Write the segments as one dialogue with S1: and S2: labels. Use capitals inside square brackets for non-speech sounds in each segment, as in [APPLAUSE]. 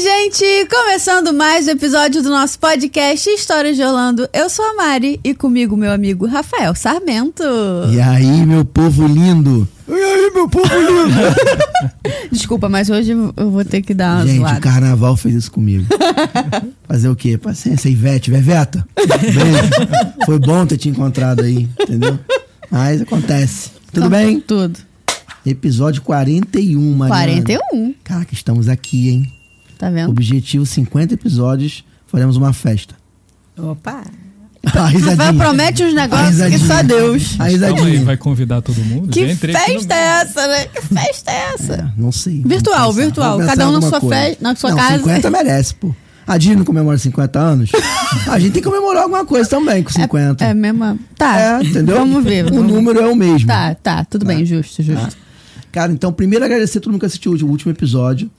S1: gente! Começando mais um episódio do nosso podcast Histórias de Orlando. Eu sou a Mari e comigo meu amigo Rafael Sarmento.
S2: E aí, meu povo lindo? E aí, meu povo lindo?
S1: Desculpa, mas hoje eu vou ter que dar uma
S2: Gente, o
S1: zoada.
S2: carnaval fez isso comigo. Fazer o quê? Paciência, Ivete, Veveta. Beijo. Foi bom ter te encontrado aí, entendeu? Mas acontece. Tudo
S1: Então,
S2: bem?
S1: Tudo.
S2: Episódio 41, Mariana.
S1: 41,
S2: Caraca, estamos aqui, hein?
S1: tá vendo?
S2: Objetivo 50 episódios, faremos uma festa. [LAUGHS]
S1: Opa!
S2: A risadinha.
S1: Rafael promete uns negócios que só Deus.
S2: A
S3: Então
S4: Calma aí,
S2: risadinha.
S4: vai convidar todo mundo?
S1: Que
S4: Já entrei aqui no
S1: festa é essa, né? Que festa é essa?
S2: É, não sei. vamos
S1: Virtual,
S2: pensar.
S1: virtual.
S2: Vamos
S1: Cada
S2: pensar
S1: um na
S2: alguma
S1: sua
S2: coisa.
S1: festa, na sua
S2: não,
S1: casa.
S2: 50 merece, pô. A Disney não comemora
S1: [LAUGHS]
S2: 50 anos? a gente tem que comemorar alguma coisa também com 50.
S1: É mesmo. Tá.
S2: É, entendeu?
S1: Vamos ver.
S2: O
S1: vamos ver.
S2: número é o mesmo.
S1: Tá, tá, tudo bem, justo, justo.
S2: Cara, então, primeiro agradecer a todo mundo que assistiu o último episódio.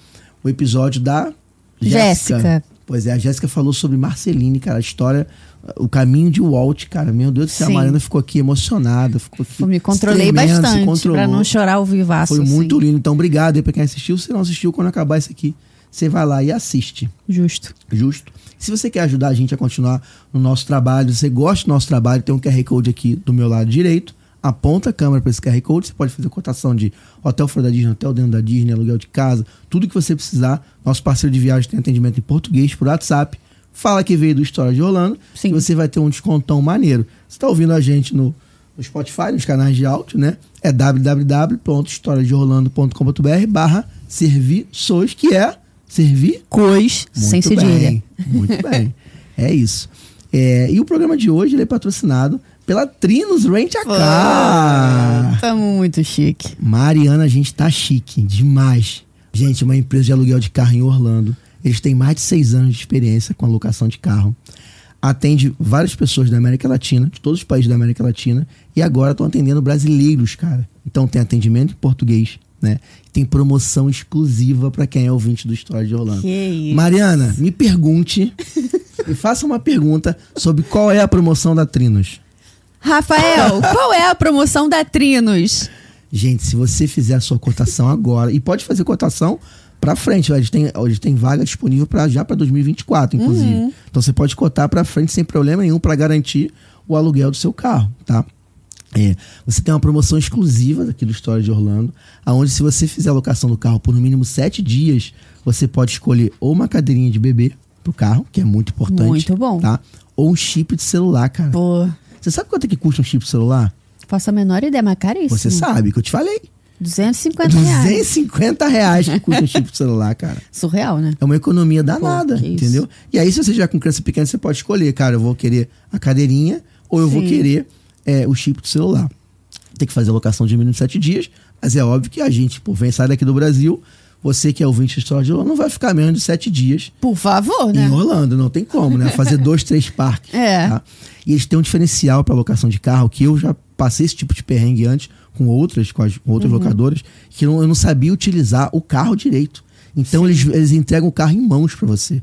S2: O episódio da Jéssica.
S1: Jéssica.
S2: Pois é, a Jéssica falou sobre Marceline, cara, a história, o caminho de Walt, cara. Meu Deus do céu,
S1: Sim.
S2: a Mariana ficou aqui emocionada, ficou aqui.
S1: Eu me controlei
S2: tremendo, se
S1: bastante
S2: controlou.
S1: pra não chorar o vivaço.
S2: Foi
S1: assim.
S2: muito lindo. Então, obrigado aí pra quem assistiu. Se não assistiu, quando acabar isso aqui, você vai lá e assiste.
S1: Justo.
S2: Justo? Se você quer ajudar a gente a continuar no nosso trabalho, se você gosta do nosso trabalho, tem um QR Code aqui do meu lado direito. Aponta a câmera para esse QR Code. Você pode fazer cotação de hotel fora da Disney, hotel dentro da Disney, aluguel de casa, tudo que você precisar. Nosso parceiro de viagem tem atendimento em português por WhatsApp. Fala que veio do História de Orlando
S1: Sim.
S2: e você vai ter um descontão maneiro. Você está ouvindo a gente no, no Spotify, nos canais de áudio, né? É www.historiadeorlando.com.br barra serviços, que é servir
S1: Cois, sem
S2: muito
S1: cedilha.
S2: bem, Muito bem. É isso. É, e o programa de hoje ele é patrocinado pela Trinos Rent a Car.
S1: Tá muito chique.
S2: Mariana, a gente tá chique demais. Gente, uma empresa de aluguel de carro em Orlando. Eles têm mais de seis anos de experiência com alocação de carro. Atende várias pessoas da América Latina, de todos os países da América Latina, e agora estão atendendo brasileiros, cara. Então tem atendimento em português, né? Tem promoção exclusiva para quem é ouvinte do História de Orlando.
S1: Que isso.
S2: Mariana,
S1: [LAUGHS]
S2: me pergunte, me faça uma pergunta sobre qual é a promoção da Trinos.
S1: [LAUGHS] Rafael, qual é a promoção da Trinos?
S2: Gente, se você fizer a sua cotação agora, e pode fazer cotação pra frente, a gente tem, a gente tem vaga disponível pra, já para 2024, inclusive.
S1: Uhum.
S2: Então você pode cotar pra frente sem problema nenhum pra garantir o aluguel do seu carro, tá? É, você tem uma promoção exclusiva aqui do História de Orlando, aonde se você fizer a locação do carro por no mínimo sete dias, você pode escolher ou uma cadeirinha de bebê pro carro, que é muito importante.
S1: Muito bom.
S2: Tá? Ou um chip de celular, cara.
S1: Pô,
S2: Você sabe quanto é que custa um chip de celular?
S1: faço a menor ideia, mas é caríssimo.
S2: Você sabe, que eu te falei.
S1: 250 reais.
S2: 250 reais
S1: [LAUGHS]
S2: que custa um chip de celular, cara.
S1: Surreal, né?
S2: É uma economia danada,
S1: que isso.
S2: entendeu? E aí, se você já com criança pequena, você pode escolher, cara, eu vou querer a cadeirinha ou eu vou
S1: Sim.
S2: querer é, o chip do celular. Tem que fazer a locação de mínimo de sete dias, mas é óbvio que a gente, por vem sair daqui do Brasil, você que é ouvinte de história de Orlando, não vai ficar menos de sete dias
S1: Por favor, né?
S2: em Orlando, não tem como, né? Fazer dois, três parques.
S1: É.
S2: tá? E eles têm um diferencial para locação de carro, que eu já passei esse tipo de perrengue antes com outras, com, as- com outras
S1: Uhum.
S2: locadoras, que eu, eu não sabia utilizar o carro direito. Então eles, eles entregam o carro em mãos para você.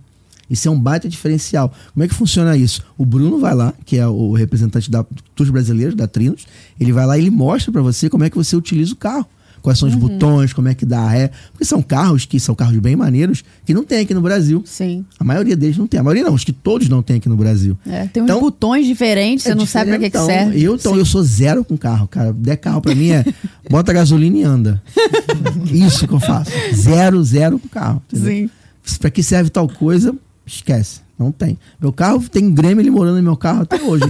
S2: Isso é um baita diferencial. Como é que funciona isso? O Bruno vai lá, que é o representante da, dos brasileiros, da Trinos, ele vai lá e ele mostra para você como é que você utiliza o carro. Quais
S1: Uhum.
S2: são os botões, como é que dá a ré. Porque são carros que são carros bem maneiros, que não tem aqui no Brasil.
S1: Sim.
S2: A maioria deles não tem. A maioria não, acho que todos não tem aqui no Brasil.
S1: É, tem uns
S2: Então-
S1: botões diferentes, você
S2: É
S1: não sabe pra que, que
S2: diferentão.
S1: serve.
S2: Eu, então, eu sou zero com carro, cara. Der carro pra
S1: [LAUGHS]
S2: mim é bota gasolina e anda. Isso que eu faço. Zero, zero com carro. Entendeu?
S1: Sim.
S2: Pra que serve tal coisa, esquece. Não tem. Meu carro tem Grêmio ele morando no meu carro até hoje.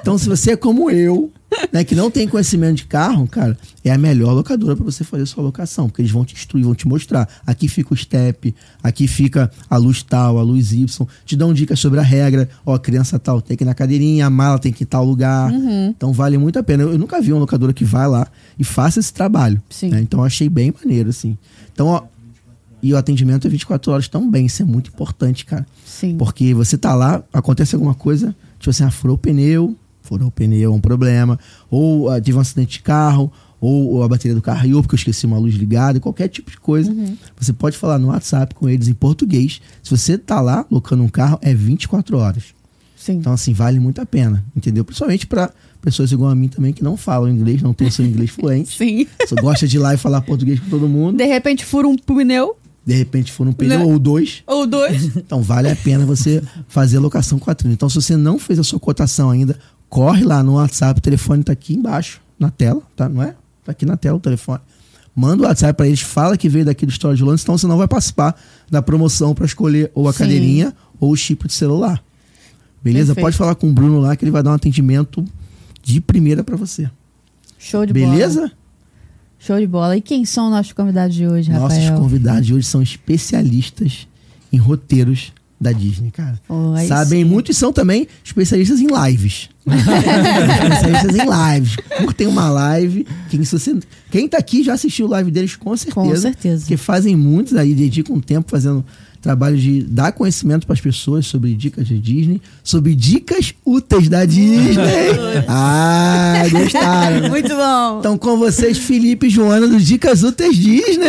S2: então, se você é como eu, né, que não tem conhecimento de carro, cara, é a melhor locadora pra você fazer sua locação, porque eles vão te instruir, vão te mostrar. Aqui fica o step, aqui fica a luz tal, a luz Y, te dão dicas sobre a regra. Ó, a criança tal tem que ir na cadeirinha, a mala tem que ir em tal lugar. Então, vale muito a pena. Eu, eu nunca vi uma locadora que vai lá e faça esse trabalho.
S1: Sim.
S2: né? Então, eu achei bem maneiro, assim. Então, ó, e o atendimento é 24 horas também, isso é muito importante, cara.
S1: Sim.
S2: Porque você tá lá, acontece alguma coisa, tipo assim, ah, furou o pneu, furou o pneu, é um problema, ou ah, tive um acidente de carro, ou, ou a bateria do carro caiu porque eu esqueci uma luz ligada, qualquer tipo de coisa. Você pode falar no WhatsApp com eles em português. Se você tá lá locando um carro, é 24 horas.
S1: Sim.
S2: Então, assim, vale muito a pena, entendeu? Principalmente para pessoas igual a mim também, que não falam inglês,
S1: [LAUGHS]
S2: não tem o seu inglês fluente.
S1: Sim.
S2: Só gosta de ir lá e falar português com todo mundo.
S1: De repente fura um pneu.
S2: de repente for um pneu
S1: Né?
S2: ou dois,
S1: Ou dois.
S2: [LAUGHS] então vale a pena você fazer a locação com a Trino. Então, se você não fez a sua cotação ainda, corre lá no WhatsApp, o telefone tá aqui embaixo, na tela, tá? Não é? Tá aqui na tela o telefone. Manda o WhatsApp para eles, fala que veio daquele História de Londres, senão você não vai participar da promoção para escolher ou a
S1: Sim.
S2: cadeirinha ou o chip de celular. Beleza?
S1: Perfeito.
S2: Pode falar com o Bruno lá que ele vai dar um atendimento de primeira para você.
S1: Show de bola.
S2: Beleza?
S1: Show de bola. E quem são nossos convidados de hoje,
S2: Nossos
S1: [LAUGHS] Rafael?
S2: convidados de hoje são especialistas em roteiros da Disney, cara.
S1: Oh, aí
S2: Sabem muito e são também especialistas em
S1: [LAUGHS]
S2: lives. especialistas em lives. Curtem uma live. Quem, se você- quem tá aqui já assistiu live deles, com certeza.
S1: Com certeza.
S2: Porque fazem muitos aí, dedicam um tempo fazendo trabalho de dar conhecimento para as pessoas sobre dicas de Disney, sobre dicas úteis
S1: [LAUGHS]
S2: da Disney. ah, gostaram, né?
S1: É Muito bom.
S2: Então, com vocês, Felipe e Joana do Dicas Úteis
S4: [LAUGHS]
S2: Disney.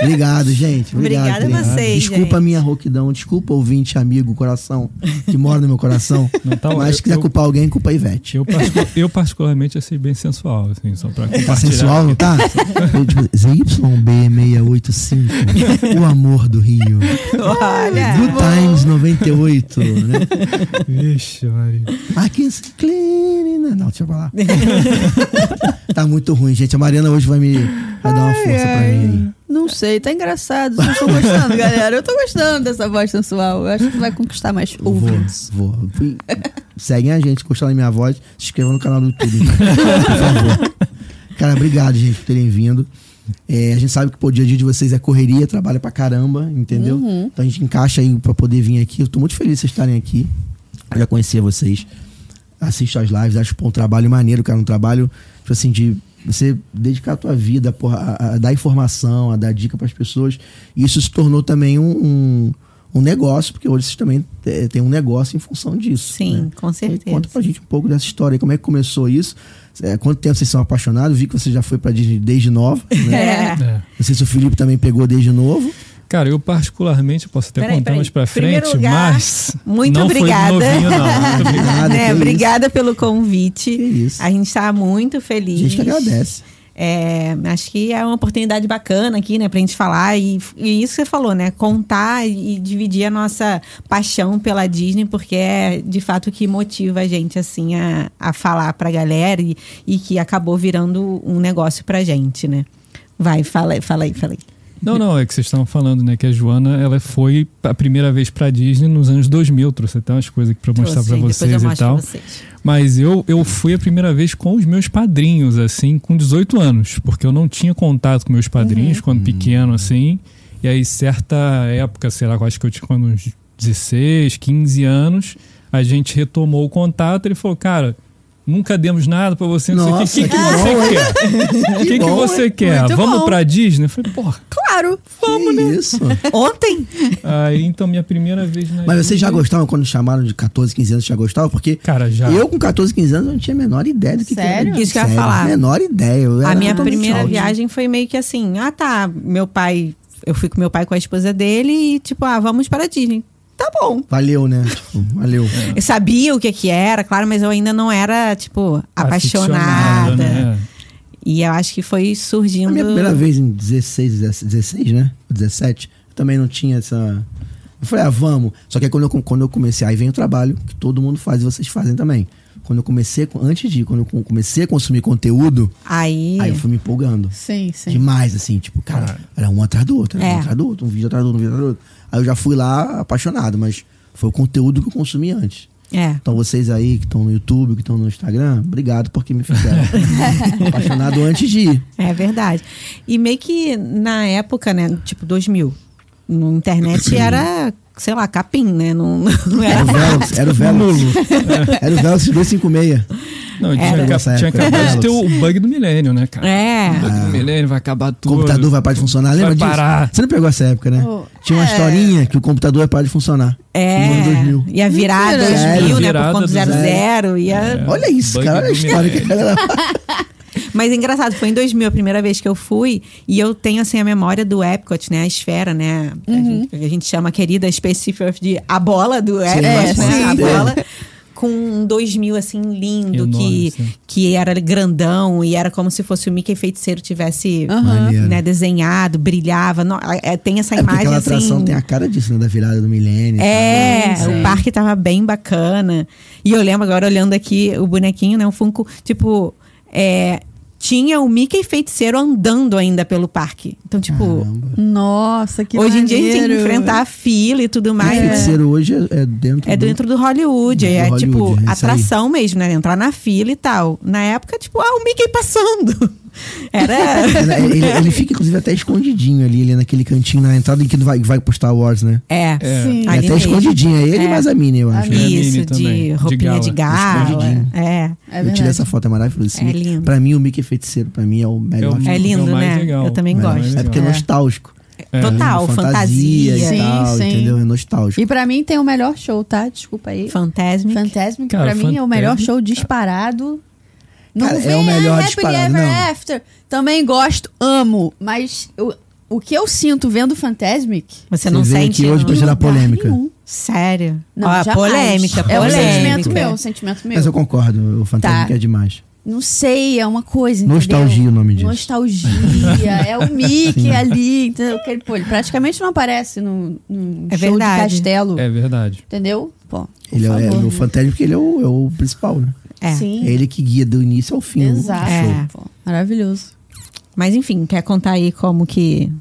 S2: Obrigado, gente. Obrigado,
S4: Obrigada a
S2: obrigado.
S4: vocês,
S2: Desculpa a
S4: gente.
S2: minha rouquidão, desculpa ouvinte, amigo, coração, que mora no meu coração.
S3: [LAUGHS] Não tá-
S2: Mas se
S3: eu-
S2: quiser
S3: eu-
S2: culpar alguém, culpa a Ivete.
S3: Eu, particu- eu particularmente achei bem sensual, assim, só pra compartilhar.
S2: Tá sensual, não
S3: [LAUGHS]
S2: tá? Eu, tipo,
S4: [LAUGHS]
S2: ZYB685, o amor do Rio.
S4: Olha.
S2: Good Times 98, né?
S3: Vixe, Maria.
S2: I can see clean. Não, deixa eu falar. [LAUGHS] tá muito ruim, gente. A Mariana hoje vai me vai dar uma força pra mim.
S1: Não sei, tá engraçado. Vocês estão gostando, galera. Eu tô gostando dessa voz sensual. Eu acho que vai conquistar mais
S2: Eu Vou,
S1: ouvintes.
S2: vou. Seguem a gente, curtam a minha voz, se inscrevam no canal do YouTube. Por favor. Cara, obrigado, gente, por terem vindo. É, a gente sabe que pô, o dia a dia de vocês é correria, trabalha pra caramba, entendeu? Então a gente encaixa aí pra poder vir aqui. Eu tô muito feliz de vocês estarem aqui. Eu já conhecia vocês. Assisto as lives, acho pô, um trabalho maneiro, cara. Um trabalho, tipo assim, de você dedicar a tua vida, porra, a, a dar informação, a dar dica pras pessoas. E isso se tornou também um, um, um negócio, porque hoje vocês também te- têm um negócio em função disso. né?
S4: Sim, com
S2: Então,
S4: certeza.
S2: Conta pra gente um pouco dessa história aí, como é que começou isso? É, quanto tempo vocês são apaixonados? Vi que você já foi pra Disney desde
S4: [LAUGHS]
S2: nova, né?
S4: É.
S3: É.
S2: Não sei se o Felipe também pegou desde novo.
S3: Cara, eu particularmente eu posso até
S4: Peraí,
S3: contar
S4: peraí.
S3: mais pra
S4: Primeiro
S3: frente,
S4: lugar,
S3: mas.
S4: Muito
S3: não
S4: obrigada.
S3: Foi de novinho, não.
S4: [LAUGHS]
S3: Muito obrigado.
S2: Obrigado,
S4: Né,
S2: que
S4: Obrigada pelo
S2: Que
S4: convite.
S2: isso.
S4: A gente está muito
S2: A
S4: feliz.
S2: gente que agradece.
S4: É, acho que é uma oportunidade bacana aqui, né, pra gente falar. E, e isso que você falou, né? Contar e dividir a nossa paixão pela Disney, porque é de fato o que motiva a gente, assim, a, a falar pra galera e, e que acabou virando um negócio pra gente, né? Vai, fala aí, fala aí, fala aí.
S3: Não, não, é que vocês estavam falando, né? Que a Joana, ela foi a primeira vez pra Disney nos anos 2000. Trouxe até umas coisas aqui pra mostrar
S4: Trouxe,
S3: pra
S4: depois
S3: vocês
S4: eu
S3: e
S4: mostro
S3: tal.
S4: pra vocês.
S3: Mas eu, eu fui a primeira vez com os meus padrinhos, assim, com 18 anos. Porque eu não tinha contato com meus
S2: Uhum.
S3: padrinhos quando pequeno, assim. E aí, certa época, sei lá, eu acho que eu tinha quando uns 16, 15 anos, a gente retomou o contato. Ele falou, cara, nunca demos nada pra você, não sei o quê.
S2: Nossa, que bom,
S3: O que, que você quer? O que, que
S2: bom,
S3: você quer?
S1: Muito
S3: Vamos
S1: bom.
S3: pra Disney? Eu falei, porra.
S1: Claro.
S2: Vamos,
S4: né?
S2: Isso.
S4: Ontem?
S2: [LAUGHS]
S3: Aí, então, minha primeira vez na
S2: Mas vocês já
S3: Disney-
S2: gostavam quando chamaram de 14, 15 anos? Já gostavam? Porque
S3: Cara, já.
S2: eu com 14, 15 anos não tinha a menor ideia do que que
S1: Sério?
S2: era.
S4: Isso que eu ia falar.
S2: Menor ideia. Eu
S4: A
S2: era
S4: minha
S2: totalmente
S4: primeira
S2: out.
S4: viagem foi meio que assim, ah tá, meu pai, eu fui com meu pai com a esposa dele e tipo, ah, vamos para a Disney. Tá bom.
S2: Valeu, né? Tipo,
S4: [LAUGHS]
S2: valeu.
S4: Eu sabia o que que era, claro, mas eu ainda não era, tipo, apaixonada.
S3: Aficionada, né?
S4: E eu acho que foi surgindo...
S2: A minha primeira vez em 16, 16, né? 17, eu também não tinha essa. Eu falei, ah, vamos. Só que aí quando eu, quando eu comecei, aí vem o trabalho que todo mundo faz e vocês fazem também. Quando eu comecei, antes de, quando eu comecei a consumir conteúdo,
S4: Aí...
S2: aí eu fui me empolgando.
S1: Sim, sim.
S2: Demais, assim, tipo, cara, era um atrás do outro, era
S4: É.
S2: um atrás do outro, um vídeo atrás do outro, um vídeo atrás do outro. Aí eu já fui lá apaixonado, mas foi o conteúdo que eu consumi antes.
S4: É.
S2: Então vocês aí que estão no YouTube, que estão no Instagram, obrigado porque me fizeram apaixonado antes de ir.
S4: É verdade. E meio que na época, né, tipo 2000, na internet era, sei lá, capim, né? Não, [LAUGHS] não
S2: Era
S4: era
S2: o
S3: [LAUGHS]
S2: Velox, era o Velox. Era o Velox 256.
S3: Não, tinha,
S4: Era.
S3: acab- tinha
S2: É. Nessa época. né?
S3: acabado de ter o bug do milênio, né, cara?
S4: É.
S3: O bug do milênio vai acabar
S2: O
S3: tudo.
S2: computador vai parar de funcionar, lembra
S3: Vai
S2: disso?
S3: parar.
S2: Você não pegou essa época, né?
S1: Oh,
S2: Tinha uma historinha que o computador ia parar de funcionar. No ano 2000.
S4: É, ia virar
S1: Mentira.
S4: 2000, né?
S3: Virada
S4: Por conta do
S3: do
S4: 00. Ia...
S3: É.
S2: Olha isso,
S3: Bug
S2: cara. Olha a
S3: do
S2: história que a
S4: [LAUGHS]
S2: galera.
S4: Mas engraçado, foi em 2000 a primeira vez que eu fui e eu tenho assim a memória do Epcot, né? A esfera, né? A, gente, a gente chama a querida Space Earth de a bola do Epcot, né?
S2: sim. É.
S4: A bola. com um 2000 assim lindo
S3: Enorme,
S4: que
S3: sim.
S4: que era grandão e era como se fosse o Mickey feiticeiro tivesse
S1: Aham.
S2: Maneiro.
S4: né, desenhado, brilhava. Não, é, tem essa
S2: É porque
S4: imagem
S2: aquela
S4: assim.
S2: atração tem a cara disso, né? Da virada do milênio. e
S4: É,
S2: tal.
S4: o parque tava bem bacana. E eu lembro agora, olhando aqui o bonequinho, né? O Funko, tipo, é, tinha o Mickey feiticeiro andando ainda pelo parque. Então, tipo,
S2: Caramba.
S1: Nossa, que
S4: hoje em dia a gente tem que
S1: maneiro.
S4: enfrentar a fila e tudo
S2: O
S4: mais. né?
S2: feiticeiro hoje é é dentro
S4: É
S2: do-
S4: dentro do
S2: Do Hollywood,
S4: Hollywood, é
S2: é isso
S4: tipo
S2: aí.
S4: atração mesmo, né? Entrar na fila e tal. Na época, tipo, ah, o Mickey passando. [LAUGHS] Era.
S2: Ele, ele- ele fica, inclusive, até escondidinho ali, ele é naquele cantinho na entrada em que vai, vai pro Star Wars, né?
S4: É.
S3: É.
S1: Sim.
S2: Ele
S4: Ali
S2: até
S4: mesmo.
S2: escondidinho, é ele e mais a Minnie, eu acho.
S3: Minnie. Tinha
S4: Isso,
S3: também,
S4: de
S3: de
S4: roupinha de
S3: gala,
S4: gala.
S2: escondidinho.
S4: É.
S1: É
S2: eu tirei
S1: verdade.
S2: essa foto, é maravilhoso. Esse
S4: É
S2: Mickey-
S4: lindo.
S2: Pra mim, o Mickey Feiticeiro, pra mim, é o melhor.
S3: o-
S2: filme.
S4: É lindo,
S3: é o mais
S4: né?
S3: legal.
S4: Eu também
S2: É o melhor.
S4: gosto.
S2: É porque é
S4: É.
S2: nostálgico.
S3: É.
S4: Total,
S2: fantasia,
S4: fantasia.
S2: e tal,
S1: Sim, sim.
S2: entendeu? É nostálgico.
S1: E pra mim tem o melhor show, tá? Desculpa aí.
S4: Fantasmic.
S1: Fantasmic, pra
S3: Cara,
S1: mim, é o melhor
S3: Fantasmic-
S1: show disparado. Não
S2: Cara, é
S1: vem
S2: o
S1: a
S2: melhor
S1: Happily
S2: disparado,
S1: Ever
S2: não.
S1: After. Também gosto, amo. Mas eu- o que eu sinto vendo Fantasmic...
S4: Você não
S2: Você veio
S4: sente.
S2: aqui hoje
S4: não?
S2: pra gerar- Era polêmica.
S1: Nenhum.
S4: Sério.
S1: Não,
S4: Ó,
S1: jamais.
S4: polêmica, polêmica.
S1: É um sentimento meu, um sentimento meu.
S2: Mas eu concordo, o Fantasmic
S1: Tá.
S2: é demais.
S1: Não sei, é uma coisa, entendeu?
S2: Nostalgia é o nome disso.
S1: Nostalgia, é o Mickey
S2: Sim.
S1: ali, entendeu? Aquele, pô, ele praticamente não aparece no, no
S4: É
S1: show
S4: verdade.
S1: de castelo,
S3: É verdade.
S1: entendeu? Pô, por
S2: Ele é, é,
S1: favor,
S2: o
S1: né?
S2: Fantasmic ele é o, é o principal, né?
S4: É.
S1: Sim,
S2: É ele que guia do início ao fim. o- o
S1: exato.
S2: show.
S4: É.
S1: Pô, maravilhoso.
S4: Mas enfim, quer contar aí como que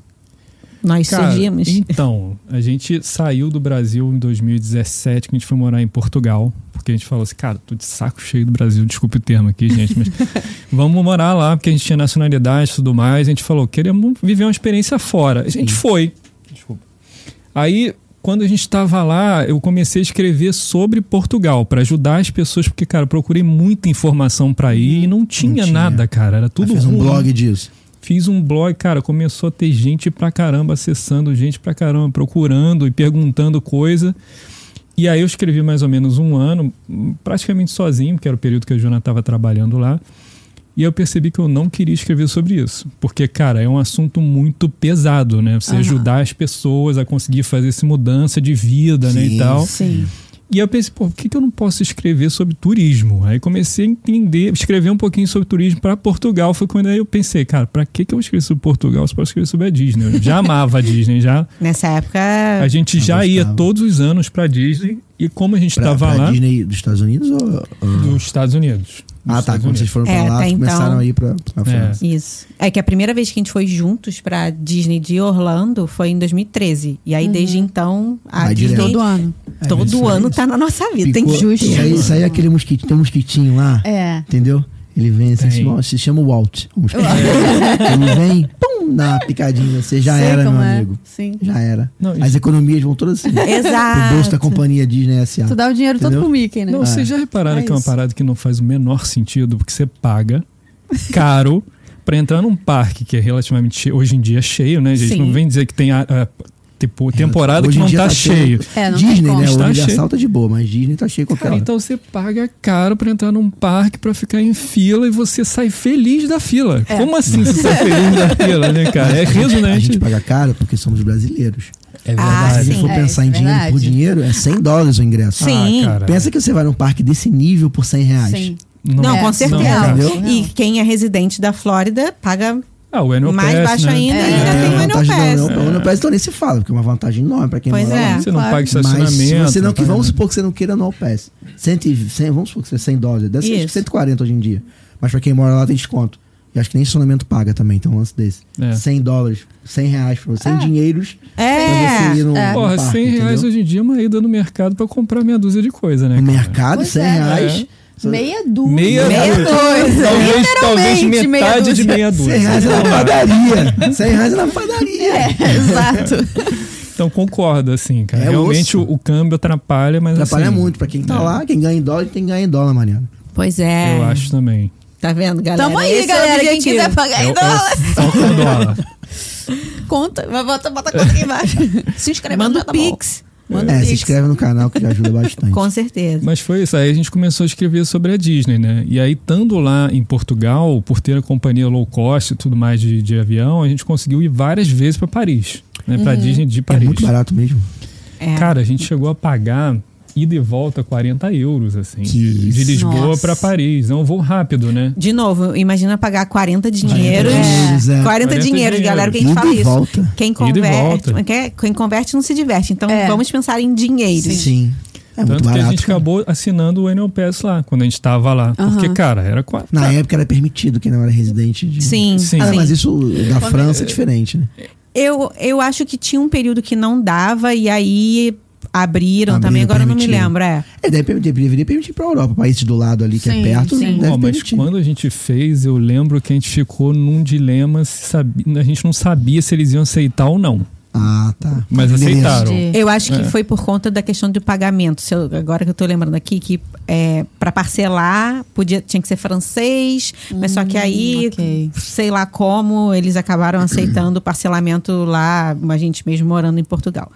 S4: nós
S3: Cara,
S4: surgimos?
S3: Então, a gente saiu do Brasil em 2017, que a gente foi morar em Portugal, porque a gente falou assim, cara, tô de saco cheio do Brasil, desculpe o termo aqui, gente, mas vamos morar lá, porque a gente tinha nacionalidade e tudo mais. A gente falou, queremos viver uma experiência fora. A gente foi. Desculpa. Aí, quando a gente estava lá, eu comecei a escrever sobre Portugal, para ajudar as pessoas, porque, cara, eu procurei muita informação para ir e não tinha,
S2: tinha.
S3: nada, cara. Era
S2: Aí
S3: tudo
S2: fez um
S3: ruim.
S2: blog disso.
S3: Fiz um blog, cara, começou a ter gente pra caramba acessando, gente pra caramba procurando e perguntando coisa. E aí eu escrevi mais ou menos um ano, hum, praticamente sozinho, porque era o período que a Jona estava trabalhando lá. E eu percebi que eu não queria escrever sobre isso. Porque, cara, é um assunto muito pesado, né? Você
S1: Aham.
S3: ajudar as pessoas a conseguir fazer essa mudança de vida, né?
S2: Sim,
S3: E tal.
S1: Sim.
S3: E eu pensei, pô, por que, que eu não posso escrever sobre turismo? Aí comecei a entender, escrever um pouquinho sobre turismo para Portugal. Foi quando aí eu pensei, cara, para que, que eu escrevo sobre Portugal se eu posso escrever sobre a Disney? Eu já amava a Disney, já.
S4: Nessa época.
S3: A gente
S2: Eu
S3: já ia
S2: gostava.
S3: todos os anos para Disney. E como a gente
S2: Pra,
S3: estava
S2: pra
S3: lá,
S2: Disney dos Estados Unidos ou. ou-
S3: dos Estados Unidos. dos
S2: Ah, tá.
S3: Estados
S2: Quando
S3: Unidos.
S2: vocês foram pra
S4: É,
S2: lá,
S4: até então.
S2: começaram a ir pra, pra França.
S4: Isso. É que a primeira vez que a gente foi juntos pra Disney de Orlando foi em 2013. E aí,
S1: Uhum.
S4: desde então, a
S2: Vai
S4: Disney.
S2: direto.
S1: Todo ano.
S2: É,
S4: todo
S2: isso aí.
S4: ano tá na nossa vida. Tem
S2: Picou-
S4: que
S2: [LAUGHS]
S1: justo.
S2: Isso aí, isso aí é aquele mosquitinho. Tem um mosquitinho lá,
S1: É.
S2: entendeu? Ele vem assim,
S3: Tem.
S2: se chama, se chama Walt. Um mosquitinho. Ele vem, pum, dá uma picadinha. Você já
S1: Sei
S2: era, meu
S1: como é.
S2: amigo.
S1: Sim.
S2: Já era.
S3: Não, isso-
S2: As economias vão todas assim. Pro bolso da
S4: Exato.
S2: companhia Disney é S.A.
S1: Tu dá o dinheiro todo
S2: Entendeu? Ah,
S1: pro Mickey, né?
S3: Não, vocês já repararam
S1: É
S3: que é uma
S1: isso.
S3: parada que não faz o menor sentido, porque você paga caro pra entrar num parque que é relativamente cheio, hoje em dia é cheio, né, gente?
S4: Sim.
S3: Não vem dizer que tem a, a- tipo, temporada
S2: Hoje
S3: que
S2: em
S3: não
S2: dia
S3: tá,
S2: tá
S3: cheio.
S1: É, não tem
S2: Disney,
S1: como.
S2: né? O
S3: Está
S2: Universal
S3: cheio.
S2: tá de boa, mas Disney tá cheio qualquer
S3: Cara,
S2: hora.
S3: então você paga caro pra entrar num parque pra ficar em fila e você sai feliz da fila. Como
S2: [LAUGHS]
S3: assim você sai feliz da fila, né, cara?
S2: É.
S3: É
S2: A gente
S3: resonante.
S2: paga caro porque somos brasileiros.
S3: É
S4: Ah,
S2: Se a gente
S4: sim.
S2: for
S1: É,
S2: pensar em
S1: isso é
S2: dinheiro por
S1: verdade.
S2: dinheiro, é 100 dólares o
S3: Ah,
S2: ingresso.
S4: Sim.
S3: cara,
S2: Pensa que você vai num parque desse nível por 100 reais.
S1: Sim.
S4: Não,
S3: é,
S4: com certeza.
S3: cara.
S2: entendeu?
S4: e quem é residente da Flórida paga
S3: ah, o annual
S4: mais
S3: pass,
S4: baixo
S3: né?
S4: ainda
S1: É,
S4: e ainda
S1: é,
S4: tem o
S2: a
S4: Anel
S2: vantagem
S4: Pass.
S2: do União- da União Pass, então nem se fala, porque é uma vantagem enorme pra quem
S4: Pois
S2: mora
S4: é.
S2: lá.
S3: Você não
S1: Claro.
S3: paga
S2: Mas
S3: estacionamento. tá?
S2: se você não,
S3: não
S2: que,
S3: paga-
S2: vamos supor que você não queira Anel Pass. 100, e- 100 vamos supor que seja 100 dólares. Deve ser tipo acho que
S4: Isso.
S2: 140 hoje em dia. Mas pra quem mora lá tem desconto. E acho que nem estacionamento paga também, tem um lance desse.
S3: É.
S2: 100 dólares, 100 reais, pra você, 100 dinheiros pra você ir
S4: Ah. É.
S2: no, no
S3: Porra,
S2: parque,
S3: 100 reais
S2: entendeu?
S3: hoje em dia é uma ida no mercado pra comprar meia dúzia de coisa, né?
S2: No
S3: cara?
S2: mercado,
S1: Pois
S2: 100
S1: é.
S2: reais. Só-
S1: Meia dúzia.
S3: Meia-
S1: Meia
S3: Meia
S1: coisa.
S3: Talvez, talvez
S1: Literalmente,
S3: metade
S1: meia
S3: de
S1: dúzia.
S3: meia
S2: 100
S3: dúzia.
S2: reais é na padaria. 100 reais é na padaria.
S1: É, [LAUGHS] exato.
S3: Então concordo, assim, cara.
S2: É
S3: Realmente
S2: osso.
S3: o, o câmbio atrapalha, mas
S2: Atrapalha
S3: assim,
S2: muito pra quem tá
S3: é.
S2: lá, quem ganha em dólar, tem que ganhar em dólar, Mariana.
S4: Pois é.
S3: Eu acho também.
S4: Tá vendo, galera?
S1: Tamo aí,
S4: Esse é o
S1: galera. Quem
S4: objetivo.
S1: quiser pagar
S3: É
S1: em
S3: o-
S1: dólar,
S3: é o- é o dólar.
S1: conta. Mas Bota, bota a conta aqui embaixo. [LAUGHS] Se inscreve
S4: Manda
S1: no
S4: o
S1: canal.
S4: Pix.
S1: Manda
S2: É,
S1: o
S2: se
S1: Pix.
S2: inscreve no canal que já ajuda bastante.
S4: Com certeza.
S3: Mas foi isso. Aí a gente começou a escrever sobre a Disney, né? E aí, estando lá em Portugal, por ter a companhia low cost e tudo mais de, de avião, a gente conseguiu ir várias vezes para Paris, né? Para Disney de
S2: É
S3: Paris.
S2: muito barato mesmo.
S4: É.
S3: Cara, a gente chegou a pagar ida e volta 40 euros, assim.
S2: Que
S3: De, de
S2: isso.
S3: Lisboa
S4: Nossa.
S3: para Paris. É um voo rápido, né?
S4: De novo, imagina pagar 40 dinheiros.
S2: 40 é.
S4: 40,
S3: 40
S4: dinheiros,
S3: dinheiros.
S4: galera, que a gente
S2: Ida
S4: fala
S2: e
S4: isso.
S2: volta.
S4: Quem
S3: Ida e
S4: converte,
S3: volta.
S4: quer- quem converte não se diverte. Então
S1: É.
S4: vamos pensar em dinheiro.
S2: Sim. É muito barato.
S3: Tanto que a gente
S2: cara.
S3: acabou assinando o Annual Pass lá, quando a gente tava lá. Porque,
S1: Aham.
S3: cara, era quatro.
S2: Na época era permitido quem não era residente de.
S4: Sim.
S3: Sim.
S2: Ah,
S3: Sim.
S2: mas isso da França é diferente, né?
S4: Eu, eu acho que tinha um período que não dava e aí abriram
S2: Abriram,
S4: também. Agora eu não me
S2: permitiram.
S4: lembro. É.
S2: É, deve permitir, deveria permitir pra Europa, países do lado ali que
S1: Sim,
S2: é perto,
S1: sim.
S2: deve
S3: Ó, mas
S2: permitir.
S3: quando a gente fez, eu lembro que a gente ficou num dilema, se sabi- a gente não sabia se eles iam aceitar ou não.
S2: Ah, tá.
S3: Mas
S2: Beleza.
S3: aceitaram.
S1: Entendi.
S4: Eu acho que
S3: É.
S4: foi por conta da questão do pagamento. Se eu- agora que eu tô lembrando aqui, que é, para parcelar podia, tinha que ser francês, mas só que aí,
S1: ok.
S4: sei lá como, eles acabaram aceitando o parcelamento lá, a gente mesmo morando em Portugal.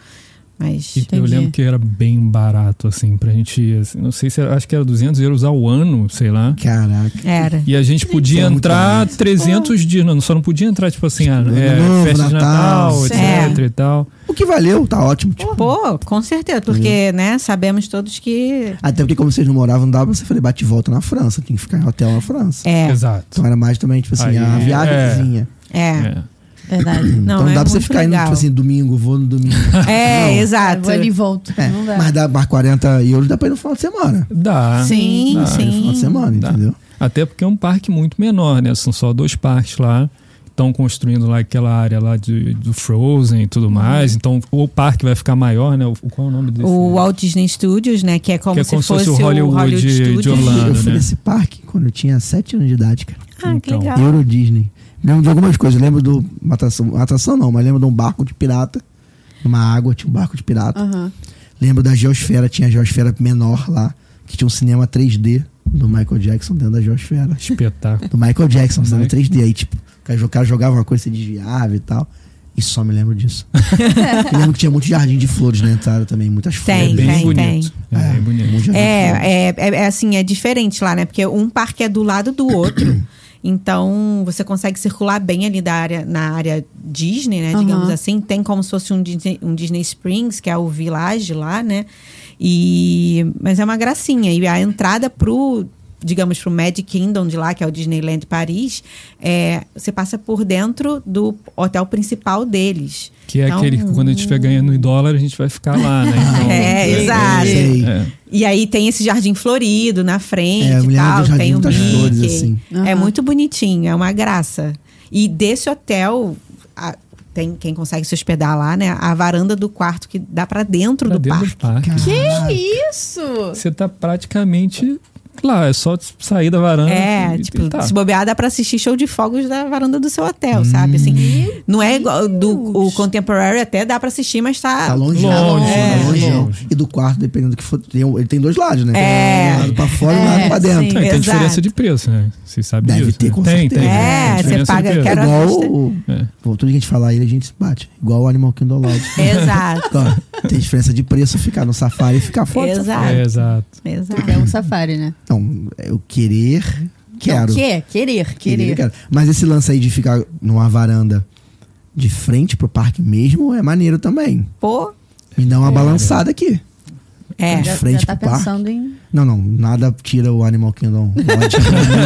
S4: Mas.
S3: E eu
S1: Entendi.
S3: lembro que era bem barato, assim, pra gente. assim, não sei se era, acho que era 200 euros ao ano, sei lá.
S2: Caraca.
S4: Era.
S3: E a gente podia
S2: Era Então, é muito
S3: entrar
S2: barato.
S3: 300 dias, não, só não podia entrar, tipo assim, ah,
S2: Ano
S3: é,
S2: Novo,
S3: festa de
S2: Natal,
S3: Natal, etc
S4: É.
S3: e tal.
S2: O que valeu, tá ótimo. Tipo,
S4: Pô, com certeza, porque, né, sabemos todos que.
S2: Até porque, como vocês não moravam, não dava pra você fazer bate e volta na França, tinha que ficar em hotel na França.
S4: É.
S3: Exato.
S2: Então era mais também, tipo assim,
S3: Aí,
S2: a
S3: é.
S2: viagemzinha.
S4: É.
S3: É.
S1: Verdade.
S2: Então não
S4: é
S2: dá pra você
S4: muito
S2: ficar indo,
S4: legal.
S2: tipo assim, domingo, vou no
S4: [LAUGHS]
S2: domingo.
S4: É,
S1: Ah,
S2: Não.
S4: exato.
S1: vou ali e volto.
S2: É,
S1: Não dá.
S2: mas dá mais 40 euros, dá pra ir no final de semana.
S3: Dá.
S4: Sim,
S3: Dá,
S2: No final de
S4: sim.
S2: semana,
S3: Dá.
S2: entendeu?
S3: Até porque é um parque muito menor, né? São só dois parques lá. Estão construindo lá aquela área lá de, do Frozen e tudo mais. Então o parque vai ficar maior, né? O, qual é o nome desse?
S4: O Walt Disney Studios, né? Que é como,
S3: Que é como
S4: se fosse o Hollywood,
S3: de
S4: Studios.
S3: Orlando.
S2: eu fui
S3: né?
S2: nesse parque quando eu tinha 7 anos de idade, cara.
S4: [LAUGHS] Ah, que
S3: Então.
S4: legal.
S2: Euro Disney. Lembro de algumas coisas. Lembro do. Uma atração, uma atração não, mas lembro de um barco de pirata. Uma água, tinha um barco de
S4: Ah.
S2: pirata.
S1: Aham.
S2: Lembro da Geosfera, tinha a Geosfera menor lá, que tinha um cinema 3D do Michael Jackson dentro da Geosfera.
S3: Espetáculo.
S2: Do Michael Jackson, cinema
S3: Michael.
S2: 3D. Aí, tipo, o cara- o cara jogava uma coisa, você desviava e tal. E só me lembro
S4: [LAUGHS]
S2: disso. Eu lembro que tinha muito jardim de flores na entrada também, muitas flores.
S4: [LAUGHS] Tem,
S3: é bem
S4: tem,
S3: bonito. É, bem bonito.
S2: muito jardim de flores.
S4: É, é, é, é assim, é diferente lá, né? Porque um parque é do lado do [COUGHS] outro. Então, você consegue circular bem ali da área, na área Disney, né? Digamos
S1: Aham.
S4: assim. Tem como se fosse um Disney, um Disney Springs, que é o Village lá, né? E, mas é uma gracinha. E a entrada pro, digamos, pro Magic Kingdom de lá, que é o Disneyland Paris, é, você passa por dentro do hotel principal deles.
S3: Que é
S4: Então,
S3: aquele que quando a gente estiver ganhando em dólar, a gente vai ficar lá, né? Então,
S4: [LAUGHS] É, exato.
S2: Sei.
S3: é.
S4: E aí tem esse jardim florido na frente
S2: É, eu me
S4: e
S2: lembro
S4: tal,
S2: do jardim
S4: tem o
S2: com muitas
S4: Mickey.
S2: flores, assim.
S4: É
S1: Aham.
S4: muito bonitinho, é uma graça. E desse hotel a- tem quem consegue se hospedar lá, né? A varanda do quarto que dá pra dentro
S3: Pra
S4: do
S3: dentro
S4: parque.
S3: do parque.
S2: Caraca.
S1: Que isso?
S3: Você tá praticamente lá, é só sair da varanda.
S4: É,
S3: e- e
S4: tipo,
S3: tá.
S4: se bobear dá pra assistir show de fogos da varanda do seu hotel, sabe? Assim, não é igual do o Contemporary até dá pra assistir, mas tá,
S2: Tá longe,
S3: Longe,
S2: tá
S3: é,
S2: longe.
S3: longe.
S2: E do quarto, dependendo do que for, tem um- ele tem dois lados, né?
S4: É.
S2: Tem um lado pra fora e um lado
S1: É,
S2: pra
S1: sim.
S2: dentro.
S3: Tem
S4: Exato.
S3: então diferença de preço, né? Você sabe
S2: Deve
S3: disso.
S2: ter,
S3: né?
S2: com
S3: tem,
S2: certeza.
S3: tem.
S4: É,
S3: Tem
S4: você
S3: diferença de
S4: paga-
S3: preço.
S2: É
S4: Quero
S2: igual.
S4: assistir.
S2: o-
S3: É.
S2: Bom, tudo que a gente falar ele, a gente se bate. Igual o Animal Kingdom Lodge.
S4: [LAUGHS] Exato.
S2: Ó, tem diferença de preço ficar no safari e ficar fora. do safari.
S4: exato.
S3: É, exato.
S4: Exato.
S1: É um safari, né?
S2: Não, eu querer, quero.
S1: Não, quer, querer,
S2: Querer,
S1: querer.
S2: quero. Mas esse lance aí de ficar numa varanda de frente pro parque mesmo é maneiro também.
S4: Pô,
S2: Me dá uma balançada aqui.
S4: é.
S1: Já,
S2: Frente
S1: já tá
S2: pro parque.
S1: pensando em.
S2: Não, não, nada tira o Animal Kingdom. Lodge.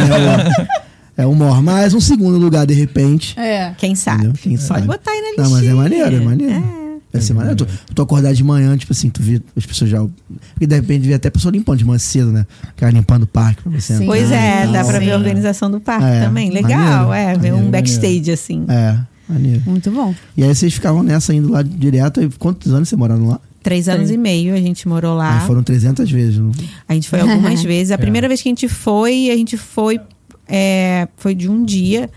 S2: é, o, é o maior. Mas um segundo lugar, de repente.
S1: É.
S4: Quem sabe?
S2: Entendeu? Quem
S4: Pode
S2: sabe?
S4: botar aí na listinha.
S2: Não, mas é maneiro, é maneiro. Vai ser maneiro. Tu, tu acordar de manhã, tipo assim, tu vê as pessoas já. Porque de repente vê até a pessoa limpando de manhã cedo, né? Cara limpando o parque pra
S1: Sim.
S2: você entrar
S4: Pois é,
S2: e
S4: dá
S2: tal.
S4: pra ver
S1: Sim.
S4: a organização do parque
S2: É,
S4: também. Legal,
S2: maneiro,
S4: é, ver
S2: maneiro,
S4: um
S2: maneiro.
S4: backstage assim.
S2: É, maneiro.
S1: Muito bom.
S2: E aí vocês ficavam nessa indo lá direto. E quantos anos vocês moraram lá?
S4: Três anos e meio a gente morou lá.
S2: Aí É. foram 300 vezes. Não?
S4: A gente
S2: [LAUGHS]
S4: foi algumas vezes. A primeira vez que a gente foi, a gente foi, é, foi de um dia.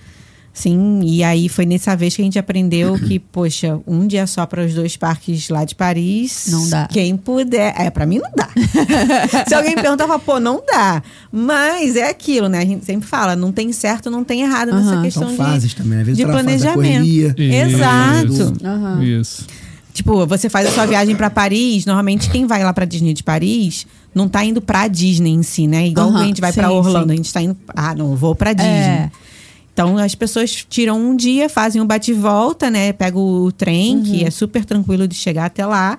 S4: Sim, e aí foi nessa vez que a
S2: [COUGHS]
S4: gente aprendeu que, poxa, um dia só para os dois parques lá de Paris.
S1: Não dá.
S4: Quem puder. É, para mim não dá. [LAUGHS] Se alguém perguntava, pô, não dá. Mas é aquilo, né? A gente sempre fala, não tem certo, não tem errado nessa
S1: Aham.
S4: questão
S2: São
S4: de-
S2: fases também. Às vezes
S4: de
S2: era a fase da
S4: planejamento.
S2: correria.
S3: Isso.
S4: Exato.
S1: Aham.
S3: Isso.
S4: Tipo, você faz a sua viagem pra Paris, normalmente quem vai lá pra Disney de Paris não tá indo pra Disney em si, né? Igual
S1: Aham,
S4: a gente vai
S1: sim,
S4: pra Orlando,
S1: sim.
S4: a gente tá indo, ah, não, eu vou pra Disney.
S1: É.
S4: Então as pessoas tiram um dia,
S1: Uhum.
S4: fazem um bate e volta, né? Pega o trem, que é super tranquilo de chegar até lá.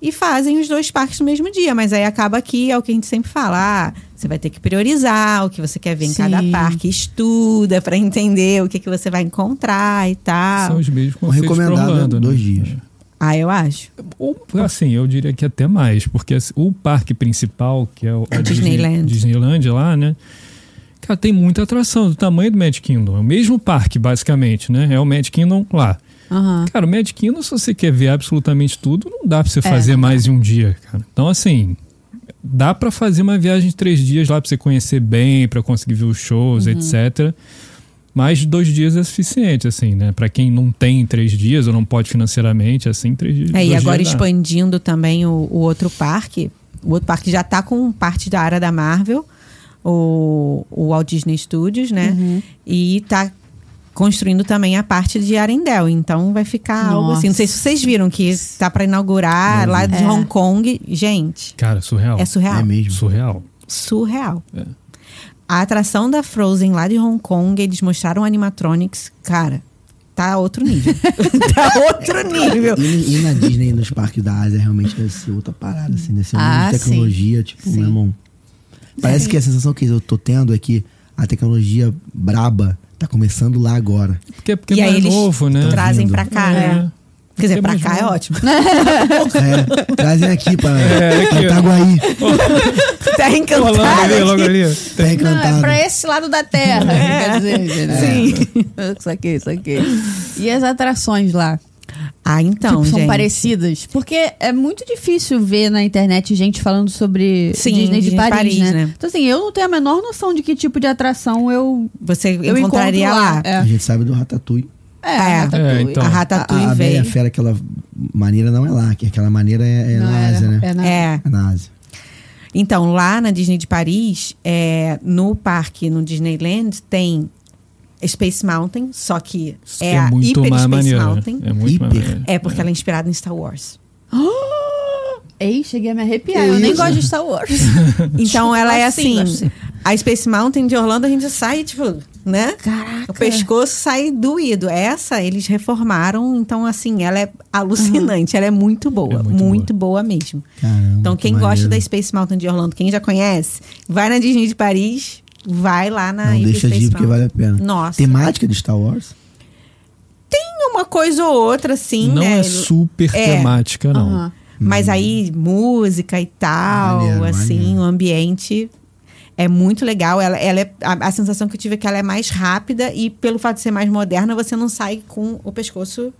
S4: e fazem os dois parques no mesmo dia. Mas aí acaba que é o que a gente sempre fala: ah, você vai ter que priorizar o que você quer ver em
S1: Sim.
S4: cada parque, estuda para entender o que, que você vai encontrar e tal.
S3: São os mesmos
S2: O
S3: conceitos pra
S2: recomendado
S3: Orlando,
S2: é
S3: né?
S2: dois dias.
S4: Ah, eu acho.
S3: Ou, assim, eu diria que até mais, porque assim, o parque principal, que é o, a
S4: Disneyland.
S3: Disney- Disneyland lá, né? Cara, tem muita atração do tamanho do Magic Kingdom. É o mesmo parque, basicamente, né? É o Magic Kingdom lá.
S1: Aham.
S3: Cara, o Magic Kingdom, se você quer ver absolutamente tudo, não dá pra
S4: É.
S3: você fazer mais em um dia, cara. Então, assim, dá pra fazer uma viagem de três dias lá pra você conhecer bem, pra conseguir ver os shows,
S4: Uhum.
S3: etc. Mas dois dias é suficiente, assim, né? Pra quem não tem três dias ou não pode financeiramente, assim, três dias.
S4: É,
S3: dois
S4: e agora
S3: dias dá.
S4: expandindo também o, o outro parque. O outro parque já está com parte da área da Marvel, o, o Walt Disney Studios, né?
S1: Uhum.
S4: E tá construindo também a parte de Arendelle. Então vai ficar algo
S1: Nossa.
S4: assim. Não sei se vocês viram que tá para inaugurar lá de
S1: É.
S4: Hong Kong. Gente,
S3: Cara, surreal.
S4: é surreal.
S2: É mesmo.
S3: Surreal.
S4: surreal.
S3: É.
S4: A atração da Frozen lá de Hong Kong, eles mostraram animatronics. Cara, tá outro
S3: [LAUGHS]
S4: nível. tá outro nível.
S2: E, e na Disney, nos parques da Ásia, realmente deve ser outra parada, assim, deve ser um
S1: Ah,
S2: mundo de tecnologia, tipo, meu irmão. Parece que a sensação que eu tô tendo é que a tecnologia braba tá começando lá agora.
S3: Porque, porque
S4: e
S3: é
S4: aí
S3: mais
S4: eles
S3: novo, né?
S4: trazem pra cá,
S3: É.
S4: né? Quer dizer,
S3: Porque
S4: pra
S3: mais
S4: cá é
S3: novo.
S4: ótimo.
S2: É, trazem aqui pra,
S3: [LAUGHS] É,
S2: pra
S3: aqui, ó.
S2: Itaguaí,
S3: [LAUGHS]
S4: Tá
S3: Logo ali,
S4: encantado.
S3: logo ali.
S2: tá
S1: Não, é
S2: encantado.
S1: pra esse lado da
S2: [LAUGHS]
S1: terra.
S2: É.
S1: Quer dizer, entendeu? [LAUGHS] Isso aqui, isso aqui. E as atrações lá?
S4: Ah, então,
S1: tipo, são
S4: gente.
S1: parecidas? Porque é muito difícil ver na internet gente falando sobre
S4: Sim,
S1: Disney de
S4: Disney de
S1: Paris,
S4: Paris,
S1: né?
S4: né?
S1: Então, assim, eu não tenho a menor noção de que tipo de atração eu,
S4: Você
S1: eu
S4: encontraria
S1: encontro
S4: lá.
S1: lá. É,
S2: A gente sabe do Ratatouille.
S1: é,
S4: É,
S1: Ratatouille.
S3: então.
S4: A
S2: A,
S4: Ratatouille
S2: a, a Bela e a
S4: veio.
S2: Fera, aquela maneira não é lá, que aquela maneira é, é
S1: Não,
S2: na
S1: era-
S2: Ásia, né?
S1: é na-
S4: É.
S2: É na Ásia.
S4: Então, lá na Disney de Paris, é, no parque, no Disneyland, tem Space Mountain, só que é, a hiper Space Mountain.
S3: É muito mais
S2: Hiper.
S3: maneiro.
S4: É porque ela é inspirada em Star Wars.
S1: [GASPS] Ei, cheguei a me arrepiar.
S2: Que
S1: eu nem
S2: isso?
S1: gosto de Star
S4: [LAUGHS]
S1: Wars.
S4: Então ela é
S1: Assim,
S4: assim.
S1: assim.
S4: A Space Mountain de Orlando a gente sai, tipo, né?
S1: Caraca.
S4: O pescoço sai doído. Essa eles reformaram, então assim, ela é alucinante, ela é muito boa,
S3: É muito
S4: muito, boa. mesmo.
S2: Caramba,
S4: Então
S2: que
S4: quem gosta
S2: maneiro.
S4: da Space Mountain de Orlando, quem já conhece, vai na Disney de Paris, vai lá na
S2: Não
S4: Hyper
S2: deixa de
S4: Space
S2: ir, porque vale
S4: Mountain.
S2: a pena.
S4: Nossa.
S2: Temática de Star Wars.
S4: Tem uma coisa ou outra assim,
S3: não
S4: né?
S3: é super
S4: É.
S3: temática, não.
S1: Aham.
S4: Mas aí música e tal,
S2: Uhum. Maneiro,
S4: assim,
S2: maneiro.
S4: o ambiente é muito legal. Ela, ela é, a, a sensação que eu tive é que ela é mais rápida e pelo fato de ser mais moderna, você não sai com o pescoço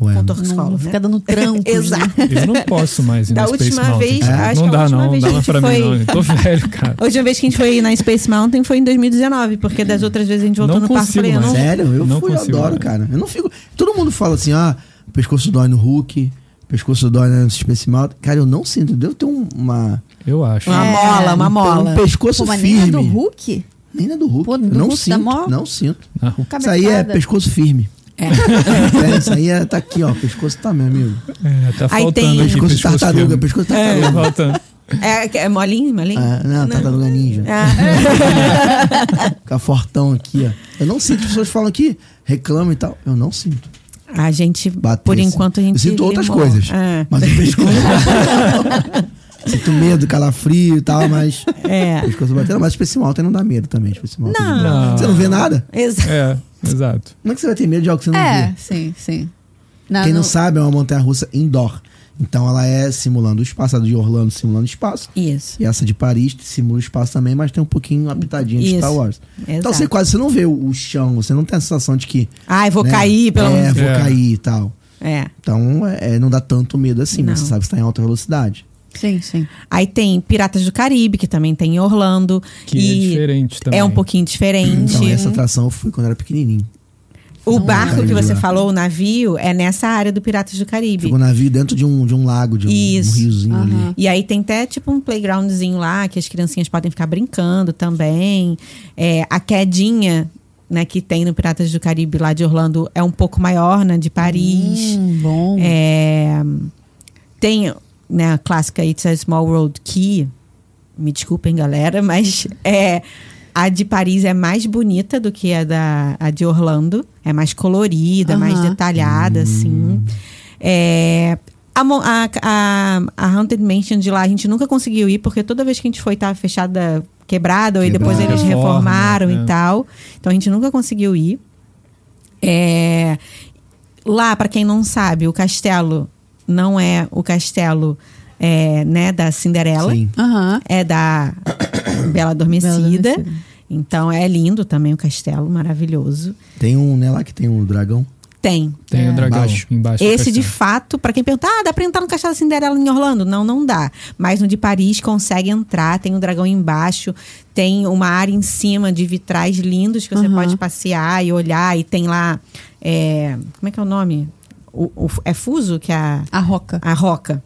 S2: Ué,
S4: com
S1: Não,
S4: torcicolo,
S1: não
S4: né?
S1: fica dando trancos. né?
S4: [LAUGHS] Exato.
S3: Eu não posso mais ir
S4: Da
S3: na Space
S4: última
S3: Mountain.
S4: vez,
S3: cara.
S4: acho
S3: não
S4: que a
S3: dá,
S4: última
S3: não. Não
S4: vez
S3: dá
S4: a
S3: mais
S4: gente
S3: pra mim,
S4: foi-
S3: não. Eu tô velho, cara.
S4: A última vez que a gente foi na Space Mountain foi em 2019, porque das outras vezes a gente voltou
S3: Não
S4: no parque e
S3: consigo
S4: falei, eu não.
S3: mais.
S2: Sério? Eu
S3: Não
S2: fui, eu
S3: consigo,
S2: adoro,
S3: né?
S2: cara. Eu não fico. Todo mundo fala assim, ah, pescoço dói no Hulk, pescoço dói no Space Mountain. Cara, eu não sinto. Devo ter um- uma.
S3: Eu acho. né?
S4: Uma mola, uma mola.
S2: Um pescoço
S1: É. Pô, mas nem é
S2: firme.
S1: do Hulk?
S2: Nem na do Hulk.
S1: Pô,
S2: Eu
S1: do
S2: não
S1: Hulk dá
S2: sinto.
S1: mó-
S2: Não sinto.
S3: Ah, o-
S2: Isso aí é
S1: Cabeçada.
S2: pescoço firme. [LAUGHS] É. isso aí é, tá aqui, ó. Pescoço tá, meu amigo.
S3: é, tá
S4: Aí
S3: faltando
S4: tem-
S3: aqui.
S2: Pescoço de
S3: pescoço
S2: tartaruga,
S3: [LAUGHS] firme.
S2: pescoço de
S3: É,
S2: tartaruga.
S3: tá faltando.
S4: É, é molinho, molinho?
S2: Ah, não, tartaruga ninja.
S1: É.
S4: Ah,
S2: Ficar fortão aqui, ó. Eu não sinto. As pessoas falam aqui, reclamam e tal. Eu não sinto.
S4: a gente,
S2: Bater,
S4: por
S2: assim.
S4: enquanto, a gente.
S2: Eu sinto outras
S4: limou.
S2: coisas.
S4: É.
S2: Mas o
S4: [LAUGHS]
S2: pescoço. sinto medo, calafrio e tal, mas.
S4: É.
S2: O pescoço batendo. Mas Space Mountain não dá medo também. Space Mountain.
S4: Não.
S3: Não.
S2: Você não vê nada?
S4: Exato.
S3: É, exato.
S2: Como é que você vai ter medo de algo que você não
S1: É,
S2: vê?
S1: sim, sim. Não,
S2: Quem não
S1: não-
S2: sabe, é uma montanha russa indoor. Então ela é simulando o espaço, a de Orlando simulando espaço.
S4: Isso.
S2: E essa de Paris simula o espaço também, mas tem um pouquinho uma pitadinha de
S4: Isso.
S2: Star Wars. Então
S4: Exato.
S2: você quase você não vê o, o chão, você não tem a sensação de que.
S4: Ai, vou
S2: né,
S4: cair pelo.
S2: É, vou
S3: É.
S2: cair e tal.
S4: é.
S2: Então é, não dá tanto medo assim, mas
S4: Não.
S2: você sabe que você tá em alta velocidade.
S1: Sim, sim.
S4: Aí tem Piratas do Caribe, que também tem em Orlando.
S3: Que
S4: e
S3: é diferente também.
S4: É um pouquinho diferente.
S2: Então essa atração eu fui quando era pequenininho.
S4: O
S2: Não é
S4: barco que
S2: Caribe
S4: você
S2: lá.
S4: falou, o navio, é nessa área do Piratas do Caribe.
S2: Ficou um navio dentro de um, de um lago, de um, um
S4: Isso.
S2: riozinho
S1: Aham.
S2: ali.
S4: E aí tem até tipo um playgroundzinho lá que as criancinhas podem ficar brincando também. É, a quedinha né, que tem no Piratas do Caribe lá de Orlando é um pouco maior, né? De Paris.
S1: Hum, bom.
S4: É, tem né, a clássica It's a Small World que, me desculpem galera, mas é, a de Paris é mais bonita do que a, da, a de Orlando. É mais colorida, mais
S3: Hum.
S1: Aham.
S4: detalhada, assim. É, A, Mon- a, a, a Haunted Mansion de lá a gente nunca conseguiu ir, porque toda vez que a gente foi, tava fechada, quebrada, ou e depois
S3: Quebrada.
S4: eles
S3: Reforma,
S4: reformaram
S3: né?
S4: e tal. Então a gente nunca conseguiu ir. É, Lá, para quem não sabe, o castelo não é o castelo é, né, da Cinderela
S2: Sim.
S1: Aham.
S4: é da Bela Adormecida.
S1: Bela Adormecida.
S4: Então é lindo também o castelo, maravilhoso.
S2: Tem um, né, lá que tem um dragão.
S4: Tem.
S3: Tem o dragão
S2: Embaixo.
S3: embaixo. do
S4: Esse de
S3: castelo.
S4: fato, pra quem pergunta, ah, dá pra entrar no Castelo da Cinderela em Orlando? Não, não dá. Mas no de Paris consegue entrar, tem o dragão embaixo, tem uma área em cima de vitrais lindos que você
S5: Uhum.
S1: Aham.
S4: pode passear e olhar, e tem lá. é, como é que é o nome? O, o- é Fuso, que é a,
S1: A roca.
S4: a roca.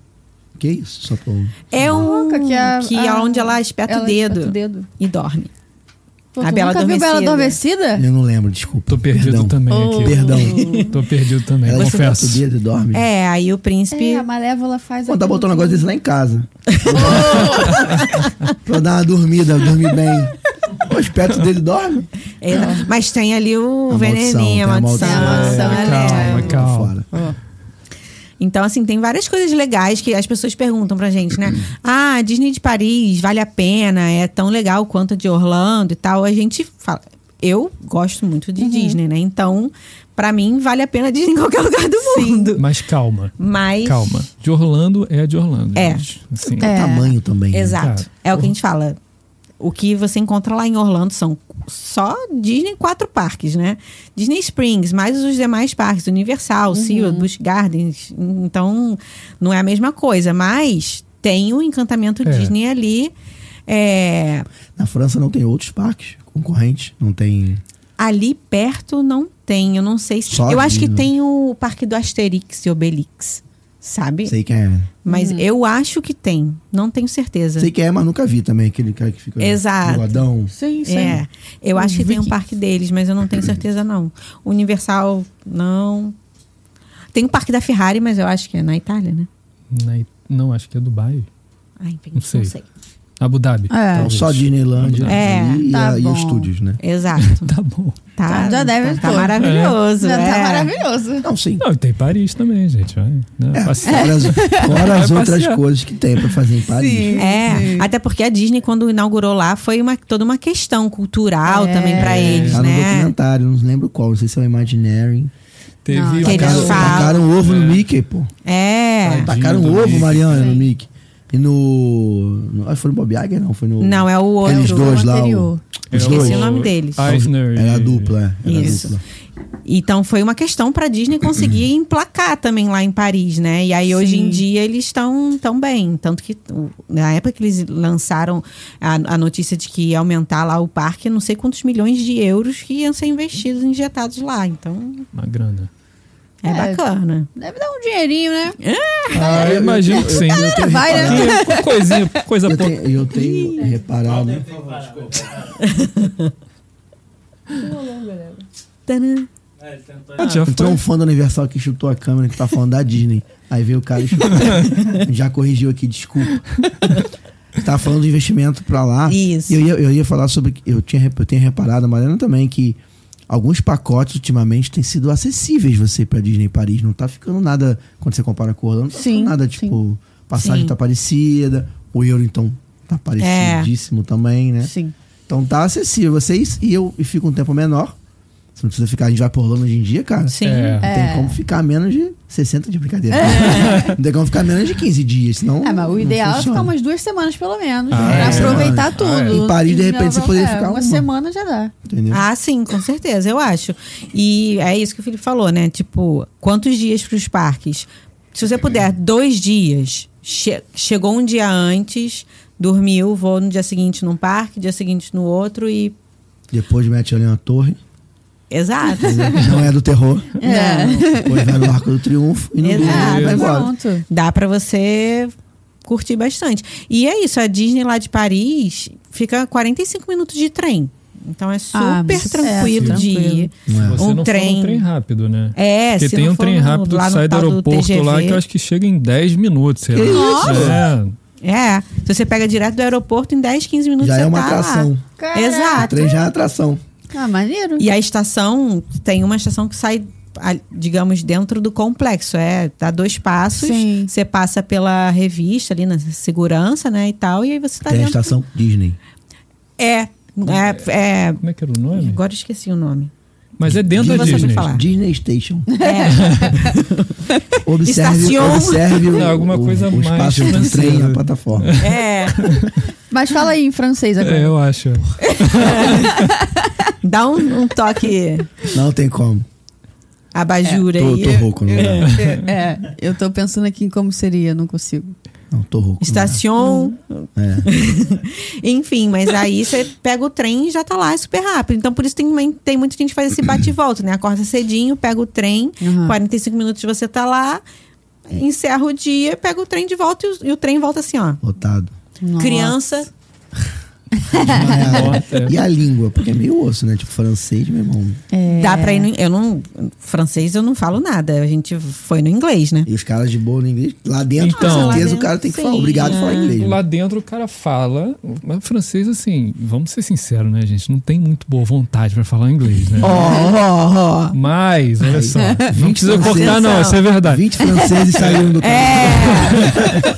S2: Que isso? Só pra...
S4: É um.
S5: Roca, que
S4: que,
S5: é a-
S4: é
S5: a-
S4: onde ela espeta o
S5: Ela
S4: dedo
S5: espeta o dedo.
S4: e dorme.
S5: Pô,
S4: A
S5: tu
S4: Bela
S5: nunca viu Bela
S1: Adormecida?
S4: É.
S2: Eu não lembro, desculpa.
S3: Tô perdido
S2: Perdão.
S3: também
S4: Oh.
S3: aqui.
S2: Perdão.
S3: Tô perdido também,
S2: Ela espeta o
S3: confesso.
S2: dedo e dorme.
S4: É, aí o príncipe.
S5: É, a Malévola faz...
S2: Vou tá
S5: aquilo
S2: botando um
S5: com-
S2: negócio desse lá em
S4: [LAUGHS]
S2: casa. pra dar uma dormida, dormir bem. O espeto dele dorme.
S5: É,
S4: Exato. Mas tem ali o
S2: A
S4: veneninho, a
S2: maldição,
S4: maldição.
S2: tem a
S5: maldição. é.
S4: né?
S3: é, Calma,
S2: Tô
S3: calma.
S2: Fora.
S4: Então, assim, tem várias coisas legais que as pessoas perguntam pra gente, né? Ah, Disney de Paris vale a pena, é tão legal quanto a de Orlando e tal. A gente fala. Eu gosto muito de Disney, né? Então, pra mim, vale a pena Disney em qualquer lugar do mundo.
S3: Mas calma.
S4: Mas.
S3: Calma. De Orlando é a de Orlando.
S4: É.
S3: gente. Assim,
S2: O tamanho também. né?
S4: Exato.
S3: Cara,
S4: É o que a gente fala. O que você encontra lá em Orlando são só Disney quatro parques, né? Disney Springs, mais os demais parques, Universal, Seal, Busch Gardens. Então, não é a mesma coisa, mas tem o encantamento
S3: É.
S4: Disney ali. É,
S2: Na França não tem outros parques concorrentes. Não tem.
S4: ali perto não tem, eu não sei se.
S2: Só
S4: eu acho que
S2: Disney.
S4: tem o parque do Asterix e Obelix, sabe?
S2: Sei quem é.
S4: Mas eu acho que tem, não tenho certeza.
S2: Sei quem é, mas nunca vi também. Aquele cara que fica.
S4: Exato.
S2: Boladão.
S5: Sim, sim.
S4: É, eu acho que tem um
S5: Vikings.
S4: parque deles, mas eu não tenho certeza não. Universal, não. Tem o parque da Ferrari, mas eu acho que é na Itália, né?
S3: na I- não, acho que é Dubai.
S4: Ai, enfim,
S3: Não
S4: não
S3: sei.
S4: sei.
S3: Abu Dhabi.
S2: Então, só Disneylandia
S4: É,
S2: e,
S1: tá
S2: a- e
S1: bom.
S2: os estúdios, né?
S4: Exato.
S3: Tá bom.
S4: Tá,
S1: Tá, já deve
S4: tá, tá
S1: ter.
S4: maravilhoso.
S5: Já tá
S4: é.
S5: maravilhoso.
S2: Não,
S4: [LAUGHS]
S2: sim.
S3: Não, e tem Paris também, gente. Vai, né? Passeio.
S2: Fora as, fora as
S3: Vai
S2: outras
S3: passear.
S2: coisas que tem pra fazer em Paris.
S4: É, até porque a Disney, quando inaugurou lá, foi uma, toda uma questão
S1: É.
S4: cultural também pra eles,
S2: Tá no
S4: né?
S2: documentário, não lembro qual, não sei se é o Imaginary.
S3: Teve
S1: Não,
S3: uma
S4: Eles
S2: Tacaram,
S3: casa-
S4: falam.
S2: tacaram um ovo no Mickey, pô.
S4: É.
S3: Tadinho
S2: Tacaram um
S3: do
S2: ovo,
S3: Mickey.
S2: Mariana, no Mickey. E no. no ah, foi no Bob Iger, não? Foi no.
S4: Não, é o outro.
S2: Aqueles dois lá.
S1: anterior.
S2: O,
S3: É
S2: os
S4: Esqueci
S2: dois.
S4: o nome deles.
S3: Eisner.
S2: Era a
S3: e-
S2: dupla, é. Era a
S4: Isso.
S2: dupla.
S4: Então foi uma questão pra Disney conseguir emplacar também lá em Paris, né? E aí hoje em dia eles estão tão bem, tanto que o- na época que eles lançaram a, a notícia de que ia aumentar lá o parque, não sei quantos milhões de euros que iam ser investidos, injetados lá. Então
S3: Uma grana.
S4: é,
S1: É.
S4: bacana.
S1: Deve dar um dinheirinho, né?
S3: Ah, eu imagino que sim.
S1: Vai, né?
S3: E Coisinha, coisa
S2: Eu
S3: pouca.
S2: tenho, eu tenho reparado.
S4: Tadã.
S3: Ah, já
S2: Entrou um
S3: foi.
S2: fã do Universal que chutou a câmera que tá falando da Disney. Aí veio o cara e chutou. Já corrigiu aqui, desculpa. Tava falando do investimento pra lá.
S4: Isso.
S2: E eu ia, eu ia falar sobre. Eu, tinha, rep- eu tenho reparado, a Mariana também, que alguns pacotes ultimamente têm sido acessíveis você ir pra Disney Paris. Não tá ficando nada, quando você compara com Orlando, não tá
S1: Sim,
S2: ficando nada
S1: sim.
S2: tipo. Passagem
S4: Sim.
S2: tá parecida, o euro então tá parecidíssimo também, né?
S1: É. Sim.
S2: Então tá acessível. Vocês e eu e fica um tempo menor. Você não precisa ficar, a gente vai por Orlando hoje em dia, cara.
S4: Sim.
S2: Não
S3: É.
S2: tem como ficar menos de 60 de brincadeira. Não tem como ficar menos de 15 dias, senão.
S1: É, mas o
S2: não
S1: ideal é
S2: funciona.
S1: ficar umas duas semanas, pelo menos,
S3: Ah,
S1: pra
S3: é.
S1: aproveitar
S2: Ah, é.
S1: tudo.
S2: Em Paris, de repente, você poderia
S1: é,
S2: ficar
S1: Uma
S2: uma.
S1: semana já dá.
S2: Entendeu?
S4: Ah, sim, com certeza, eu acho. E é isso que o Felipe falou, né? Tipo, quantos dias para os parques? Se você puder, dois dias. Che- chegou um dia antes, dormiu, vou no dia seguinte num parque, dia seguinte no outro e.
S2: Depois mete ali na torre.
S4: Exato.
S1: [LAUGHS]
S4: Né?
S2: Não é do terror.
S4: Não.
S2: Depois vai no Arco do Triunfo e no
S4: Exato.
S2: domingo vai
S1: Ah,
S2: embora.
S1: pronto.
S4: Dá para você curtir bastante. E é isso, a Disney lá de Paris fica 45 minutos de trem. Então é super
S1: Ah, mas é
S4: tranquilo de ir.
S1: tranquilo.
S2: é.
S3: Você
S4: Um
S3: não
S4: trem.
S3: foi um trem rápido, né?
S4: É,
S3: Porque
S4: se
S3: tem
S4: não
S3: um
S4: for
S3: trem
S4: no-
S3: rápido
S4: lá
S3: que
S4: no
S3: sai do
S4: tal do
S3: aeroporto lá
S4: TGV.
S3: que eu acho que chega em 10 minutos, sei lá. É.
S4: É, se você pega direto do aeroporto, em 10, 15 minutos
S2: Já
S4: você
S2: é uma
S4: tá lá.
S2: atração.
S5: Caraca.
S2: O
S1: tá.
S4: Exato.
S2: trem já é atração.
S1: Ah, maneiro.
S4: E a estação, tem uma estação que sai a- digamos, dentro do complexo. É, dá dois passos,
S1: Sim.
S4: você passa pela revista ali na segurança, né, e tal, e aí você tá
S2: Tem a
S4: dentro.
S2: estação Disney.
S4: É, é, é,
S3: Como é que era o nome?
S4: agora eu esqueci
S2: [LAUGHS]
S4: o nome.
S3: Mas é dentro
S4: Não
S3: da
S4: vou saber
S3: Disney.
S4: falar. Ah.
S2: Disney Station.
S4: É,
S2: Observe,
S4: Estação.
S2: observe o,
S3: Não, alguma
S2: o-
S3: coisa
S2: o espaço
S3: mais
S2: entre o trem e
S3: francesa.
S2: a plataforma.
S4: é,
S1: Mas fala aí em francês agora.
S3: É, eu acho.
S4: dá um, um toque
S2: Não tem como.
S4: abajur
S2: É, Tô,
S4: aí.
S2: tô rouco, né? não dá.
S1: É, é, eu tô pensando aqui em como seria, não consigo.
S2: Não, tô rouco. né? não dá.
S4: Estação,
S2: É.
S1: É.
S4: [LAUGHS] Enfim, mas aí você pega o trem e já tá lá, é super rápido. Então, por isso tem, men- tem muita gente que faz esse bate e volta, né? Acorda cedinho, pega o trem,
S1: Aham.
S4: 45 minutos você tá lá, encerra o dia, pega o trem de volta e o, e o trem volta assim, ó. [LAUGHS]
S2: Lotado.
S1: Nossa.
S4: Criança.
S3: Nossa.
S2: É. E a língua, porque é meio osso, né? Tipo, francês, meu irmão.
S1: É.
S4: Dá pra ir no. Eu não. Francês eu não falo nada. A gente foi no inglês, né?
S2: E os caras de boa no inglês, lá dentro,
S3: Então.
S2: com
S3: Lá
S2: certeza,
S4: dentro,
S2: o cara tem que
S4: sim. É.
S2: falar. Obrigado por falar inglês. né?
S3: Lá dentro o cara fala, mas o francês, assim, vamos ser sinceros, né, gente? Não tem muito boa vontade pra falar inglês, né?
S4: Ó, ó, ó.
S3: Mas, olha
S4: [LAUGHS]
S3: só, não precisa
S2: franceses.
S3: cortar, não, isso é verdade.
S2: 20 franceses saíram do carro.
S4: É,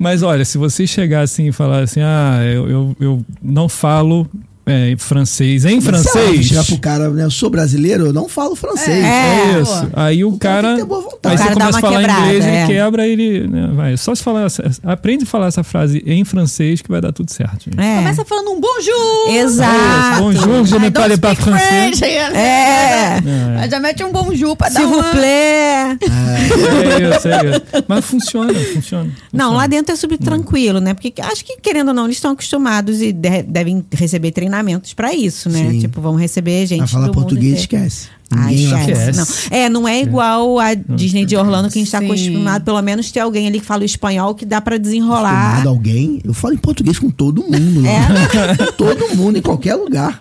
S3: Mas olha, se você chegar assim e falar assim, ah, eu, eu, eu não falo é, francês em francês.
S2: Chegar pro cara, né? Eu sou brasileiro, eu não falo francês.
S4: É.
S3: É isso. Aí o,
S2: cara
S3: cara.
S2: tem que ter boa vontade.
S3: Aí
S4: O
S3: você
S4: cara dá
S3: começa a
S4: uma
S3: falar
S4: quebrada,
S3: inglês,
S4: é.
S3: ele quebra, ele. né, vai. Só se falar. essa- Aprende a falar essa frase em francês que vai dar tudo certo. Gente.
S4: é.
S1: Começa falando um bonjour!
S4: Exato.
S3: Bonjour, je ne
S1: I don't
S3: parle pas
S1: speak
S3: français.
S1: French. [LAUGHS]
S4: É.
S3: É,
S1: Mas Já mete um bonjour pra dar
S4: S'il vous
S1: uma...
S4: plaît.
S2: Ah,
S3: é isso, é isso. Mas funciona, funciona.
S4: Não,
S3: funciona.
S4: lá dentro é super tranquilo, né? Porque acho que, querendo ou não, eles estão acostumados e de- devem receber treinamentos pra isso, né?
S2: Sim.
S4: Tipo, vão receber [LAUGHS] gente.
S2: Pra falar
S4: do mundo
S2: português,
S4: inteiro.
S2: esquece.
S4: Ai,
S2: Ninguém vai falar.
S4: esquece.
S3: Esquece.
S4: Não. É, não é igual a Disney de Orlando que a gente tá
S1: Sim.
S4: acostumado, pelo menos ter alguém ali que fala o espanhol que dá pra desenrolar.
S2: acostumado a alguém. Eu falo em português com todo mundo.
S4: É.
S2: né? [LAUGHS] todo mundo, em qualquer lugar.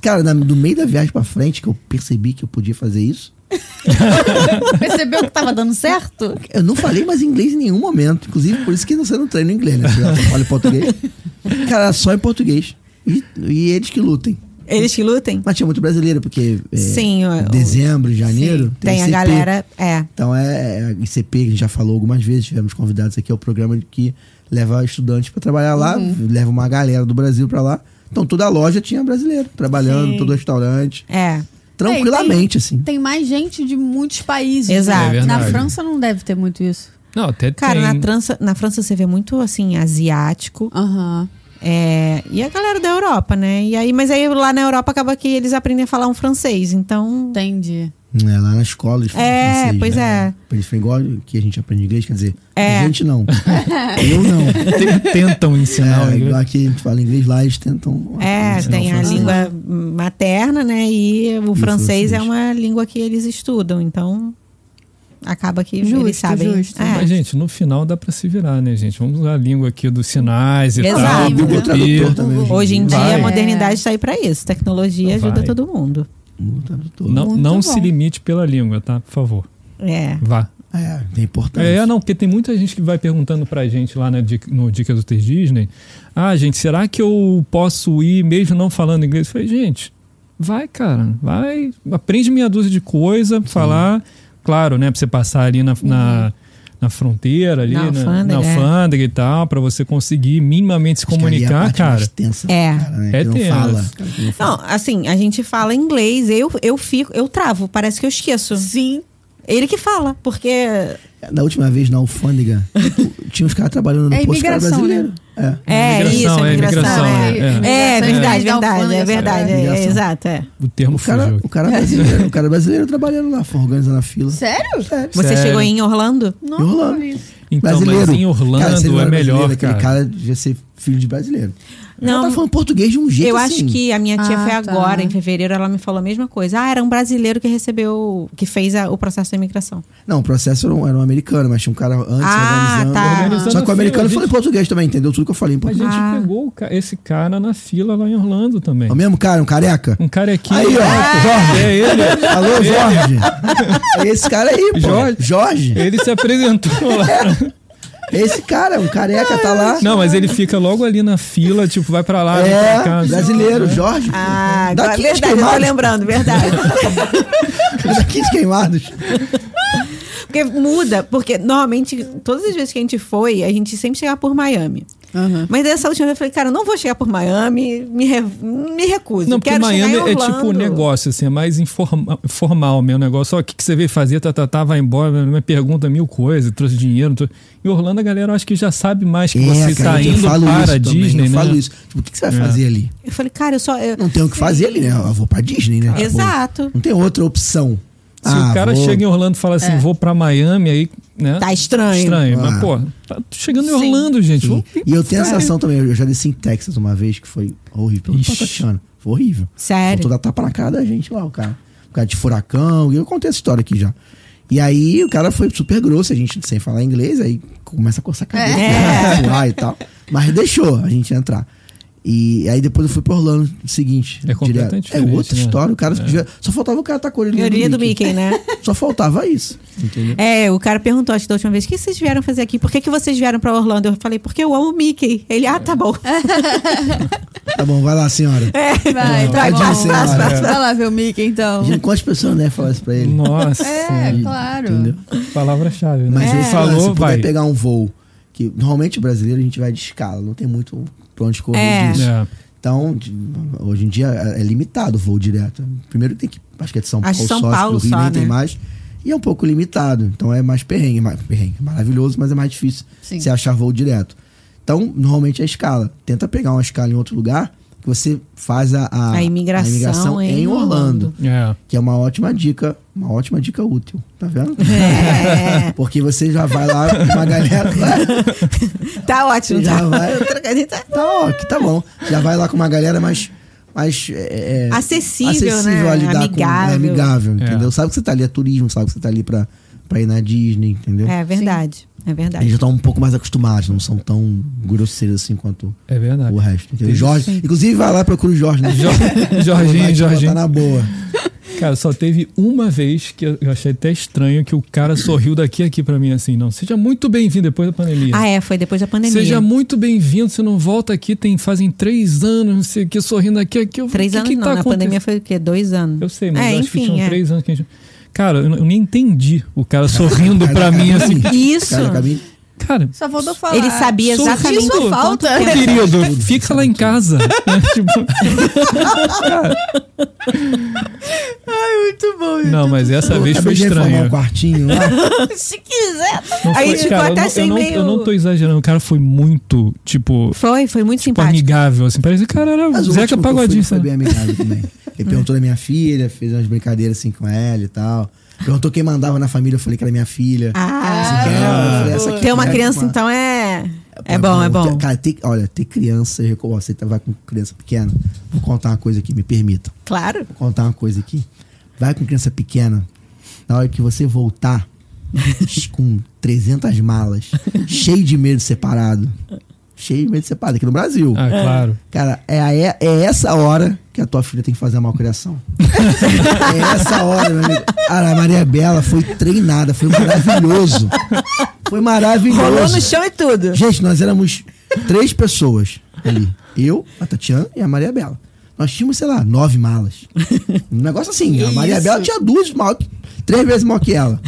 S2: Cara, na- do meio da viagem pra frente, que eu percebi que eu podia fazer isso,
S1: Percebeu que tava dando certo?
S2: eu não falei mais inglês em nenhum momento. Inclusive, por isso que você não treina inglês, né? Você já fala em português. Cara, só em português. E, e eles que lutem.
S4: Eles que lutem?
S2: Mas tinha muito brasileiro, porque é,
S4: Sim, o-
S2: dezembro, janeiro.
S4: Tem a
S2: ICP.
S4: galera. É.
S2: Então é, é a ICP, que a gente já falou algumas vezes, tivemos convidados aqui, é o programa que leva estudantes para trabalhar lá,
S4: Uhum.
S2: leva uma galera do Brasil para lá. Então toda loja tinha brasileiro trabalhando, todo restaurante,
S4: É.
S2: tranquilamente, assim.
S1: Tem mais gente de muitos países. né?
S4: Exato. É
S1: Na
S3: verdade.
S1: França não deve ter muito isso.
S3: Não, até
S4: Cara,
S3: tem.
S4: na, trança, na França você vê muito, assim, asiático.
S1: Aham.
S4: É, e a galera da Europa, né? E aí, mas aí lá na Europa acaba que eles aprendem a falar um francês, então.
S1: Entendi.
S2: É, lá na escola eles falam
S4: É,
S2: francês,
S4: pois
S2: né?
S4: é.
S2: Eles falam igual que a gente aprende inglês, quer dizer,
S4: É.
S2: a gente
S4: [LAUGHS]
S2: não. Eu não.
S3: Tem- tentam ensinar o
S2: É, igual
S3: inglês.
S2: aqui a gente fala inglês lá, eles tentam.
S4: É,
S2: ensinar o
S4: tem a
S2: francês.
S4: língua materna, né? E o
S2: o
S4: francês
S2: francês.
S4: é uma língua que eles estudam, então acaba que
S1: Justo,
S4: eles sabem.
S1: justo.
S4: É.
S3: Mas, gente, no final dá pra se virar, né, gente? Vamos usar a língua aqui dos sinais e
S4: Exato.
S3: tal.
S2: Ah, o Google
S1: né?
S2: Tradutor também. hoje em
S4: Hoje em
S2: dia.
S4: dia
S3: Vai.
S4: a modernidade está aí pra isso. Tecnologia ajuda
S3: Vai.
S4: todo mundo.
S2: Google Tradutor.
S3: Não,
S1: Muito
S3: não
S1: bom.
S3: se limite pela língua, tá? Por favor.
S4: É.
S3: Vá.
S2: É, tem importância.
S3: É, não, porque tem muita gente que vai perguntando pra gente lá na dica- no Dica do Ter Disney. Ah, gente, será que eu posso ir mesmo não falando inglês? Eu falei, gente, vai, cara, vai, aprende meia dúzia de coisa, falar, claro, né, pra você passar ali na, na, na fronteira, ali,
S4: Na
S3: na,
S4: alfândega,
S3: na
S4: é.
S3: alfândega e tal, pra você conseguir minimamente se
S2: Acho que ali é a
S3: comunicar,
S2: parte
S3: cara.
S2: mais tensa do
S4: É.
S2: cara, né?
S3: É
S2: que não
S3: tenso.
S2: fala. cara, que não fala.
S4: Não, assim, a gente fala inglês, eu, eu fico, eu travo, parece que eu esqueço.
S1: Sim.
S4: Ele que fala, porque.
S2: É, Da última vez na alfândega, tinha uns caras trabalhando no
S1: É
S2: posto, cara
S1: imigração,
S4: né?
S2: brasileiro.
S4: É,
S3: Imigração,
S4: isso,
S3: é
S4: é imigração.
S3: imigração,
S4: É,
S1: é.
S4: É,
S1: É.
S4: verdade,
S1: É.
S4: verdade, é verdade. é,
S2: Imigração.
S4: exato, é.
S3: O
S2: É.
S3: termo
S2: O cara,
S3: fugiu.
S2: o cara brasileiro, o cara é brasileiro trabalhando lá, foi organizando a fila.
S1: Sério? Sério.
S4: Você
S3: Sério.
S4: chegou em Orlando?
S1: Não,
S2: Rolando.
S1: não vi isso.
S3: Então,
S2: brasileiro.
S3: mas em
S2: Cara, se ele
S3: Orlando
S2: não
S3: é
S2: era brasileiro,
S3: melhor, cara.
S2: Aquele cara devia ser filho de brasileiro. Não.
S4: Não.
S2: Ela tá falando português de um jeito
S4: Eu
S2: assim.
S4: acho que a minha tia
S1: Ah,
S4: foi
S1: tá.
S4: agora, em fevereiro, ela me falou a mesma coisa. Ah, era um brasileiro que recebeu, que fez a- o processo da imigração.
S2: Não, o processo era um, era um americano, mas tinha um cara antes
S4: Ah,
S2: organizando.
S4: tá.
S3: Organizando
S2: Só que o
S3: fila,
S2: americano
S3: gente.
S2: falou em português também, entendeu tudo que eu falei em
S3: A gente
S2: português.
S4: Ah.
S3: pegou o ca- esse cara na fila lá em Orlando também.
S2: É o mesmo cara, um careca?
S3: Um carequinho.
S2: Aí, ó, Jorge.
S3: É ele.
S2: Alô, Jorge.
S3: [LAUGHS]
S2: É Esse cara aí, pô.
S3: Jorge.
S2: Jorge.
S3: Ele se apresentou lá.
S2: Esse cara, um careca, tá lá.
S3: Não, mas ele fica logo ali na fila, tipo, vai pra lá, vai pra cá.
S2: É, brasileiro, Jorge.
S4: Ah,
S2: Daqui
S4: agora-
S2: acho que
S4: verdade, eu tô
S2: mais.
S4: lembrando, verdade.
S2: Daqui de queimados.
S4: Porque muda, porque normalmente, todas as vezes que a gente foi, a gente sempre chegava por Miami.
S1: Aham.
S4: Mas dessa última vez eu falei, cara, eu não vou chegar por Miami, me, re- me recuso.
S3: Não, porque
S4: quero
S3: Miami
S4: chegar em
S3: é tipo um
S4: Orlando.
S3: negócio, assim, é mais informa- formal meu negócio. Ó, o que, que você veio fazer, tá, tá, tá, vai embora, me pergunta mil coisas, trouxe dinheiro. trou- E Orlando, a galera, eu acho que já sabe mais
S2: É,
S3: que você tá indo para a
S2: também,
S3: Disney,
S2: eu
S3: né?
S2: falo isso. Tipo, o que, que você vai
S3: É.
S2: fazer ali?
S4: Eu falei, cara, eu só. eu-
S2: Não tem o que fazer ali, né? Eu vou pra Disney, né? Tipo,
S4: Exato.
S2: não tem outra opção.
S3: Se o
S2: Ah,
S3: cara chega em Orlando e fala assim, vou pra Miami, aí, né?
S4: É. Tá estranho.
S3: Estranho,
S2: Ah.
S3: mas, pô, tá chegando em
S4: Sim.
S3: Orlando, gente.
S2: Sim.
S3: Vou-
S2: E eu tenho a sensação também, eu já desci em Texas uma vez que foi horrível. Pelo
S3: Ixi.
S2: Tatiana, foi horrível.
S4: Sério.
S2: Faltou dar tapa na cara da gente lá, o cara. O cara de furacão, eu contei essa história aqui já. E aí o cara foi super grosso, a gente sem falar inglês, aí começa a coçar a cabeça,
S4: É.
S2: né, suar e tal. Mas deixou a gente entrar. E aí depois eu fui pro Orlando seguinte.
S3: É completamente
S2: É
S3: diferente,
S2: outra
S3: né?
S2: história, o cara já- só faltava o cara tá com a
S4: Teoria do Mickey, né?
S2: Só faltava isso, entendeu?
S4: É, o cara perguntou, acho que da última vez, o que vocês vieram fazer aqui? Por que, que vocês vieram pra Orlando? Eu falei, porque eu amo o Mickey. Ele, ah, tá bom.
S2: Tá bom, vai lá, senhora.
S1: Vai, tá
S2: Tadinha,
S1: bom.
S2: senhora.
S1: Vai lá ver o Mickey, então.
S2: Imagina quantas pessoas né, falar isso pra ele.
S3: Nossa,
S1: É, claro.
S2: Entendeu?
S3: palavra-chave, né?
S2: Mas
S4: É.
S3: Ele
S2: ele
S3: falou,
S2: se
S3: vai.
S2: puder pegar um voo, que normalmente o brasileiro a gente vai de escala, não tem muito pra onde correr
S4: É.
S2: disso.
S3: É.
S2: Então, de- hoje em dia é é limitado o voo direto. Primeiro tem que. Acho que é de São
S4: Acho
S2: Paulo
S4: São
S2: só, acho que
S4: Paulo
S2: do Rio
S4: só,
S2: nem tem
S4: né?
S2: mais. E é um pouco limitado. Então é mais perrengue, mais perrengue. Maravilhoso, mas é mais difícil
S1: Sim.
S2: você achar voo direto. Então, normalmente é a escala. Tenta pegar uma escala em outro lugar que você faz a, a,
S4: A imigração em
S2: em Orlando.
S4: Orlando.
S3: É.
S2: Que é uma ótima dica, uma ótima dica útil, tá vendo?
S4: [LAUGHS] É.
S2: [LAUGHS] Porque você já vai lá com uma galera.
S4: Tá ótimo.
S2: Já
S4: tá? [LAUGHS]
S2: vai.
S4: O trocadilho tá
S2: Tá, ó, que tá bom. Já vai lá com uma galera mais. mais é, é,
S4: Acessível,
S2: acessível
S4: né?
S2: a lidar com. É,
S4: Amigável.
S2: amigável,
S3: É.
S2: entendeu? Sabe que você tá ali, é turismo, sabe que você tá ali pra, pra ir na Disney, entendeu?
S4: É verdade. É
S2: Eles
S4: verdade.
S2: já estão um pouco mais acostumados, não são tão grosseiros assim quanto
S3: É verdade.
S2: o resto. entendeu?
S3: Eles-
S2: Jorge, inclusive, vai lá e procura o Jorge, né?
S3: Jo-
S2: Vai
S3: [LAUGHS] Jorginho,
S2: te botar
S3: Jorginho.
S2: na boa.
S3: Cara, só teve uma vez que eu eu achei até estranho que o cara sorriu daqui a aqui pra mim assim, não. Seja muito bem-vindo depois da pandemia.
S4: Ah, é, foi depois da pandemia.
S3: Seja muito bem-vindo, você não volta aqui, tem fazem três anos, não sei o que, sorrindo aqui, aqui. eu-
S4: Três
S3: o que
S4: anos
S3: que
S4: não,
S3: tá
S4: na
S3: acontecendo?
S4: pandemia foi o quê? Dois anos.
S3: Eu sei, mas
S4: é,
S3: eu acho que
S4: enfim,
S3: tinham
S4: é.
S3: três anos que a gente... Cara, eu, n- eu nem entendi o cara sorrindo pra mim
S4: é
S3: assim.
S4: Isso.
S2: Cara, acabei-
S4: assim.
S3: Cara,
S1: Só faltou falar.
S4: Ele sabia
S3: Sorriso.
S4: exatamente.
S1: Isso falta.
S4: [LAUGHS]
S3: querido, fica lá em casa. né? Tipo,
S1: Ai, muito bom. gente.
S3: não, mas essa
S2: Eu
S3: vez foi
S2: acabei de reformar
S3: estranho.
S2: um quartinho lá.
S4: Se quiser.
S3: Não
S4: Aí
S3: foi-
S4: ficou
S3: cara, eu
S4: até
S3: não-
S4: assim
S3: eu não,
S4: meio.
S3: eu não tô exagerando, o cara foi muito, tipo,
S4: Foi, foi muito
S3: tipo
S4: simpático.
S3: amigável, assim. Parece que o cara era o
S2: Mas o
S3: Zeca
S2: último que eu fui,
S3: Pagodinho.
S2: Foi
S3: sabe? É.
S2: bem amigável também.
S3: [LAUGHS]
S2: Ele perguntou da minha filha, fez umas brincadeiras assim com ela e tal. Perguntou quem mandava na família, eu falei que era minha filha.
S4: Ah,
S2: Assim, ela, eu falei, essa aqui
S4: ter uma
S2: é
S4: criança, então é. É bom, é bom.
S2: Cara, ter- olha, ter criança, eu recom- ó, você tá- vai com criança pequena. Vou contar uma coisa aqui, me permita.
S4: Claro.
S2: Vou contar uma coisa aqui. Vai com criança pequena, na hora que você voltar, [LAUGHS] com 300 malas, cheio de medo separado. Cheio de medo separado, aqui no Brasil.
S3: Ah, claro.
S2: Cara, é, a- é, é essa hora que a tua filha tem que fazer a malcriação. é essa hora, meu amigo. Cara, a Maria Bela foi treinada, foi maravilhoso. Foi
S4: Rolou no
S2: maravilhoso.
S4: chão e tudo.
S2: Gente, nós éramos três pessoas ali. Eu, a Tatiana e a Maria Bela. Nós tínhamos, sei lá, nove malas. Um negócio assim. A Maria Bela tinha duas malas, três vezes maior que ela.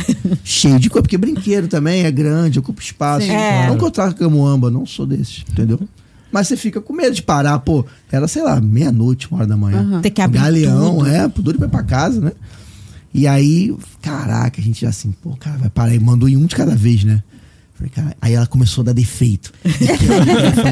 S2: Cheio de coisa, porque brinquedo também é grande, ocupa espaço. Então,
S4: Sim, É.
S2: Não que eu traga camuamba, não sou desses, entendeu? Mas você fica com medo de parar, pô. Era, sei lá, meia-noite, uma hora da manhã.
S4: Tem que abrir
S2: Galeão,
S4: tudo.
S2: é, duro pra ir pra casa, né? E aí, caraca, a gente já assim, pô, cara, vai parar. E mandou em um de cada vez, né? Falei, cara, aí ela começou a dar defeito. Eu falei,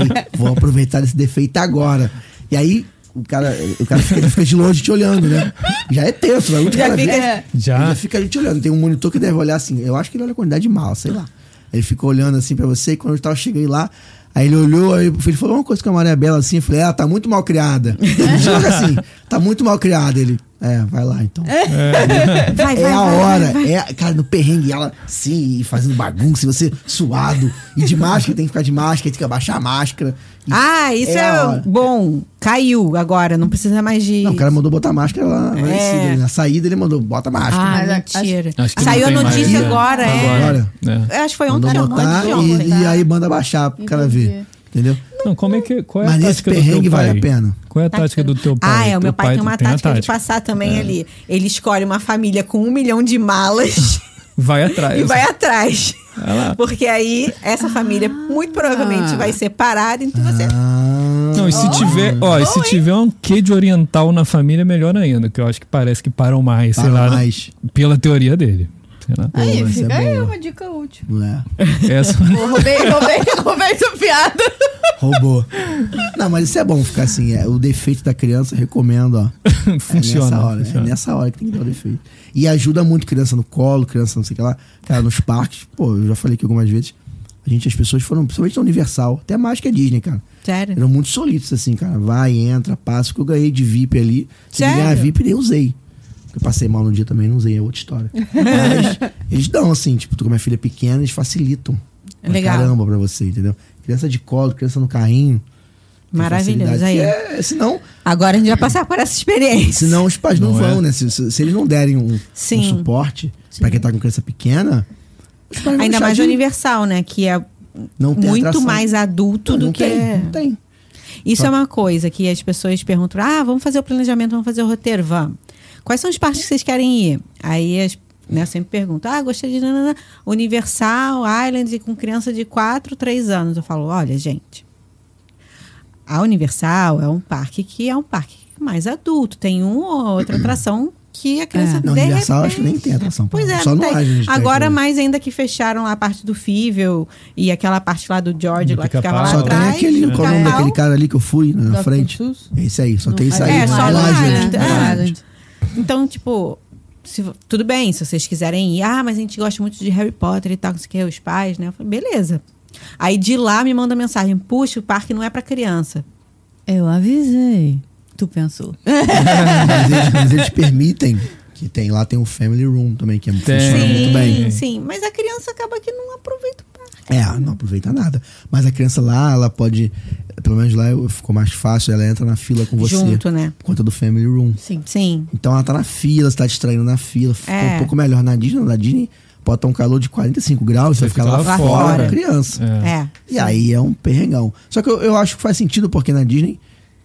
S2: Então, vou aproveitar esse defeito agora. E aí, o cara, o cara fica, ele fica de longe te olhando, né? Já é tenso, vai um de
S4: Já
S2: cada
S4: fica-
S2: vez.
S1: É.
S2: Ele
S3: Já.
S2: já fica a gente olhando. Tem um monitor que deve olhar assim. Eu acho que ele olha a quantidade de mala, sei lá. Ele ficou olhando assim pra você. E quando eu tava, cheguei lá, aí ele olhou, aí ele falou uma coisa com a Maria Bela assim. Eu falei, ela tá muito mal criada. Joga assim, tá muito mal criada. Ele, é, vai lá então. É,
S4: Vai, vai,
S2: a
S4: vai,
S2: hora.
S4: vai, vai.
S2: É, cara, no perrengue, ela sim, e fazendo bagunça, e você suado. E de máscara, tem que ficar de máscara, tem que abaixar a máscara. E-
S4: Ah, isso
S2: É
S4: é,
S2: a hora.
S4: bom. Caiu agora, não precisa mais de.
S2: Não, o cara mandou botar máscara lá, lá em
S4: É.
S2: cima, ele- na saída ele mandou, bota máscara.
S4: Ah,
S1: Acho que-
S4: mentira.
S3: Acho que
S4: Saiu a
S3: não tem mais,
S4: notícia
S2: né?
S4: agora, é.
S2: Agora.
S3: É.
S4: Ah, Eu Acho que foi
S2: Mandou
S4: ontem, não,
S2: botar
S4: antes de
S2: e,
S4: ontem. tá?
S2: e aí manda baixar pro cara ver. Entendeu?
S3: Não, como é que. Qual é a
S2: Mas nesse
S3: tática do teu
S2: perrengue vale
S3: pai?
S2: a pena.
S3: Qual é a tática do teu pai?
S4: Ah, é, o
S3: Teu
S4: meu pai tem uma
S3: a É.
S4: tática de passar também ali. Ele escolhe uma família com um milhão
S3: [LAUGHS]
S4: de malas [LAUGHS]
S3: Vai atrás.
S4: e vai atrás.
S3: Vai lá.
S4: Porque aí essa família muito provavelmente vai ser parada, então você.
S2: Ah.
S3: Não, e
S4: Oh.
S3: se tiver, ó, e se tiver um quê de oriental na família, é melhor ainda, que eu acho que parece que param mais, sei lá,
S2: mais.
S3: pela teoria dele. Sei
S2: [LAUGHS]
S3: lá.
S1: Aí,
S2: Boa, essa
S1: fica
S2: é
S1: aí
S2: boa.
S1: uma dica útil.
S2: É,
S3: Essa-
S1: Pô, roubei, roubei, [LAUGHS] roubei sua piada.
S2: roubou. Não, mas isso é bom ficar assim. É, o defeito da criança, recomendo, ó.
S3: funciona.
S2: É nessa hora,
S3: funciona.
S2: é nessa hora que tem que dar o defeito. E ajuda muito criança no colo, criança não sei o que lá. Cara, nos parques, pô, eu já falei aqui algumas vezes. A gente, as pessoas foram, principalmente na Universal, até mais que a é Disney, cara.
S4: Sério?
S2: Eram muito solitos, assim, cara. Vai, entra, passa. O que eu ganhei de VIP ali. Se
S4: Sério?
S2: ganhar VIP, nem usei. Eu passei mal no dia também, não usei, é outra
S4: [LAUGHS]
S2: história. Mas eles dão, assim, tipo, tu com a minha filha pequena, eles facilitam. pra
S4: Legal.
S2: Caramba pra você, entendeu? Criança de colo, criança no carrinho. tem
S4: Maravilhoso.
S2: facilidade.
S4: Aí.
S2: É, senão,
S4: Agora a gente vai passar por essa experiência.
S2: Senão os pais não,
S3: Não
S2: vão,
S3: é?
S2: né? Se, se- se eles não derem um, um
S4: Sim.
S2: suporte pra quem tá com criança pequena, os pais vão
S4: Ainda
S2: deixar
S4: mais
S2: de- um
S4: o Universal, né? Que é
S2: Não tem
S4: muito
S2: atração.
S4: mais adulto
S2: não,
S4: do
S2: não
S4: que.
S2: Tem, não tem.
S4: Isso é
S2: Tá.
S4: uma coisa que as pessoas perguntam: ah, vamos fazer o planejamento, vamos fazer o roteiro, vamos. Quais são os parques que vocês querem ir? Aí as, né, eu sempre pergunto: ah, gostaria de nanana, Universal, Islands e com criança de 4, 3 anos. Eu falo: olha, gente, a Universal é um parque que é um parque mais adulto, tem uma
S2: [CLEARS THROAT]
S4: ou outra atração que a criança
S2: Não,
S4: de
S2: É, Universal
S4: repente-
S2: acho que nem tem atração. pra-
S4: Pois é,
S2: só
S4: não
S2: no
S4: tem.
S2: Island tem
S4: Agora,
S2: aquele-
S4: mais ainda que fecharam lá a parte do Fível e aquela parte lá do George,
S3: Do
S4: lá que ficava
S3: pica-pau.
S4: lá
S2: Ah, Só tem
S4: atrás. tá
S2: aquele. Qual o nome
S4: tal.
S2: daquele cara ali que eu fui na
S5: Dr.
S2: frente?
S5: Seuss?
S2: Esse aí, só né? tem isso aí.
S4: É,
S2: no
S4: só no
S2: Island.
S4: Island,
S5: É.
S4: é.
S5: Island.
S4: Então, tipo, se vo- tudo bem, se vocês quiserem ir, ah, mas a gente gosta muito de Harry Potter e tal, não sei o que, os pais, né? Eu falei, beleza. Aí de lá me manda mensagem, puxa, o parque não é pra criança.
S5: Eu avisei.
S1: Tu pensou.
S2: Mas, eles, mas eles permitem que tem lá tem o Family Room também, que é, funciona muito bem.
S4: Sim, sim, mas a criança acaba que não aproveita o parque.
S2: É, não aproveita nada. Mas a criança lá, ela pode. Pelo menos lá eu- ficou mais fácil, ela entra na fila com você.
S4: Junto, né?
S2: Por conta do Family Room.
S4: Sim. Sim.
S2: Então ela tá na fila, você tá distraindo na fila. Ficou
S4: É.
S2: um pouco melhor na Disney. Na Disney pode estar um calor de 45 graus, você, vai
S3: Você
S2: ficar
S3: fica
S2: lá,
S3: lá
S2: fora,
S4: fora.
S2: com a criança.
S3: É.
S4: É.
S2: E aí é um perrengão. Só que eu, eu acho que faz sentido, porque na Disney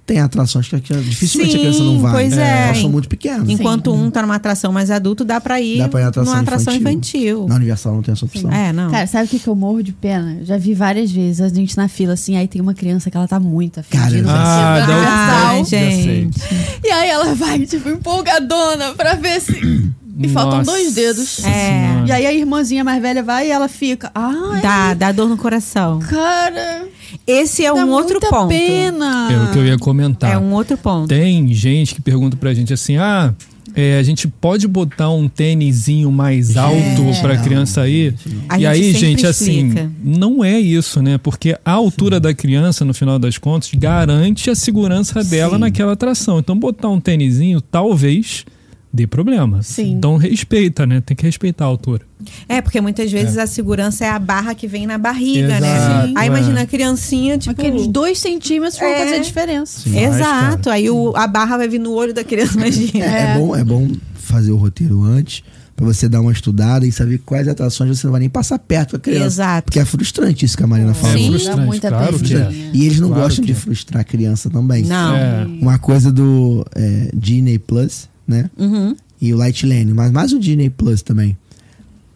S2: tem atrações que a criança- dificilmente
S4: Sim,
S2: a criança não vai.
S4: pois é.
S2: Elas são muito pequenas.
S4: Enquanto um tá numa atração mais adulto, dá pra ir,
S2: Dá pra ir na atração
S4: numa atração infantil.
S2: Na Universal não tem essa opção.
S4: É, não.
S5: Cara, sabe o que, que eu morro de pena? Eu Já vi várias vezes a gente na fila, assim, aí tem uma criança que ela tá muito afim.
S2: Cara,
S3: Ah, dá
S4: Ah,
S3: um-
S4: gente.
S1: E aí ela vai, tipo, empolgadona pra ver se. E faltam dois dedos.
S3: É.
S1: E aí a irmãzinha mais velha vai e ela fica. Ai,
S4: Dá, dá dor no coração.
S1: cara.
S4: Esse é
S1: dá
S4: um outro
S1: muita
S4: ponto.
S1: pena.
S3: É o que eu ia comentar.
S4: É um outro ponto.
S3: Tem gente que pergunta pra gente assim: ah, é, a gente pode botar um tênisinho mais alto pra criança ir?
S4: É. A
S3: e
S4: gente
S3: aí,
S4: sempre
S3: gente,
S4: explica.
S3: assim, não é isso, né? Porque a altura da criança, no final das contas, garante a segurança dela naquela atração. Então, botar um tênisinho talvez dê problema.
S5: Sim.
S3: Então, respeita, né? Tem que respeitar a altura.
S4: É, porque muitas vezes a segurança é a barra que vem na barriga, né?
S3: Exato,
S4: Aí
S3: é.
S4: imagina a criancinha, tipo.
S1: Aqueles dois centímetros vão
S4: É.
S1: fazer diferença.
S3: Sim, mas,
S4: Exato.
S3: cara,
S4: Aí o- a barra vai vir no olho da criança, imagina.
S2: É, é bom, é bom fazer o roteiro antes, pra você dar uma estudada e saber quais atrações você não vai nem passar perto com a criança.
S4: Exato.
S2: Porque é frustrante isso que a Marina falou.
S3: É
S5: Sim, dá
S3: frustrante,
S5: muita
S3: claro que
S5: peninha.
S3: é.
S5: Sim.
S2: E eles não
S3: Claro
S2: gostam
S3: que
S2: de
S3: é.
S2: frustrar a criança também.
S4: Não.
S3: É.
S2: Uma coisa do é, Disney Plus, né?
S4: Uhum.
S2: E o Light Lane, mas mais o Disney Plus também.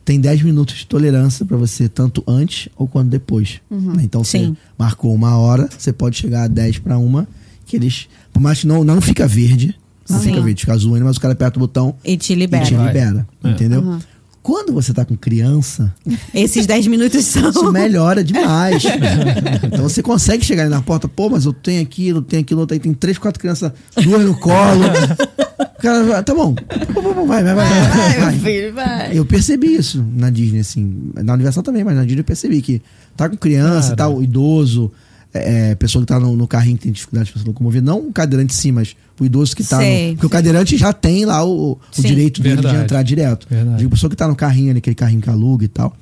S2: Tem 10 minutos de tolerância pra você, tanto antes ou quanto depois. né? Então você
S4: Uhum. Sim.
S2: marcou uma hora, você pode chegar a 10 pra uma, que eles. Por mais que não, não fica verde. Não
S4: Sim.
S2: fica verde, fica azul ainda, mas o cara aperta o botão
S4: E te
S2: e
S4: libera. Uhum.
S2: te libera.
S3: É.
S2: Entendeu? Quando você tá com criança,
S4: Esses 10 minutos
S2: isso
S4: [LAUGHS] são.
S2: melhora
S4: [LAUGHS]
S2: demais. então você consegue chegar ali na porta, pô, mas eu tenho aquilo, tenho aquilo, outro, aí tem três, quatro crianças, duas no
S4: [LAUGHS]
S2: colo. o cara, vai, tá bom. Vai, vai, vai. vai, vai.
S1: filho, vai.
S4: É.
S2: Eu percebi isso na Disney, assim. Na Universal também, mas na Disney eu percebi que tá com criança,
S3: Cara.
S2: tá o idoso, é, é, pessoa que tá no, no carrinho que tem dificuldade pra se locomover. Não o cadeirante sim, mas o idoso que tá
S4: Sei,
S2: no. Porque o cadeirante já tem lá o, o
S4: Sim.
S2: direito dele
S3: Verdade.
S2: de entrar direto.
S3: Verdade.
S2: Digo, pessoa que tá no carrinho ali, aquele carrinho que aluga e tal.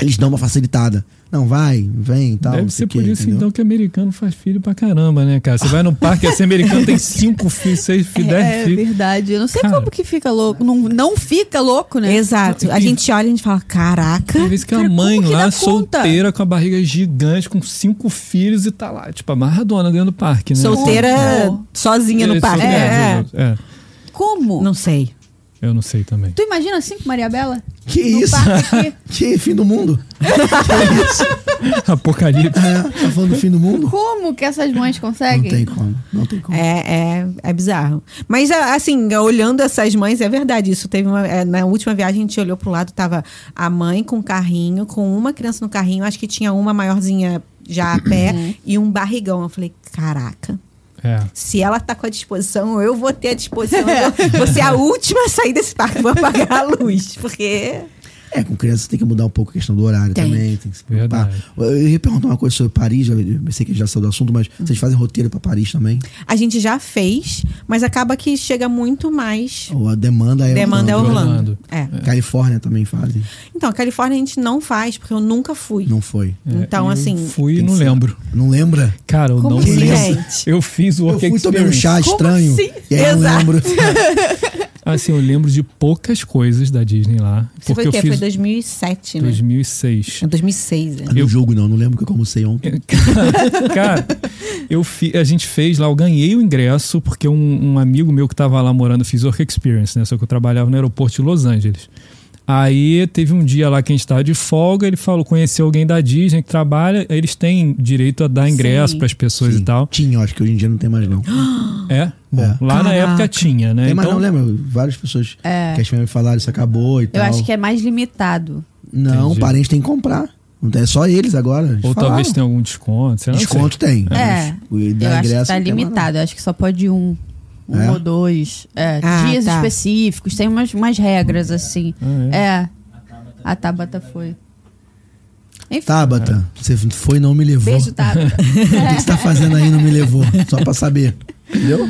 S2: Eles dão uma facilitada. Não, vai, vem e tal. não
S3: Deve
S2: sei
S3: ser
S2: o
S3: por
S2: quê,
S3: isso,
S2: entendeu?
S3: então, que americano faz filho pra caramba, né, cara? Você vai no parque, assim, americano tem cinco filhos, seis filhos,
S1: É,
S3: dez filhos.
S1: verdade. Eu não sei
S3: Cara.
S1: como que fica louco. Não, não fica louco, né?
S4: Exato. A gente olha e a gente fala, caraca.
S3: Tem vezes que a
S1: Cara,
S3: mãe
S1: como que
S3: lá,
S1: dá conta?
S3: solteira, com a barriga gigante, com cinco filhos e tá lá, tipo, amarradona dentro do parque, né?
S4: Solteira
S1: Não.
S4: sozinha no
S3: É,
S4: parque.
S3: solteira,
S4: É,
S3: exato, é.
S1: Como?
S4: Não sei.
S3: Eu não
S2: [LAUGHS]
S3: sei também.
S1: Tu imagina assim com Maria Bela?
S3: então.
S2: Que
S1: No
S2: isso?
S1: parque aqui.
S2: Que fim do mundo?
S3: Apocalipse.
S2: É, tá falando do fim do
S4: [LAUGHS]
S2: mundo?
S1: Como que essas mães
S2: Não
S1: conseguem?
S2: tem como, não tem como.
S4: É, é, é bizarro. Mas, a- assim, olhando essas mães, é verdade. Isso teve uma. é, na última viagem, a gente olhou pro lado, tava a mãe com o carrinho, com uma criança no carrinho, acho que tinha uma maiorzinha já a pé e um barrigão. Eu falei, caraca.
S3: É.
S4: Se ela tá com a disposição, eu vou ter a disposição. Eu vou- vou ser a última a sair desse parque. Vou apagar a luz. Porque.
S2: É, com criança você tem que mudar um pouco a questão do horário
S4: Tem.
S2: também. Tem que se preocupar.
S3: Verdade.
S2: Eu ia perguntar uma coisa sobre Paris, já- eu sei que já saiu do assunto, mas vocês fazem roteiro pra Paris também?
S4: A gente já fez, mas acaba que chega muito mais.
S2: Ou a demanda é.
S4: Demanda é
S2: Orlando?
S4: Orlando.
S3: Orlando.
S4: É.
S2: Califórnia também fazem?
S4: Então, a Califórnia a gente não faz, porque eu nunca fui.
S2: Não foi.
S4: Então,
S3: eu
S4: assim,
S3: Fui É, e
S2: tem
S3: não
S2: que ser.
S3: lembro.
S2: Não lembra?
S3: Cara, eu
S1: Como
S3: não
S1: assim,
S3: lembro.
S4: gente?
S3: Eu fiz o
S2: Eu
S3: Work
S2: fui tomei um
S3: Experience.
S2: chá
S1: Como
S2: estranho.
S1: assim?
S2: E aí eu
S4: Exato.
S2: lembro.
S3: Assim, eu lembro de poucas coisas da Disney lá.
S4: Isso foi
S3: porque
S4: o quê?
S3: eu fiz
S4: Foi 2007, né?
S3: 2006.
S4: É 2006, né?
S2: Eu não julgo, não. Não lembro o que eu comecei ontem.
S3: Cara, eu fi, a gente fez lá, eu ganhei o ingresso, porque um, um amigo meu que tava lá morando fiz Work Experience, né? Só que eu trabalhava no aeroporto de Los Angeles. Aí teve um dia lá que a gente tava de folga, ele falou: conheceu alguém da Disney que trabalha, eles têm direito a dar ingresso
S4: Sim.
S3: para as pessoas
S2: Sim.
S3: e tal.
S2: Tinha, eu acho que hoje em dia não tem
S3: [GASPS]
S2: mais, não.
S3: É? Bom,
S2: É.
S3: lá na
S4: Caraca.
S3: época tinha, né?
S2: tem mais, não, lembra? Várias pessoas que as me falaram isso acabou e
S5: Eu
S2: tal.
S5: acho que é mais limitado.
S2: Não,
S3: Entendi.
S2: parente tem que comprar. Não tem, é só eles agora. Eles
S3: Ou talvez
S2: falaram.
S3: tenha algum desconto, sei lá, não sei.
S2: Desconto tem.
S5: É.
S2: mas o da
S5: Eu acho que
S2: ingresso
S5: tá
S2: não tem mais, não.
S5: limitado. Eu acho que só pode um. Um
S2: É?
S5: ou dois. É,
S4: Ah,
S5: dias
S4: tá.
S5: específicos. Tem umas, umas regras, assim.
S3: Ah, é?
S5: É. A Tabata foi. Enfim.
S2: Tá Tabata, você foi e não me levou.
S5: Beijo, Tabata.
S2: O que você tá fazendo aí e não me levou? Só pra saber. Entendeu?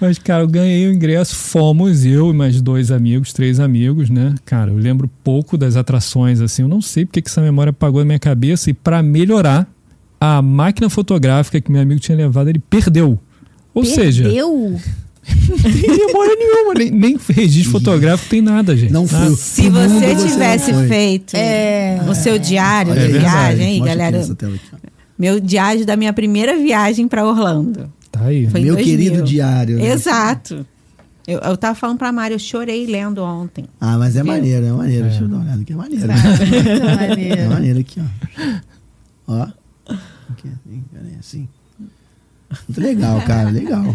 S3: Mas, cara, eu ganhei o ingresso, fomos, eu e mais dois amigos, três amigos, né? Cara, eu lembro pouco das atrações, assim, eu não sei porque que essa memória apagou na minha cabeça. E pra melhorar, a máquina fotográfica que meu amigo tinha levado, ele perdeu. Ou
S4: [LAUGHS]
S3: seja,
S5: Perdeu?
S3: não tem memória nenhuma, nem, nem registro fotográfico tem nada, gente.
S2: Não
S3: Nada.
S2: fui.
S4: Se
S2: Pro mundo
S4: você
S2: não
S4: tivesse
S2: foi.
S4: feito o seu diário
S2: Olha
S3: É
S4: de
S2: aí,
S3: verdade.
S4: viagem, aí,
S2: mostra aqui
S4: galera.
S2: nessa tela aqui.
S4: Meu diário da minha primeira viagem pra Orlando.
S3: Tá aí.
S4: Foi em
S2: Meu
S4: 2000.
S2: querido
S3: É
S2: diário. né?
S4: Exato. Eu, eu tava falando pra Mari, eu chorei lendo ontem.
S2: Ah, mas é maneiro, é maneiro. Deixa eu dar uma olhada aqui. É maneiro.
S5: Muito
S2: É
S5: maneiro.
S2: maneiro aqui, ó. Ó. Aqui, assim, peraí, assim. Muito legal, cara. Legal.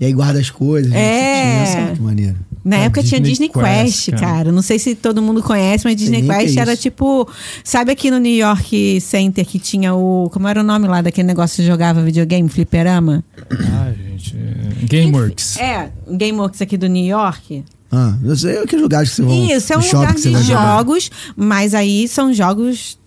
S2: E aí guarda as coisas. né?
S4: É.
S2: Você tinha, assim, Muito maneiro.
S4: Na
S3: É,
S4: época tinha
S3: Disney
S4: Disney Quest,
S3: Quest,
S4: cara.
S3: cara.
S4: Não sei se todo mundo conhece, mas Disney
S2: nem que é
S4: Quest era
S2: isso.
S4: tipo. Sabe aqui no New York Center que tinha o. Como era o nome lá daquele negócio que jogava videogame? Fliperama?
S3: Ah, gente. é, Gameworks.
S4: É, o GameWorks aqui do New York.
S2: Ah, eu sei aqueles lugares que você vai.
S4: Isso, é
S2: o
S4: um
S2: shopping
S4: lugar
S2: que você
S4: de
S2: vai jogar.
S4: jogos, mas aí são jogos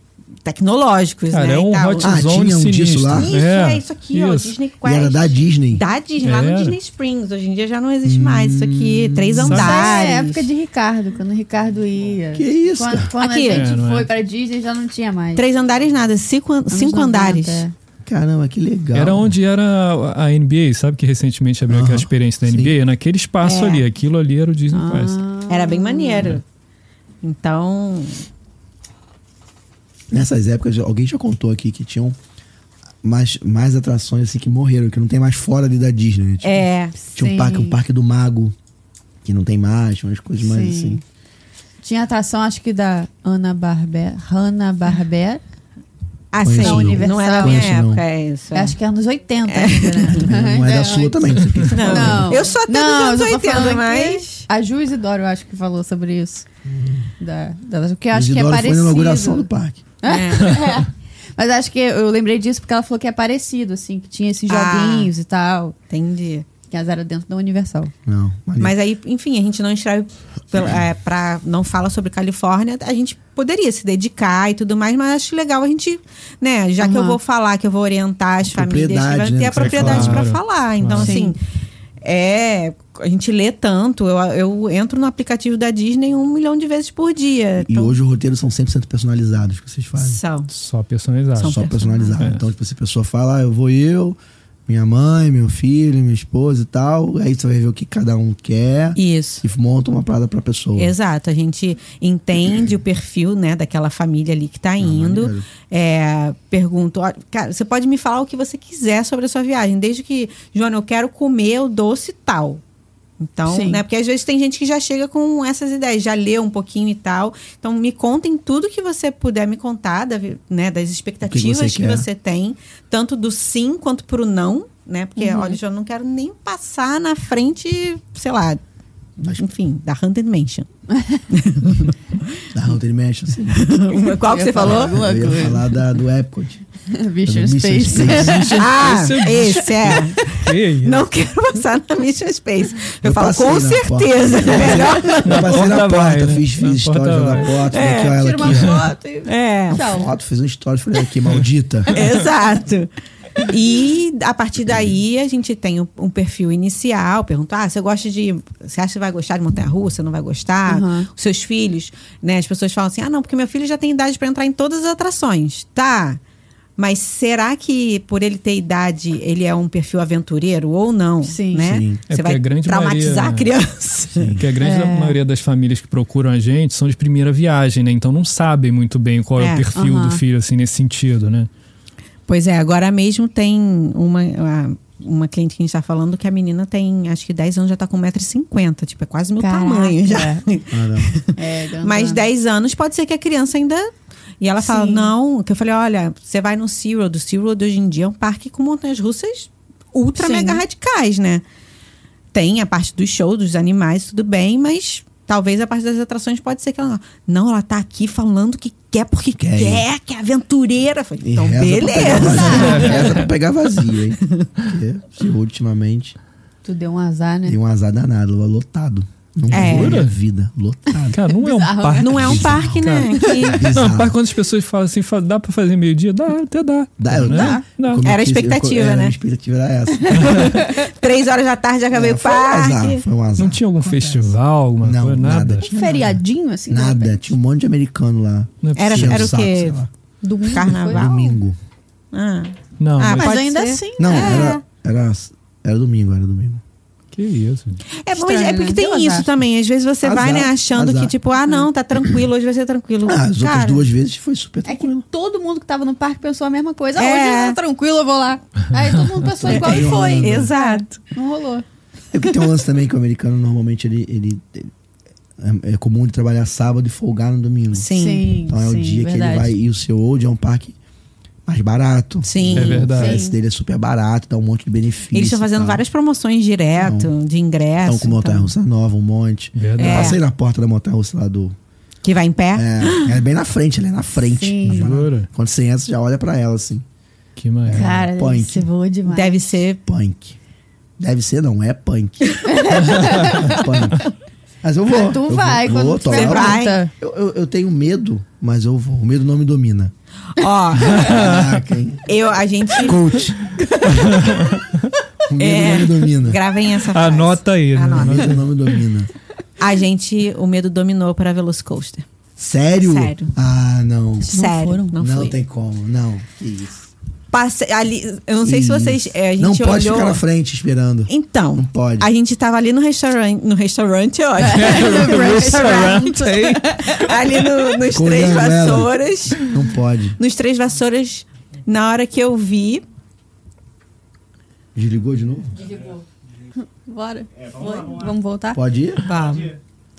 S4: tecnológicos,
S3: Cara,
S4: né?
S3: é um
S4: e tal.
S3: hot
S2: Ah,
S3: zone
S2: tinha um disso
S3: sinistro.
S2: lá?
S4: Isso, é, isso aqui, ó,
S3: isso.
S4: Disney
S2: E
S4: Quest.
S2: era da Disney.
S4: Da Disney, lá no
S3: Era.
S4: Disney Springs. Hoje em dia já não existe mais isso
S2: Hum,
S4: aqui. Três
S5: Isso
S3: Sabe-
S5: aí
S4: andares.
S5: é a época de Ricardo, quando o Ricardo ia.
S2: Que isso, cara.
S5: Quando, quando
S4: Aqui.
S5: a
S3: É,
S5: gente
S3: não é?
S5: foi pra Disney, já não tinha mais.
S4: Três andares nada, cinco, an-
S5: Anos
S4: cinco
S5: 90,
S4: andares.
S5: é.
S2: Caramba, que legal.
S3: Era onde era a- a NBA, sabe que recentemente abriu aquela
S2: Aham,
S3: experiência da
S2: sim.
S3: NBA? Naquele espaço
S4: É.
S3: ali, aquilo ali era o Disney
S5: Ah.
S1: Ah.
S3: Quest.
S4: Era bem maneiro. Então,
S2: Nessas épocas, alguém já contou aqui que tinham mais, mais atrações assim que morreram, que não tem mais fora ali da Disney. né? Tipo,
S4: é.
S2: Tinha um
S5: Sim.
S2: parque, um parque do Mago, que não tem mais, umas coisas mais
S5: Sim.
S2: assim.
S5: Tinha atração, acho que da Ana Barber. Hanna Barber.
S4: Assim,
S2: Conheço
S4: não,
S5: não.
S4: não era a minha
S2: Conheço não.
S4: época, é isso. é.
S5: Acho que é anos 80 ainda, né?
S1: [LAUGHS]
S2: Não é da sua também. não sei o que você tá
S4: Não.
S2: falando.
S4: Eu sou até dos
S5: Não,
S4: anos
S5: eu só tô
S4: 80,
S5: falando
S4: mas-
S5: que A Ju Isidoro, eu acho que falou sobre isso. Da, da, porque eu
S2: O
S5: acho que é
S2: Uhum. Isidoro foi na
S5: parecido. É.
S2: inauguração do parque.
S5: Mas acho que eu lembrei disso porque ela falou que é parecido, assim, que tinha esses
S4: Ah.
S5: joguinhos e tal.
S4: Entendi.
S5: Que as era dentro da Universal.
S2: Não, maneiro.
S4: Mas aí, enfim, a gente não escreve pela- é, pra- não fala sobre Califórnia, a gente poderia se dedicar e tudo mais, mas acho legal a gente, né, já que eu
S5: Aham.
S4: vou falar, que eu vou orientar as famílias, que
S2: Propriedade,
S4: vai
S2: né,
S4: ter a
S2: que você
S4: propriedade
S3: vai
S4: pra
S3: falar.
S4: falar. Então,
S5: Sim.
S4: assim, é a gente lê tanto, eu, eu entro no aplicativo da Disney um milhão de vezes por dia. Então,
S2: E hoje os roteiros são 100% personalizados que vocês fazem.
S4: São.
S3: Só personalizado.
S4: São
S2: só personalizado.
S3: personalizado.
S2: Então, tipo, se a pessoa fala, ah, eu vou eu, minha mãe, meu filho, minha esposa e tal, aí você vai ver o que cada um quer
S4: Isso.
S2: e monta uma parada pra pessoa.
S4: Exato, a gente entende o perfil né, daquela família ali que
S2: Ah,
S4: está indo.
S2: maneiro.
S4: É, pergunto, ó, cara, você pode me falar o que você quiser sobre a sua viagem, desde que, Joana, eu quero comer o doce tal. Então,
S1: Sim.
S4: né? Porque às vezes tem gente que já chega com essas ideias, já leu um pouquinho e tal. Então, me contem tudo que você puder me contar, da vi- né, das expectativas que,
S2: quer.
S4: você tem, tanto do sim quanto pro não, né? Porque,
S1: Uhum.
S4: olha, eu não quero nem passar na frente, sei lá, enfim, da
S1: [LAUGHS]
S4: Hunter Mansion.
S2: Da Hunter Mansion,
S4: [LAUGHS]
S2: assim.
S4: Qual que
S1: Eu
S4: você
S1: ia falar [LAUGHS]
S4: falou?
S1: alguma
S2: Eu ia
S1: coisa.
S2: falar da, do Epcot.
S1: Mission
S2: Do Mission
S1: Space.
S2: [LAUGHS] Space.
S4: [LAUGHS] Ah,
S3: Esse é-
S4: esse é.
S3: Ei,
S4: Não quero passar na Mission Space. Eu,
S2: Eu
S4: falo,
S2: passei
S4: com
S2: na
S3: [LAUGHS]
S4: certeza.
S3: é.
S4: Melhor
S2: Eu passei na
S3: porta
S2: é porta,
S3: vai, né?
S2: fiz, fiz
S3: Na
S2: história
S3: porta
S2: da
S3: vai.
S2: porta, falei aqui, ó, ela
S1: Tira uma
S2: aqui.
S1: foto e...
S4: É,
S2: ó.
S1: Tchau.
S2: Foto, fiz um story, falei aqui,
S4: [LAUGHS]
S2: maldita.
S4: exato. E a partir daí a gente tem um, um perfil inicial, perguntar, ah, você gosta de. Você acha que vai gostar de montanha russa? Não vai gostar?
S1: Uhum.
S4: Os seus filhos, né? As pessoas falam assim, ah, não, porque meu filho já tem idade para entrar em todas as atrações. Tá. Mas será que por ele ter idade, ele é um perfil aventureiro ou não?
S1: Sim.
S4: né?
S2: Sim.
S3: É
S4: Você
S3: porque
S4: vai
S3: a grande
S4: traumatizar
S3: maioria- né?
S4: a criança.
S3: Porque a grande maioria das famílias que procuram a gente são de primeira viagem, né? Então não sabem muito bem qual é,
S4: É,
S3: o perfil
S1: aham.
S3: do filho, assim, nesse sentido, né?
S4: Pois é, agora mesmo tem uma, uma, uma cliente que a gente tá falando que a menina tem, acho que 10 anos já tá com 1,50m, tipo, é quase meu
S5: Caraca.
S4: tamanho
S1: tá
S4: [LAUGHS] já.
S2: Caramba.
S1: É, grandona.
S4: Mas 10 anos pode ser que a criança ainda. E ela fala,
S1: Sim.
S4: não, que eu falei, olha, você vai no SeaWorld, o SeaWorld hoje em dia é um parque com montanhas russas ultra
S1: Sim.
S4: mega radicais, né? Tem a parte dos shows, dos animais, tudo bem, mas talvez a parte das atrações pode ser que ela não, ela tá aqui falando que quer porque
S2: Quer.
S4: quer, que é aventureira. Eu falei,
S2: E
S4: então,
S2: reza né? Pra pegar
S4: beleza.
S2: vazio, reza pra pegar vazio,
S4: [LAUGHS]
S2: hein? Porque se ultimamente
S5: Tu deu um azar, né?
S2: tem um azar danado, lotado. Não
S4: É.
S2: é. a vida, lotado.
S3: Cara, não é um
S1: Bizarro, né?
S3: parque.
S4: Não é um parque, né? Que-
S3: [LAUGHS] Não, é um
S2: Bizarro.
S3: parque quando as pessoas falam assim, fala, dá pra fazer meio-dia? Dá, até dá.
S2: Dá, eu-
S3: Né?
S2: dá.
S3: Dá.
S2: Como
S4: Era
S2: eu quis- eu-
S4: expectativa,
S2: era,
S4: né?
S2: A expectativa era
S4: [LAUGHS]
S2: essa.
S4: Três horas da tarde já acabei o
S2: foi um azar,
S4: parque.
S2: foi um azar.
S3: Não tinha algum festival, alguma
S2: Não,
S3: coisa, nada?
S2: nada.
S1: Um feriadinho, assim? de repente?
S2: Nada, tinha um monte de americano lá.
S3: Não é
S4: Era,
S3: possível.
S4: era o
S2: Saco,
S4: quê?
S2: sei lá.
S4: Domingo? Carnaval?
S2: Domingo.
S4: Ah.
S3: Não,
S4: Ah,
S3: mas
S1: Mas
S4: Pode
S1: ainda
S4: ser.
S1: assim,
S2: Não,
S1: né?
S2: era, era, era domingo, era domingo.
S3: que isso.
S4: É, mas
S1: Estranho,
S4: é porque
S1: né?
S4: tem
S1: Deu
S4: isso
S1: azar.
S4: também. Às vezes você
S2: Azar,
S4: vai, né, achando
S2: azar.
S4: que, tipo, ah, não, tá tranquilo, hoje vai ser tranquilo.
S2: Ah, as outras
S4: Cara,
S2: duas vezes foi super
S1: É que
S2: tranquilo.
S1: todo mundo que tava no parque pensou a mesma coisa. Ah,
S4: É.
S1: hoje tá tranquilo, eu vou lá. Aí todo mundo
S2: [LAUGHS]
S1: pensou igual e foi.
S2: rolando.
S4: Exato.
S1: Não rolou.
S2: É que tem um lance também que o americano normalmente ele, ele- ele- é, é comum ele trabalhar sábado e folgar no domingo.
S4: Sim.
S2: Então é o
S1: sim,
S2: dia que
S1: verdade.
S2: ele vai. E o seu Old é um parque mais barato.
S4: Sim.
S3: É verdade.
S2: O preço
S1: Sim.
S2: dele é super barato, dá um monte de benefício.
S4: Eles estão fazendo
S2: e tal.
S4: várias promoções direto, de ingresso. tá?
S2: Estão com montanha russa nova, um monte.
S3: Verdade.
S2: Eu
S4: É.
S2: passei na porta da montanha russa lá do.
S4: então, Que vai em pé.
S2: É, é bem na frente, ela é na frente.
S5: Sim.
S2: Na parada.
S3: Jura?
S2: Quando você entra, você já olha pra ela assim.
S3: Que maneiro.
S5: Cara,
S2: Punk.
S5: você voa
S2: É.
S5: demais.
S4: Deve ser.
S2: Punk. Deve ser, não, é
S4: [LAUGHS]
S2: punk. punk. Mas eu vou.
S1: Ah, Tu
S2: eu
S1: vai,
S2: vou,
S1: quando
S2: vou,
S1: tu tiver
S2: topo.
S4: Ah, vai.
S1: pronta.
S2: Eu, eu- eu tenho medo, mas eu vou. O medo não me domina. [LAUGHS]
S4: Ó,
S2: Caraca, hein?
S4: eu, a gente.
S2: Coach. o medo
S4: É.
S2: não me domina.
S4: Gravem essa frase.
S3: Anota aí. né?
S2: O
S4: Anota.
S2: medo não me domina.
S4: A gente, o medo dominou para a Velocicoaster.
S2: Sério?
S4: Sério.
S2: Ah, não.
S5: não
S4: Sério.
S5: foram?
S4: Não,
S2: não
S4: fui.
S2: tem como, não. Que isso.
S4: Passei, ali, eu não sei se
S2: Isso.
S4: vocês. é, a gente
S2: não pode
S4: olhou.
S2: ficar na frente esperando.
S4: Então,
S2: Não pode.
S4: a gente tava ali no restaurante, no
S2: [LAUGHS]
S4: restaurante, ó.
S3: Restaurante aí.
S4: [LAUGHS] ali no- nos
S2: Com
S4: Três
S2: janela.
S4: Vassouras.
S2: Não pode.
S4: Nos Três Vassouras, na hora que eu vi,
S2: Desligou de novo?
S1: Bora. Foi. Vamos voltar?
S2: Pode ir?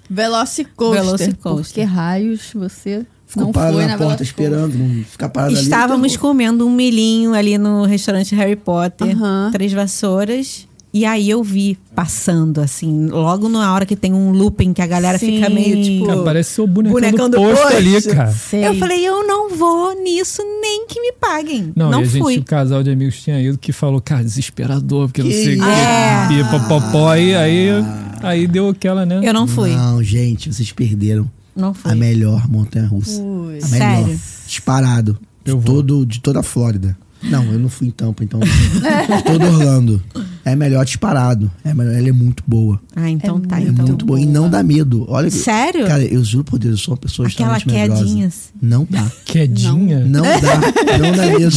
S1: Velocicoaster.
S4: Velocicoaster.
S5: Que raios você
S2: Ficou
S5: não
S2: parado
S5: foi
S2: na,
S5: na,
S2: porta esperando. Não ficar parado ali.
S4: estávamos
S2: então-
S4: comendo um milhinho ali no restaurante Harry Potter,
S1: Aham.
S4: Três Vassouras. E aí eu vi passando, assim, logo na hora que tem um looping que a galera
S5: Sim.
S4: fica meio tipo.
S3: Cara, parece o bonecão,
S4: Bonecão
S3: do,
S4: do
S3: posto
S4: posto.
S3: ali, cara.
S5: Sei.
S4: Eu falei, eu não vou nisso, nem que me paguem.
S3: Não,
S4: Não,
S3: e a gente,
S4: fui.
S3: o casal de amigos tinha ido que falou, cara, desesperador, porque não
S2: Que
S3: sei o
S4: isso.
S3: que. E popopó, e aí, aí deu aquela, né?
S4: Eu não fui. Não,
S2: Não, gente, vocês perderam
S4: fui.
S2: a melhor montanha russa.
S5: Ui.
S2: A melhor.
S4: Sério?
S2: Disparado. De,
S3: Eu vou.
S2: todo, de toda a Flórida. Não, eu não fui em Tampa, então. Todo Orlando. É melhor disparado. É melhor, ela é muito boa.
S4: Ah, então tá.
S2: É
S4: então.
S2: muito boa. E não dá medo. Olha, que-
S4: Sério?
S2: Cara, eu juro por Deus, eu sou uma pessoa
S4: Aquela
S2: extremamente medrosa.
S4: quedinha, assim.
S2: Não dá.
S3: Quedinha?
S2: Não dá. Não dá medo.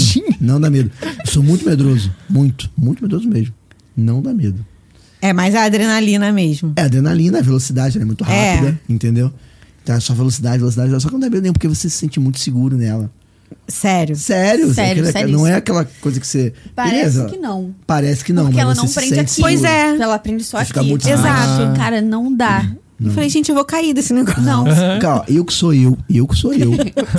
S2: Não dá medo. Eu sou muito medroso. Muito. Muito medroso mesmo. Não dá medo.
S4: É mais a adrenalina mesmo.
S2: É adrenalina, é velocidade, ela é muito
S4: É.
S2: rápida, entendeu? Então é só velocidade, velocidade, só que não dá medo nenhum, porque você se sente muito seguro nela.
S4: Sério.
S2: Sério,
S1: Sério,
S2: aquela-
S1: sério
S2: não
S1: isso.
S2: é aquela coisa que você.
S1: Parece
S2: beleza,
S1: que não.
S2: Parece que não,
S1: Porque
S2: mas
S1: ela
S2: você
S1: não
S2: se
S1: prende
S2: sente
S1: aqui.
S4: Pois
S2: seguro.
S4: é.
S1: Ela aprende só
S2: Você
S1: aqui.
S2: fica muito
S4: Exato.
S1: Cara, não
S2: [LAUGHS]
S1: dá.
S4: Eu falei, gente, eu vou cair desse negócio.
S1: Não.
S2: Cara, ó, eu que sou eu, eu que sou eu.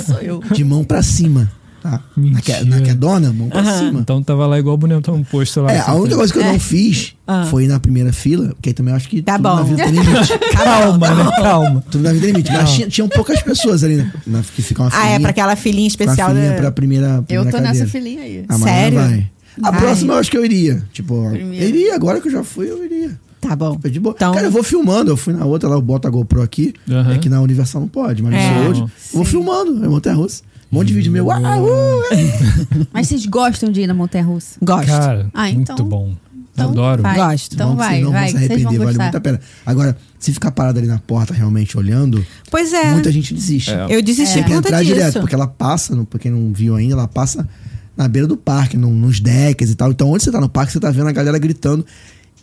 S1: Sou eu.
S2: De mão pra cima, tá? Na, que,
S3: Mentira.
S2: na quedona, mão pra
S4: Tá,
S2: cima.
S3: Então tava lá igual o boneco, tava um posto lá.
S2: É, a única coisa que eu não fiz
S4: Ah.
S2: foi ir na primeira fila, porque aí também eu acho que
S4: Tá
S2: tudo na
S4: bom.
S2: vida tem limite.
S3: Calma, né? Calma.
S2: Tudo na vida tem limite. Mas tinha, tinham poucas pessoas ali, né? Na, que ficam uma
S4: Ah, é
S2: filinha,
S4: pra aquela filhinha
S2: uma
S4: especial.
S2: filinha
S4: da-
S2: pra primeira, primeira
S1: né? Eu tô nessa
S2: cadeira.
S1: filhinha aí.
S2: A Mariana
S4: Sério?
S2: vai. A
S4: Vai.
S2: próxima eu acho que eu iria. Tipo,
S1: Primeiro.
S2: eu iria, agora que eu já fui, eu iria.
S4: Tá bom.
S2: Foi de boa.
S4: Então-
S2: Cara, eu vou filmando. Eu fui na outra, lá eu boto a GoPro aqui.
S3: Aham.
S2: É que na Universal não pode, mas
S4: É.
S2: é. hoje. Eu vou filmando. Eu montei a russa. Um monte de vídeo meu. Ah, uh, é.
S1: [LAUGHS] Mas vocês gostam de ir na Montanha Russa?
S4: Gosto.
S3: Cara,
S1: Ah, então-
S3: muito bom.
S1: então
S3: Adoro.
S1: vai.
S4: Gosto.
S1: Então
S2: Não,
S1: vai,
S2: senão
S1: vai, que vocês
S2: vão se
S1: vão
S2: arrepender, vale
S1: gostar.
S2: muito a pena. Agora, se ficar parado ali na porta realmente olhando,
S4: Pois é.
S2: muita gente desiste.
S4: Eu desisti
S2: Tem
S4: por
S2: que
S4: É. conta
S2: entrar
S4: disso.
S2: direto, porque ela passa, no- pra quem não viu ainda, ela passa na beira do parque, num- nos decks e tal. Então, onde você tá no parque, você tá vendo a galera gritando.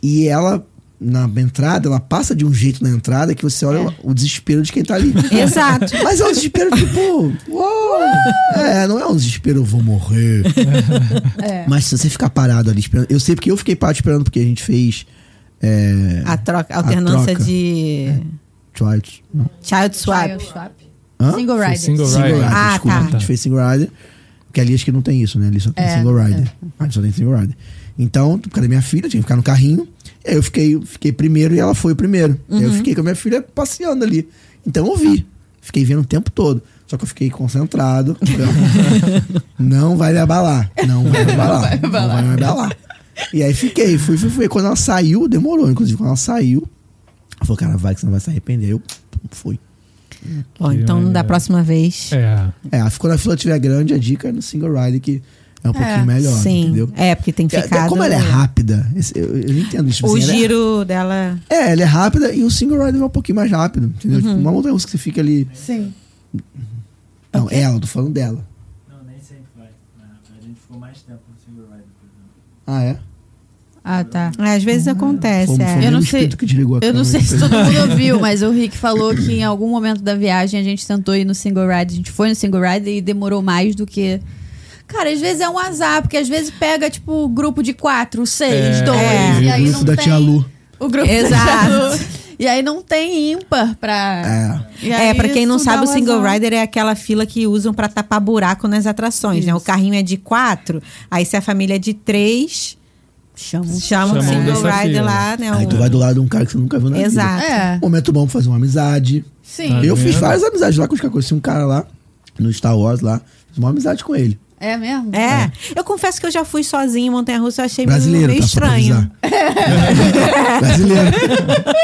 S2: E ela, na entrada, ela passa de um jeito na entrada que você olha o desespero de quem tá ali.
S4: É. [LAUGHS] Exato.
S2: Mas é um desespero tipo, uou! É, não é um desespero, eu vou
S4: [LAUGHS]
S2: morrer.
S4: É.
S2: Mas se você ficar parado ali esperando. Eu sei porque eu fiquei parado esperando, porque a gente fez. É,
S4: A troca,
S2: A
S4: alternância
S2: troca. É.
S4: de
S2: Twilight. Não.
S4: child swap.
S1: Child swap.
S2: Hã?
S1: Single
S3: Foi
S1: Rider.
S3: single
S2: Single
S3: rider.
S2: rider,
S4: Ah,
S2: desculpa.
S4: tá.
S2: A gente fez single rider. Porque ali acho que não tem isso, né? Ali só tem
S1: É,
S2: single rider.
S1: é.
S2: A gente só tem single rider. Então, por causa da minha filha, tinha que ficar no carrinho. E aí eu fiquei, fiquei primeiro e ela foi o primeiro. E aí eu fiquei com a minha filha passeando ali. Então eu vi. Fiquei vendo o tempo todo. Só que eu fiquei concentrado. Então, não vai me abalar. Não vai me abalar. Não vai me abalar. E aí fiquei, fui, fui, fui. Quando ela saiu, demorou. Inclusive, quando ela saiu, ela falou, cara, vai que você não vai se arrepender. Aí eu pum, fui.
S4: Bom, então da próxima vez.
S3: É.
S2: É, ficou na fila tiver grande, a dica é no single rider, que é um pouquinho melhor,
S4: Sim.
S2: entendeu?
S4: É, porque tem
S2: Até
S4: ficado.
S2: como ela é rápida, esse- eu, eu não entendo isso.
S4: O
S2: assim, ela é-
S4: giro dela.
S2: é, ela é rápida e o single rider é um pouquinho mais rápido, entendeu? Tipo, uma montanha russa que você fica ali.
S1: Sim.
S2: Não, ela, eu tô falando dela.
S6: Não, nem sempre vai. Na- A gente ficou mais tempo no single rider, por exemplo.
S2: Ah, é?
S1: Ah, tá.
S4: É, Às vezes acontece.
S2: Foi-
S4: é.
S1: Eu
S2: foi o
S1: não
S2: mesmo
S1: sei-
S2: espírito que desligou a
S1: Eu não
S2: câmera,
S1: sei se
S2: entendeu?
S1: todo [LAUGHS] mundo ouviu, mas o Rick falou que em algum momento da viagem a gente tentou ir no single ride, a gente foi no single ride e demorou mais do que. Cara, às vezes é um azar, porque às vezes pega, tipo, grupo de quatro, seis,
S3: É.
S1: dois,
S4: É.
S1: e aí
S2: o
S1: não
S2: grupo da
S1: tem.
S2: tia Lu.
S1: O grupo da tia Lu.
S4: Exato.
S1: E aí não tem ímpar pra.
S2: É.
S1: E
S4: É,
S1: aí
S4: pra quem não
S1: isso dá
S4: sabe, o
S1: um
S4: single
S1: azar.
S4: rider é aquela fila que usam pra tapar buraco nas atrações, né? O carrinho é de quatro, aí se a família é de três,
S1: Chama.
S4: chamam o
S3: Chamam
S4: single
S3: dessa
S4: rider
S3: fila.
S4: lá, né?
S2: Aí
S4: o-
S2: tu vai do lado de um cara que você nunca viu na vida.
S4: Exato.
S1: É.
S2: Momento bom pra fazer uma amizade.
S1: Sim.
S3: Ah.
S2: eu fiz
S3: vendo?
S2: várias amizades lá com os caras. Conheci um cara lá, no Star Wars lá. Fiz uma amizade com ele.
S1: É mesmo?
S4: É. Eu confesso que eu já fui sozinha em Montanha-Russa, eu achei meio,
S2: Brasileiro,
S4: meio
S2: tá? Só pra
S4: estranho.
S2: avisar. Brasileiro.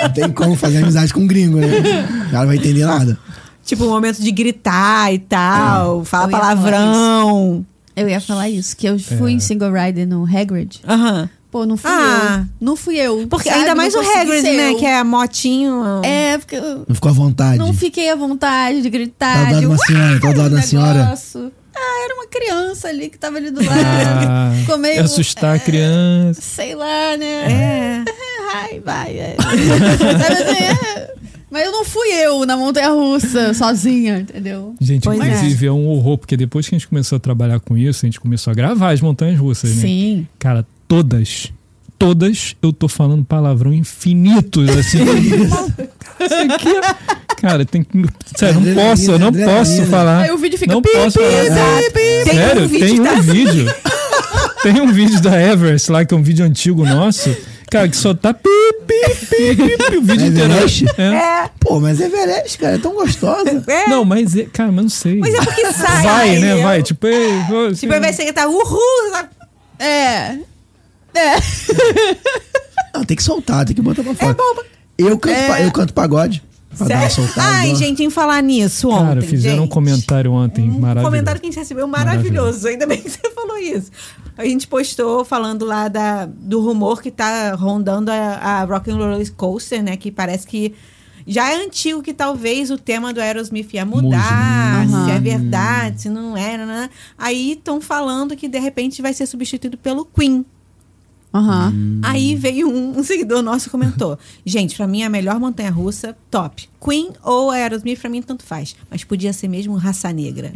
S2: Não tem como fazer amizade com um gringo, né? O cara não vai entender nada.
S4: Tipo, o momento de gritar e tal,
S1: É. Eu
S4: falar
S1: ia falar
S4: palavrão.
S1: Eu ia falar isso, que eu fui em single rider no Hagrid.
S4: Aham.
S1: Pô, não fui
S4: Ah.
S1: eu. Não fui eu.
S4: Porque
S1: sabe?
S4: ainda
S1: Não
S4: mais o
S1: consegui
S4: Hagrid,
S1: ser
S4: né?
S1: eu.
S4: Que é motinho.
S1: É, porque eu
S2: Não ficou à vontade.
S1: não fiquei à vontade de gritar.
S2: Tá do lado
S1: de,
S2: de uma
S1: "Uau!"
S2: senhora, tá do lado da
S1: no
S2: senhora.
S1: negócio. Ah, era uma criança ali que tava ali do lado.
S3: Ah,
S1: Ficou meio- "É,
S3: assustar a criança.
S1: Sei lá, né?
S4: É.
S1: [LAUGHS] Ai, vai. é. [LAUGHS] Sabe assim, é. Mas eu não fui eu na montanha russa, sozinha, entendeu?
S3: Gente,
S4: Pois é.
S3: inclusive é. um horror, porque depois que a gente começou a trabalhar com isso, a gente começou a gravar as montanhas russas, né?
S1: Sim.
S3: Cara, todas, todas eu tô falando palavrão infinitos,
S2: [LAUGHS]
S3: assim. Isso aqui é- Cara, tem que. Sério, não
S2: Adrenalina,
S3: posso, eu não
S2: adrenalina.
S3: posso falar.
S1: Aí o vídeo fica
S3: Ah, Não
S1: pi,
S3: posso
S1: pi,
S3: falar.
S1: pi, pi.
S4: Tem
S3: Sério,
S4: um vídeo,
S3: tem um
S4: tá?
S3: vídeo. Tem um vídeo da Everest lá, que é um vídeo antigo nosso. Cara, que só tá pi, pi, pi, pi, pi o vídeo
S2: É
S3: inteiro.
S2: Everest?
S3: É.
S2: Pô, mas é Everest, cara. É tão gostosa.
S4: É.
S3: Não, mas, é- cara, mas não sei.
S4: Mas é
S2: [LAUGHS]
S4: porque sai.
S3: Vai, né?
S4: eu-
S3: Vai. Tipo, ei, vou-
S4: um Tipo, vai ser que tá uhul. tá-
S1: É. É.
S2: Não, tem que soltar, tem que botar pra fora.
S4: É boba.
S2: Eu canto, pa- eu canto pagode. Pra dar uma
S4: Sério?
S2: soltada.
S4: é- Ai, gente, em falar nisso ontem.
S3: Cara, fizeram um
S4: gente.
S3: comentário ontem
S4: Um
S3: maravilhoso.
S4: comentário que a gente recebeu maravilhoso. Ainda bem que você falou aconteceu isso. A gente postou falando lá da, do rumor que tá rondando a, a Rock and Roller Coaster, né? Que parece que já é antigo que talvez o tema do Aerosmith ia mudar,
S5: Música.
S4: se é
S5: Aham.
S4: verdade, se não era, né? Aí estão falando que de repente vai ser substituído pelo Queen.
S5: Aham.
S4: Aí veio um, um seguidor nosso e comentou: Gente, pra mim é a melhor montanha russa, top. Queen ou Aerosmith, pra mim tanto faz. Mas podia ser mesmo raça negra.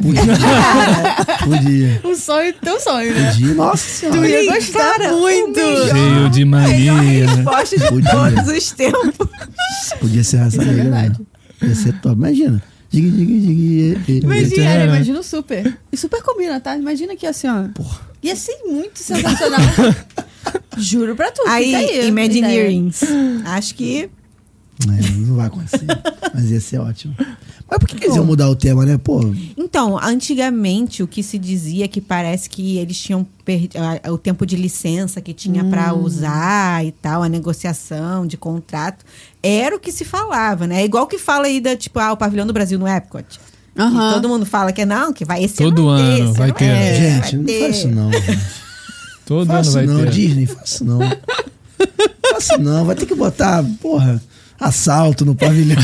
S2: Podia.
S5: O sonho, teu sonho, né?
S2: Podia. Nossa senhora.
S5: Tu ia
S4: Sim,
S5: gostar
S4: cara,
S5: muito.
S3: Cheio de
S4: Melhor
S3: mania. né?
S4: resposta de
S2: Podia.
S4: todos
S5: [LAUGHS]
S4: os tempos.
S2: Podia ser raça
S5: Isso é
S2: negra.
S5: verdade.
S2: mesmo. Ia ser top. Imagina. Digue, digue, digue. e- e-
S5: Imagina,
S3: Era.
S5: imagina o super. E super combina, tá? Imagina aqui assim, ó. Ia ser muito
S4: [LAUGHS]
S5: sensacional. Juro pra tu.
S4: Aí,
S5: fica aí né?
S4: Imagineerings. Acho que.
S2: É, não vai acontecer. Mas ia ser ótimo. Mas por que, que eles iam mudar o tema, né? Pô,
S4: Então, antigamente o que se dizia é que parece que eles tinham per- a- o tempo de licença que tinha pra
S5: Hum.
S4: usar e tal, a negociação de contrato. Era o que se falava, né? É igual que fala aí da, tipo, ah, o pavilhão do Brasil no Epcot.
S5: Ideia.
S4: E
S5: Aham.
S4: todo mundo fala que não, que vai esse
S3: Todo
S4: ano.
S3: ano
S4: esse
S3: vai ter. né?
S4: é,
S2: gente,
S4: vai
S2: não
S4: ter.
S2: faz
S5: [LAUGHS]
S2: isso não. Não
S3: Todo
S2: faz
S3: ano
S2: isso
S3: vai
S2: não,
S3: ter.
S2: Disney, faz isso não. Não faz isso não. Vai ter que botar, porra, assalto
S5: [LAUGHS]
S2: no pavilhão.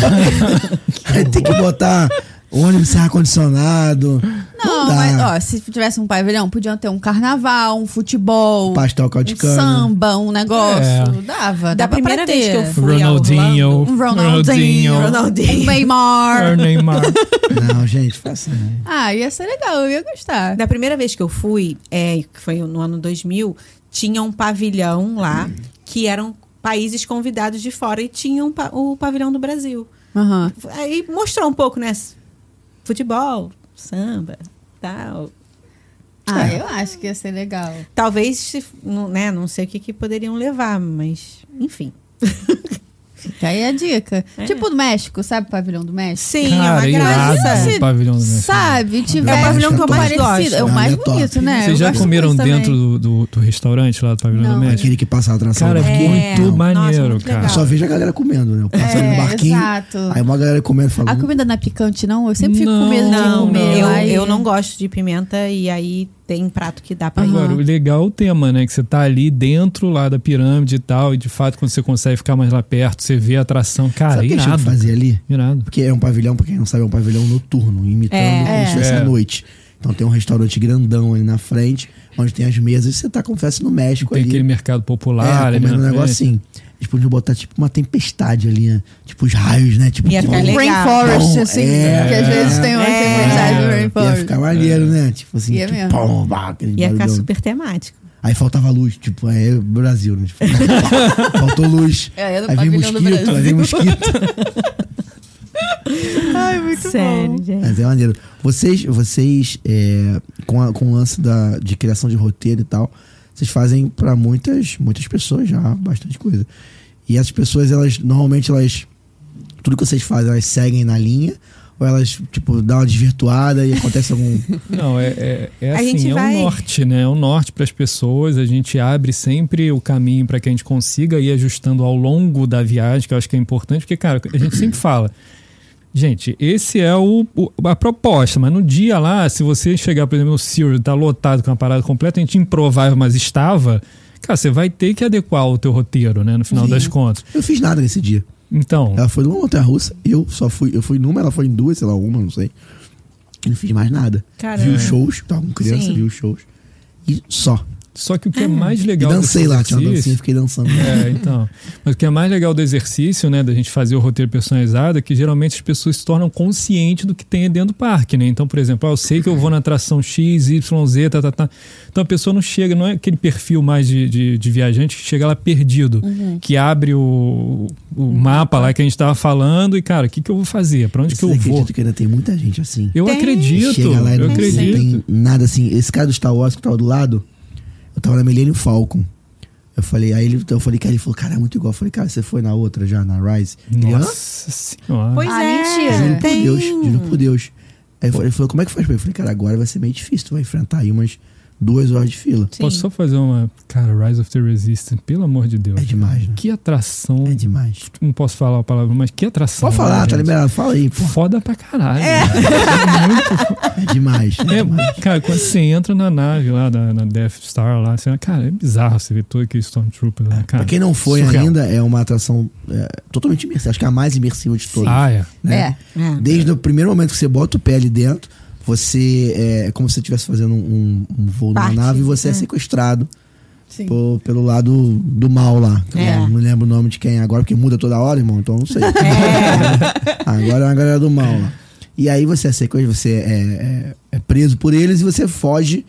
S2: Vai ter que botar ônibus sem ar-condicionado.
S5: Não,
S2: dá.
S5: mas ó, se tivesse um pavilhão, podiam ter um carnaval, um futebol,
S2: Pastel
S5: um
S2: caldicano.
S5: samba, um negócio.
S3: É.
S5: Dava,
S4: Da
S5: dava
S4: primeira
S5: pra ter.
S4: vez que eu fui ao
S3: Ronaldinho.
S4: Orlando,
S5: Um Ronaldinho. Um
S4: Ronaldinho.
S5: Neymar.
S3: Neymar.
S2: Não, gente, faz isso não.
S5: Ah, ia ser legal, eu ia gostar.
S4: Da primeira vez que eu fui, é, que foi no ano 2000, tinha um pavilhão lá que eram países convidados de fora e tinha um pa- o pavilhão do Brasil.
S5: Aham.
S4: Aí mostrou um pouco, né? Futebol, samba, tal.
S5: Ah,
S2: É.
S5: eu acho que ia ser legal.
S4: Talvez, se- não- né? Não sei o que, que poderiam levar, mas enfim.
S5: Fica aí a dica.
S4: É.
S5: Tipo do México, sabe o pavilhão do México?
S4: Sim,
S3: Cara,
S4: é uma
S3: irado
S4: graça.
S5: Mas
S3: É o pavilhão do México.
S5: Sabe, tiver
S4: É o pavilhão que eu
S5: algo
S4: mais
S5: parecido.
S4: gosto.
S5: É o
S2: É,
S5: mais
S2: é top.
S5: bonito, né? Eu
S3: Vocês já
S5: gosto
S3: comeram
S5: muito
S3: dentro
S5: também.
S3: do, do- do restaurante lá do pavilhão
S5: Não.
S3: do México?
S2: Aquele que passa a atração.
S3: Cara,
S2: do
S3: é
S2: barquinho.
S3: muito
S4: nossa,
S3: maneiro,
S4: muito
S3: cara.
S2: Eu
S4: legal.
S2: só vejo a galera comendo, né? Eu passando
S5: É,
S2: no barquinho.
S5: exato.
S2: Aí uma galera comendo "Hum,
S5: A
S2: falando.
S5: comida não é picante, não? Eu sempre fico
S3: Não,
S5: com medo de
S4: Não,
S5: comer.
S4: eu,
S5: ai.
S4: eu não gosto de pimenta e aí tem prato que dá pra ir.
S3: Agora, o legal é o tema, né? Que você tá ali dentro lá da pirâmide e tal, e de fato, quando você consegue ficar mais lá perto, você vê a atração. Cara, é
S2: Sabe o que eles tinham
S3: irado.
S2: que fazer ali?
S3: Irado.
S2: Porque é um pavilhão, pra quem não sabe, é um pavilhão noturno, imitando como se fosse
S3: É.
S2: à noite. Então tem um restaurante grandão ali na frente, onde tem as mesas, e você tá, confesso, no México
S3: Tem
S2: ali.
S3: aquele mercado popular. né?
S2: é,
S3: ali na
S2: comendo um negócio
S3: frente.
S2: assim. Eles podiam botar tipo uma tempestade ali, né? tipo os raios, né? Tipo,
S4: Ia ficar
S2: bom,
S4: É legal.
S5: um Rainforest,
S2: Bom,
S5: assim,
S2: é.
S5: que às vezes tem uma
S4: É.
S5: tempestade no
S2: Ia
S5: Rainforest.
S2: ficar
S3: É.
S2: maneiro, né? Tipo assim,
S5: Ia
S2: tipo,
S5: mesmo.
S2: pom, bah, aquele
S4: Ia ficar
S2: barulhão.
S4: super temático.
S2: Aí faltava luz, tipo, é Brasil, né? Tipo, [LAUGHS] faltou luz.
S5: É, é do
S2: aí vem
S5: pavilhão do
S2: mosquito, aí
S5: Brasil.
S2: vem mosquito.
S5: [LAUGHS] Ai, muito
S4: Sério,
S5: bom.
S4: gente.
S2: Mas é maneiro. Vocês, vocês é, com, a- com o lance da, de criação de roteiro e tal, vocês fazem pra muitas, muitas pessoas já bastante coisa. E essas pessoas, elas normalmente elas. Tudo que vocês fazem, elas seguem na linha. Ou elas, tipo, dão uma desvirtuada e acontece algum.
S3: Não, é, é, é
S4: A
S3: assim,
S4: gente
S3: é
S4: vai-
S3: um norte, né? É um norte para as pessoas. A gente abre sempre o caminho para que a gente consiga ir ajustando ao longo da viagem, que eu acho que é importante, porque, cara, a gente sempre fala. Gente, esse é o, o- a proposta, mas no dia lá, se você chegar, por exemplo, no Sirius, tá lotado com uma parada completamente improvável, mas estava, cara, você vai ter que adequar o teu roteiro, né, no final das contas.
S2: Eu fiz nada nesse dia.
S3: Então,
S2: Ela foi numa montanha russa, eu só fui. Eu fui numa, ela foi em duas, sei lá, uma, não sei. E não fiz mais nada.
S4: Caramba.
S2: Vi os shows, tava com criança,
S4: Sim.
S2: vi os shows. E só.
S3: só que o que é mais legal
S2: e
S3: do
S2: dancei lá, tinha uma
S3: exercício-
S2: dancinha, fiquei dançando.
S3: É, então. Mas o que é mais legal do exercício, né, da gente fazer o roteiro personalizado, é que geralmente as pessoas se tornam conscientes do que tem dentro do parque, né? Então, por exemplo, ah, eu sei que eu vou na atração X, Y, Z, tá, tá, tá. Então a pessoa não chega, não é aquele perfil mais de, de, de viajante que chega lá perdido,
S4: Uhum.
S3: que abre o, o mapa lá que a gente tava falando e, cara, o que, que eu vou fazer? Pra onde que eu
S2: Vocês
S3: vou?
S2: acreditam que ainda tem muita gente assim?
S3: Eu
S4: Tem.
S3: acredito,
S2: Chega lá e
S3: eu
S2: não
S3: acredito.
S2: tem nada assim. Esse cara do Star Wars que tava do lado, eu tava na Millennium Falcon. Eu falei, aí ele, então eu falei, cara, ele falou, cara, é muito igual. Eu falei, cara, você foi na outra já, na Rise? Ele, "Hã?"
S3: Nossa senhora.
S4: Pois
S5: Ah,
S4: é,
S5: mentira.
S2: Juro por
S4: tem.
S2: Deus, juro por Deus. Aí eu falei- ele falou, como é que faz pra ele? Eu falei, cara, agora vai ser meio difícil, tu vai enfrentar aí umas duas horas de fila.
S4: Sim.
S3: Posso só fazer uma. Cara, Rise of the Resistance, pelo amor de Deus.
S2: É demais, né?
S3: Que atração.
S2: É demais.
S3: Não posso falar a palavra, mas que atração.
S2: Pode falar,
S3: né,
S2: tá
S3: gente?
S2: liberado. Fala aí, pô.
S3: Foda pra caralho. É muito
S2: É demais. É
S3: É,
S2: demais.
S3: cara, quando você entra na nave lá, na, na Death Star lá, você, cara, é bizarro você ver todo aquele Stormtrooper lá, cara.
S2: Pra quem não foi
S3: surreal.
S2: ainda, é uma atração é, totalmente imersiva. Acho que é a mais imersiva de todas.
S3: Ah, é.
S2: né?
S4: É.
S2: Desde o primeiro momento que você bota o pé ali dentro, você é, é como se você estivesse fazendo um, um voo
S4: Parte,
S2: numa nave e você é,
S4: é.
S2: sequestrado
S1: Sim.
S2: pô- pelo lado do mal lá. que eu
S4: É.
S2: Não lembro o nome de quem é agora, porque muda toda hora, irmão, então eu não
S4: [LAUGHS]
S2: sei.
S4: É.
S2: [LAUGHS] Agora é a galera do mal lá. E aí você é sequestrado, você é, é- é preso por eles e você foge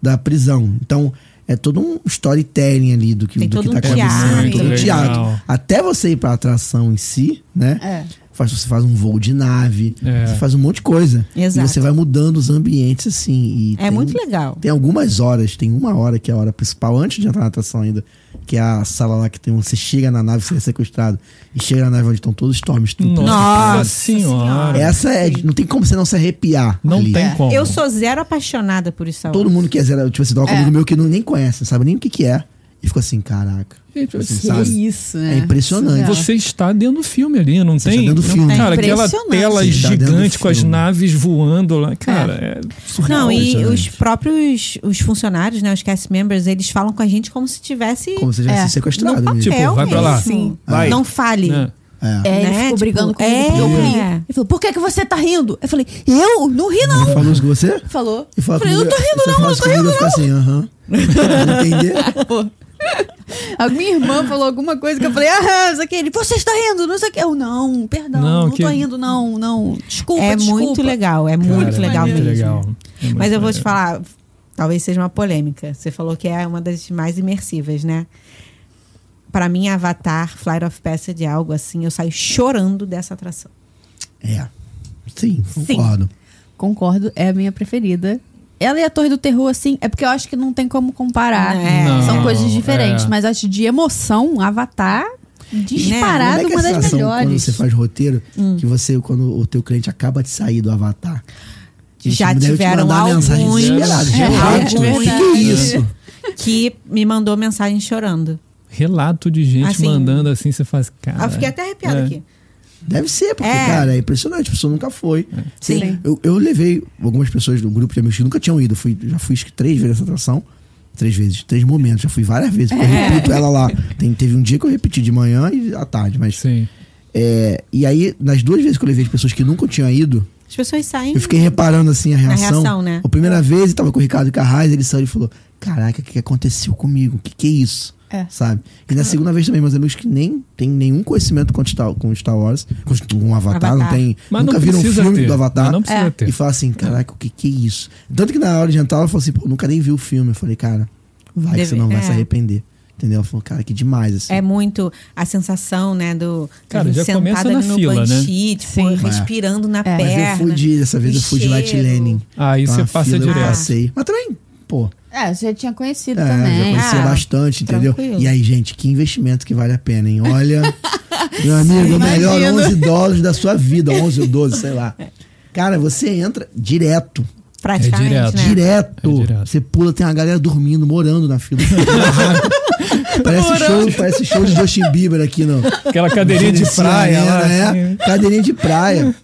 S2: da prisão. Então. É todo um storytelling ali do que,
S4: Tem
S2: do que
S4: todo
S2: tá
S4: um
S2: acontecendo.
S4: teatro.
S2: Todo um
S3: É Legal.
S2: teatro. Até você ir pra atração em si, né?
S1: É.
S2: Faz, você faz um voo de nave,
S3: É.
S2: você faz um monte de coisa.
S4: Exato.
S2: E você vai mudando os ambientes, assim. E
S4: É muito legal.
S2: Tem algumas horas, tem uma hora que é a hora principal, antes de entrar na atração ainda, que é a sala lá que tem um. Você chega na nave, você é sequestrado, e chega na nave onde estão todos os
S3: Nossa,
S2: Stormtroopers.
S4: Nossa
S3: senhora.
S2: Essa é. de- Não tem como você não se arrepiar.
S3: Não
S2: ali.
S3: tem como.
S4: Eu sou zero apaixonada por isso.
S2: Todo mundo quer zerar. Tipo assim, dá um
S1: É.
S2: amigo meu que não, nem conhece, não sabe nem o que, que é. E ficou assim, caraca.
S3: Gente,
S2: Assim,
S3: você-
S2: sabe?
S1: Isso,
S5: né?
S2: É impressionante.
S3: Você está dentro do filme ali, não
S2: Você
S3: tem?
S2: está dentro do
S3: Não-
S2: filme.
S4: É
S3: Cara, aquela
S1: Impressionante.
S3: tela
S2: Você está dentro do
S3: gigante com as
S2: filme.
S3: naves voando lá. Cara, é, surreal. né?
S4: Não, e
S2: Realmente,
S4: os
S2: gente.
S4: próprios os funcionários, né, os cast members, eles falam com a gente como se tivesse
S2: Como você já
S1: É.
S2: se né? sequestrado
S4: no papel
S2: mesmo.
S3: Tipo, vai pra lá.
S4: mesmo.
S1: Sim.
S2: Vai.
S4: Não fale.
S3: né?
S2: É.
S1: É, ele
S4: Né?
S1: ficou
S4: Tipo,
S1: brigando comigo
S4: é.
S1: porque eu ri. Ele falou, por que, que você tá rindo? Eu falei, eu? Não ri não.
S2: Falou isso com você?
S1: Falou.
S2: E fala
S1: Eu falei, não tô rindo não, não tô rindo
S2: não. assim, aham. Não Entender?
S1: A minha irmã falou alguma coisa que eu falei, ah, isso aqui. Ele, você está rindo, não sei o que. Eu, não, perdão,
S3: Não,
S1: não,
S3: que-
S1: tô rindo, não, não. Desculpa,
S4: É
S1: desculpa.
S4: muito legal, é muito
S3: Cara,
S4: legal
S3: muito
S4: mesmo.
S3: legal. É muito
S4: Mas eu vou te
S3: maneiro.
S4: falar, talvez seja uma polêmica. Você falou que é uma das mais imersivas, né? Pra mim, Avatar, Flight of Passage é algo assim, eu saio chorando dessa atração.
S2: É. Sim, concordo.
S1: Concordo, é a minha preferida. Ela e a Torre do Terror, assim, é porque eu acho que não tem como comparar.
S4: É.
S3: Não,
S1: São coisas diferentes,
S3: é.
S1: mas acho de emoção, Avatar, Né, disparado,
S2: Como é que é
S1: uma
S2: a
S1: das
S2: sensação quando
S1: melhores.
S2: você faz roteiro, que você, quando o teu cliente acaba de sair do avatar, que
S4: Já
S2: te- deve
S4: tiveram
S2: te mandar
S4: alguns. né?"
S2: mensagem desesperada. tipo,
S3: É,
S2: Gente, o que que é
S1: alguns.
S2: isso?
S4: Que me mandou mensagem chorando.
S3: Relato de gente
S1: Ah,
S4: Assim,
S3: mandando assim, você faz, cara.
S2: Ah,
S4: eu fiquei até arrepiada
S3: é.
S4: aqui.
S2: Deve ser, porque,
S4: É.
S2: cara, é impressionante. A pessoa nunca foi.
S4: Sim.
S2: Tem- Eu, eu levei algumas pessoas do grupo de amigos que nunca tinham ido. Eu Fui, já fui acho que três vezes essa atração. Três vezes, três momentos. Já fui várias vezes. porque Eu repito ela lá. Tem, teve um dia que eu repeti de manhã e à tarde, mas.
S3: Sim.
S2: É, e aí, nas duas vezes que eu levei de pessoas que nunca tinham ido,
S4: As pessoas saem.
S2: eu fiquei reparando assim a reação.
S4: reação, né?
S2: A primeira vez eu tava com o Ricardo Carraz, ele saiu e falou: Caraca, o que, que aconteceu comigo? O que, que é isso?
S1: É.
S2: Sabe? E
S4: Ah.
S2: na segunda vez também, meus amigos que nem tem nenhum conhecimento com Star, com Star Wars, com, um Avatar, não
S4: Avatar.
S2: tem.
S3: Mas
S2: nunca
S3: não
S2: viram um
S3: precisa
S2: filme
S3: ter.
S2: do Avatar.
S3: Mas não precisa
S1: É.
S3: ter.
S2: E fala assim, caraca, o que que é isso? Tanto que na hora de entrar ela falou assim, pô, nunca nem vi o filme. Eu falei, cara, vai que
S4: Deve-
S2: você não vai
S4: é.
S2: se arrepender. Entendeu? Ela falou, cara, que demais, assim.
S4: É muito a sensação, né, do
S3: Cara,
S4: da gente
S3: já
S4: sentada
S3: começa na
S4: ali no
S3: fila, né?
S4: banshee, tipo,
S1: Sim.
S4: respirando na
S1: É.
S2: Mas
S4: perna.
S2: eu fui de, dessa vez
S4: o
S2: eu fui de Light
S4: né? cheiro.
S2: Lenin.
S3: Ah, Aí
S2: Então,
S3: você
S2: a
S3: passa
S2: fila eu
S3: direto.
S2: passei. Mas também, pô,
S1: É, você já tinha conhecido
S2: é, já
S1: também.
S2: conhecia
S4: Ah,
S2: bastante, entendeu?
S4: tranquilo.
S2: E aí, gente, que investimento que vale a pena, hein? Olha, meu amigo, o melhor
S1: Imagino.
S2: 11 dólares da sua vida, 11 ou 12, sei lá. Cara, você entra direto.
S4: Praticamente,
S3: direto.
S4: né?
S2: é Direto.
S3: É direto.
S2: Você pula, tem uma galera dormindo, morando na fila. parece, show, parece show de Justin Bieber aqui, não.
S3: Aquela cadeirinha de praia lá.
S2: né?
S3: assim.
S2: Cadeirinha de praia.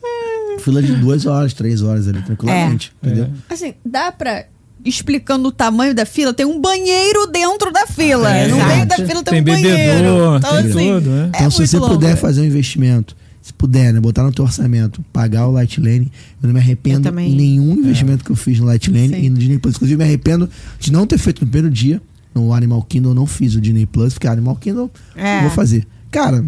S2: Fila de duas horas, três horas ali, tranquilamente.
S3: É.
S2: Entendeu?
S1: Assim, dá pra. Explicando o tamanho da fila, tem um banheiro dentro da fila.
S3: É,
S1: no
S3: exato.
S1: meio da fila tem,
S3: Tem
S1: um
S3: bebedouro,
S1: banheiro. Então,
S3: tem
S1: assim,
S3: tudo, né?
S1: é
S2: Então, se
S1: muito
S2: você
S1: longo.
S2: puder fazer um investimento, se puder, né, botar no teu orçamento, pagar o Light Lane, eu não me
S4: Eu
S2: arrependo
S4: também. é.
S2: em nenhum investimento que eu fiz no Light Lane
S1: Sim.
S2: e no Disney Plus. Inclusive, me arrependo de não ter feito no primeiro dia. No Animal Kingdom eu não fiz o Disney Plus, porque Animal Kingdom
S4: É.
S2: eu vou fazer. Cara,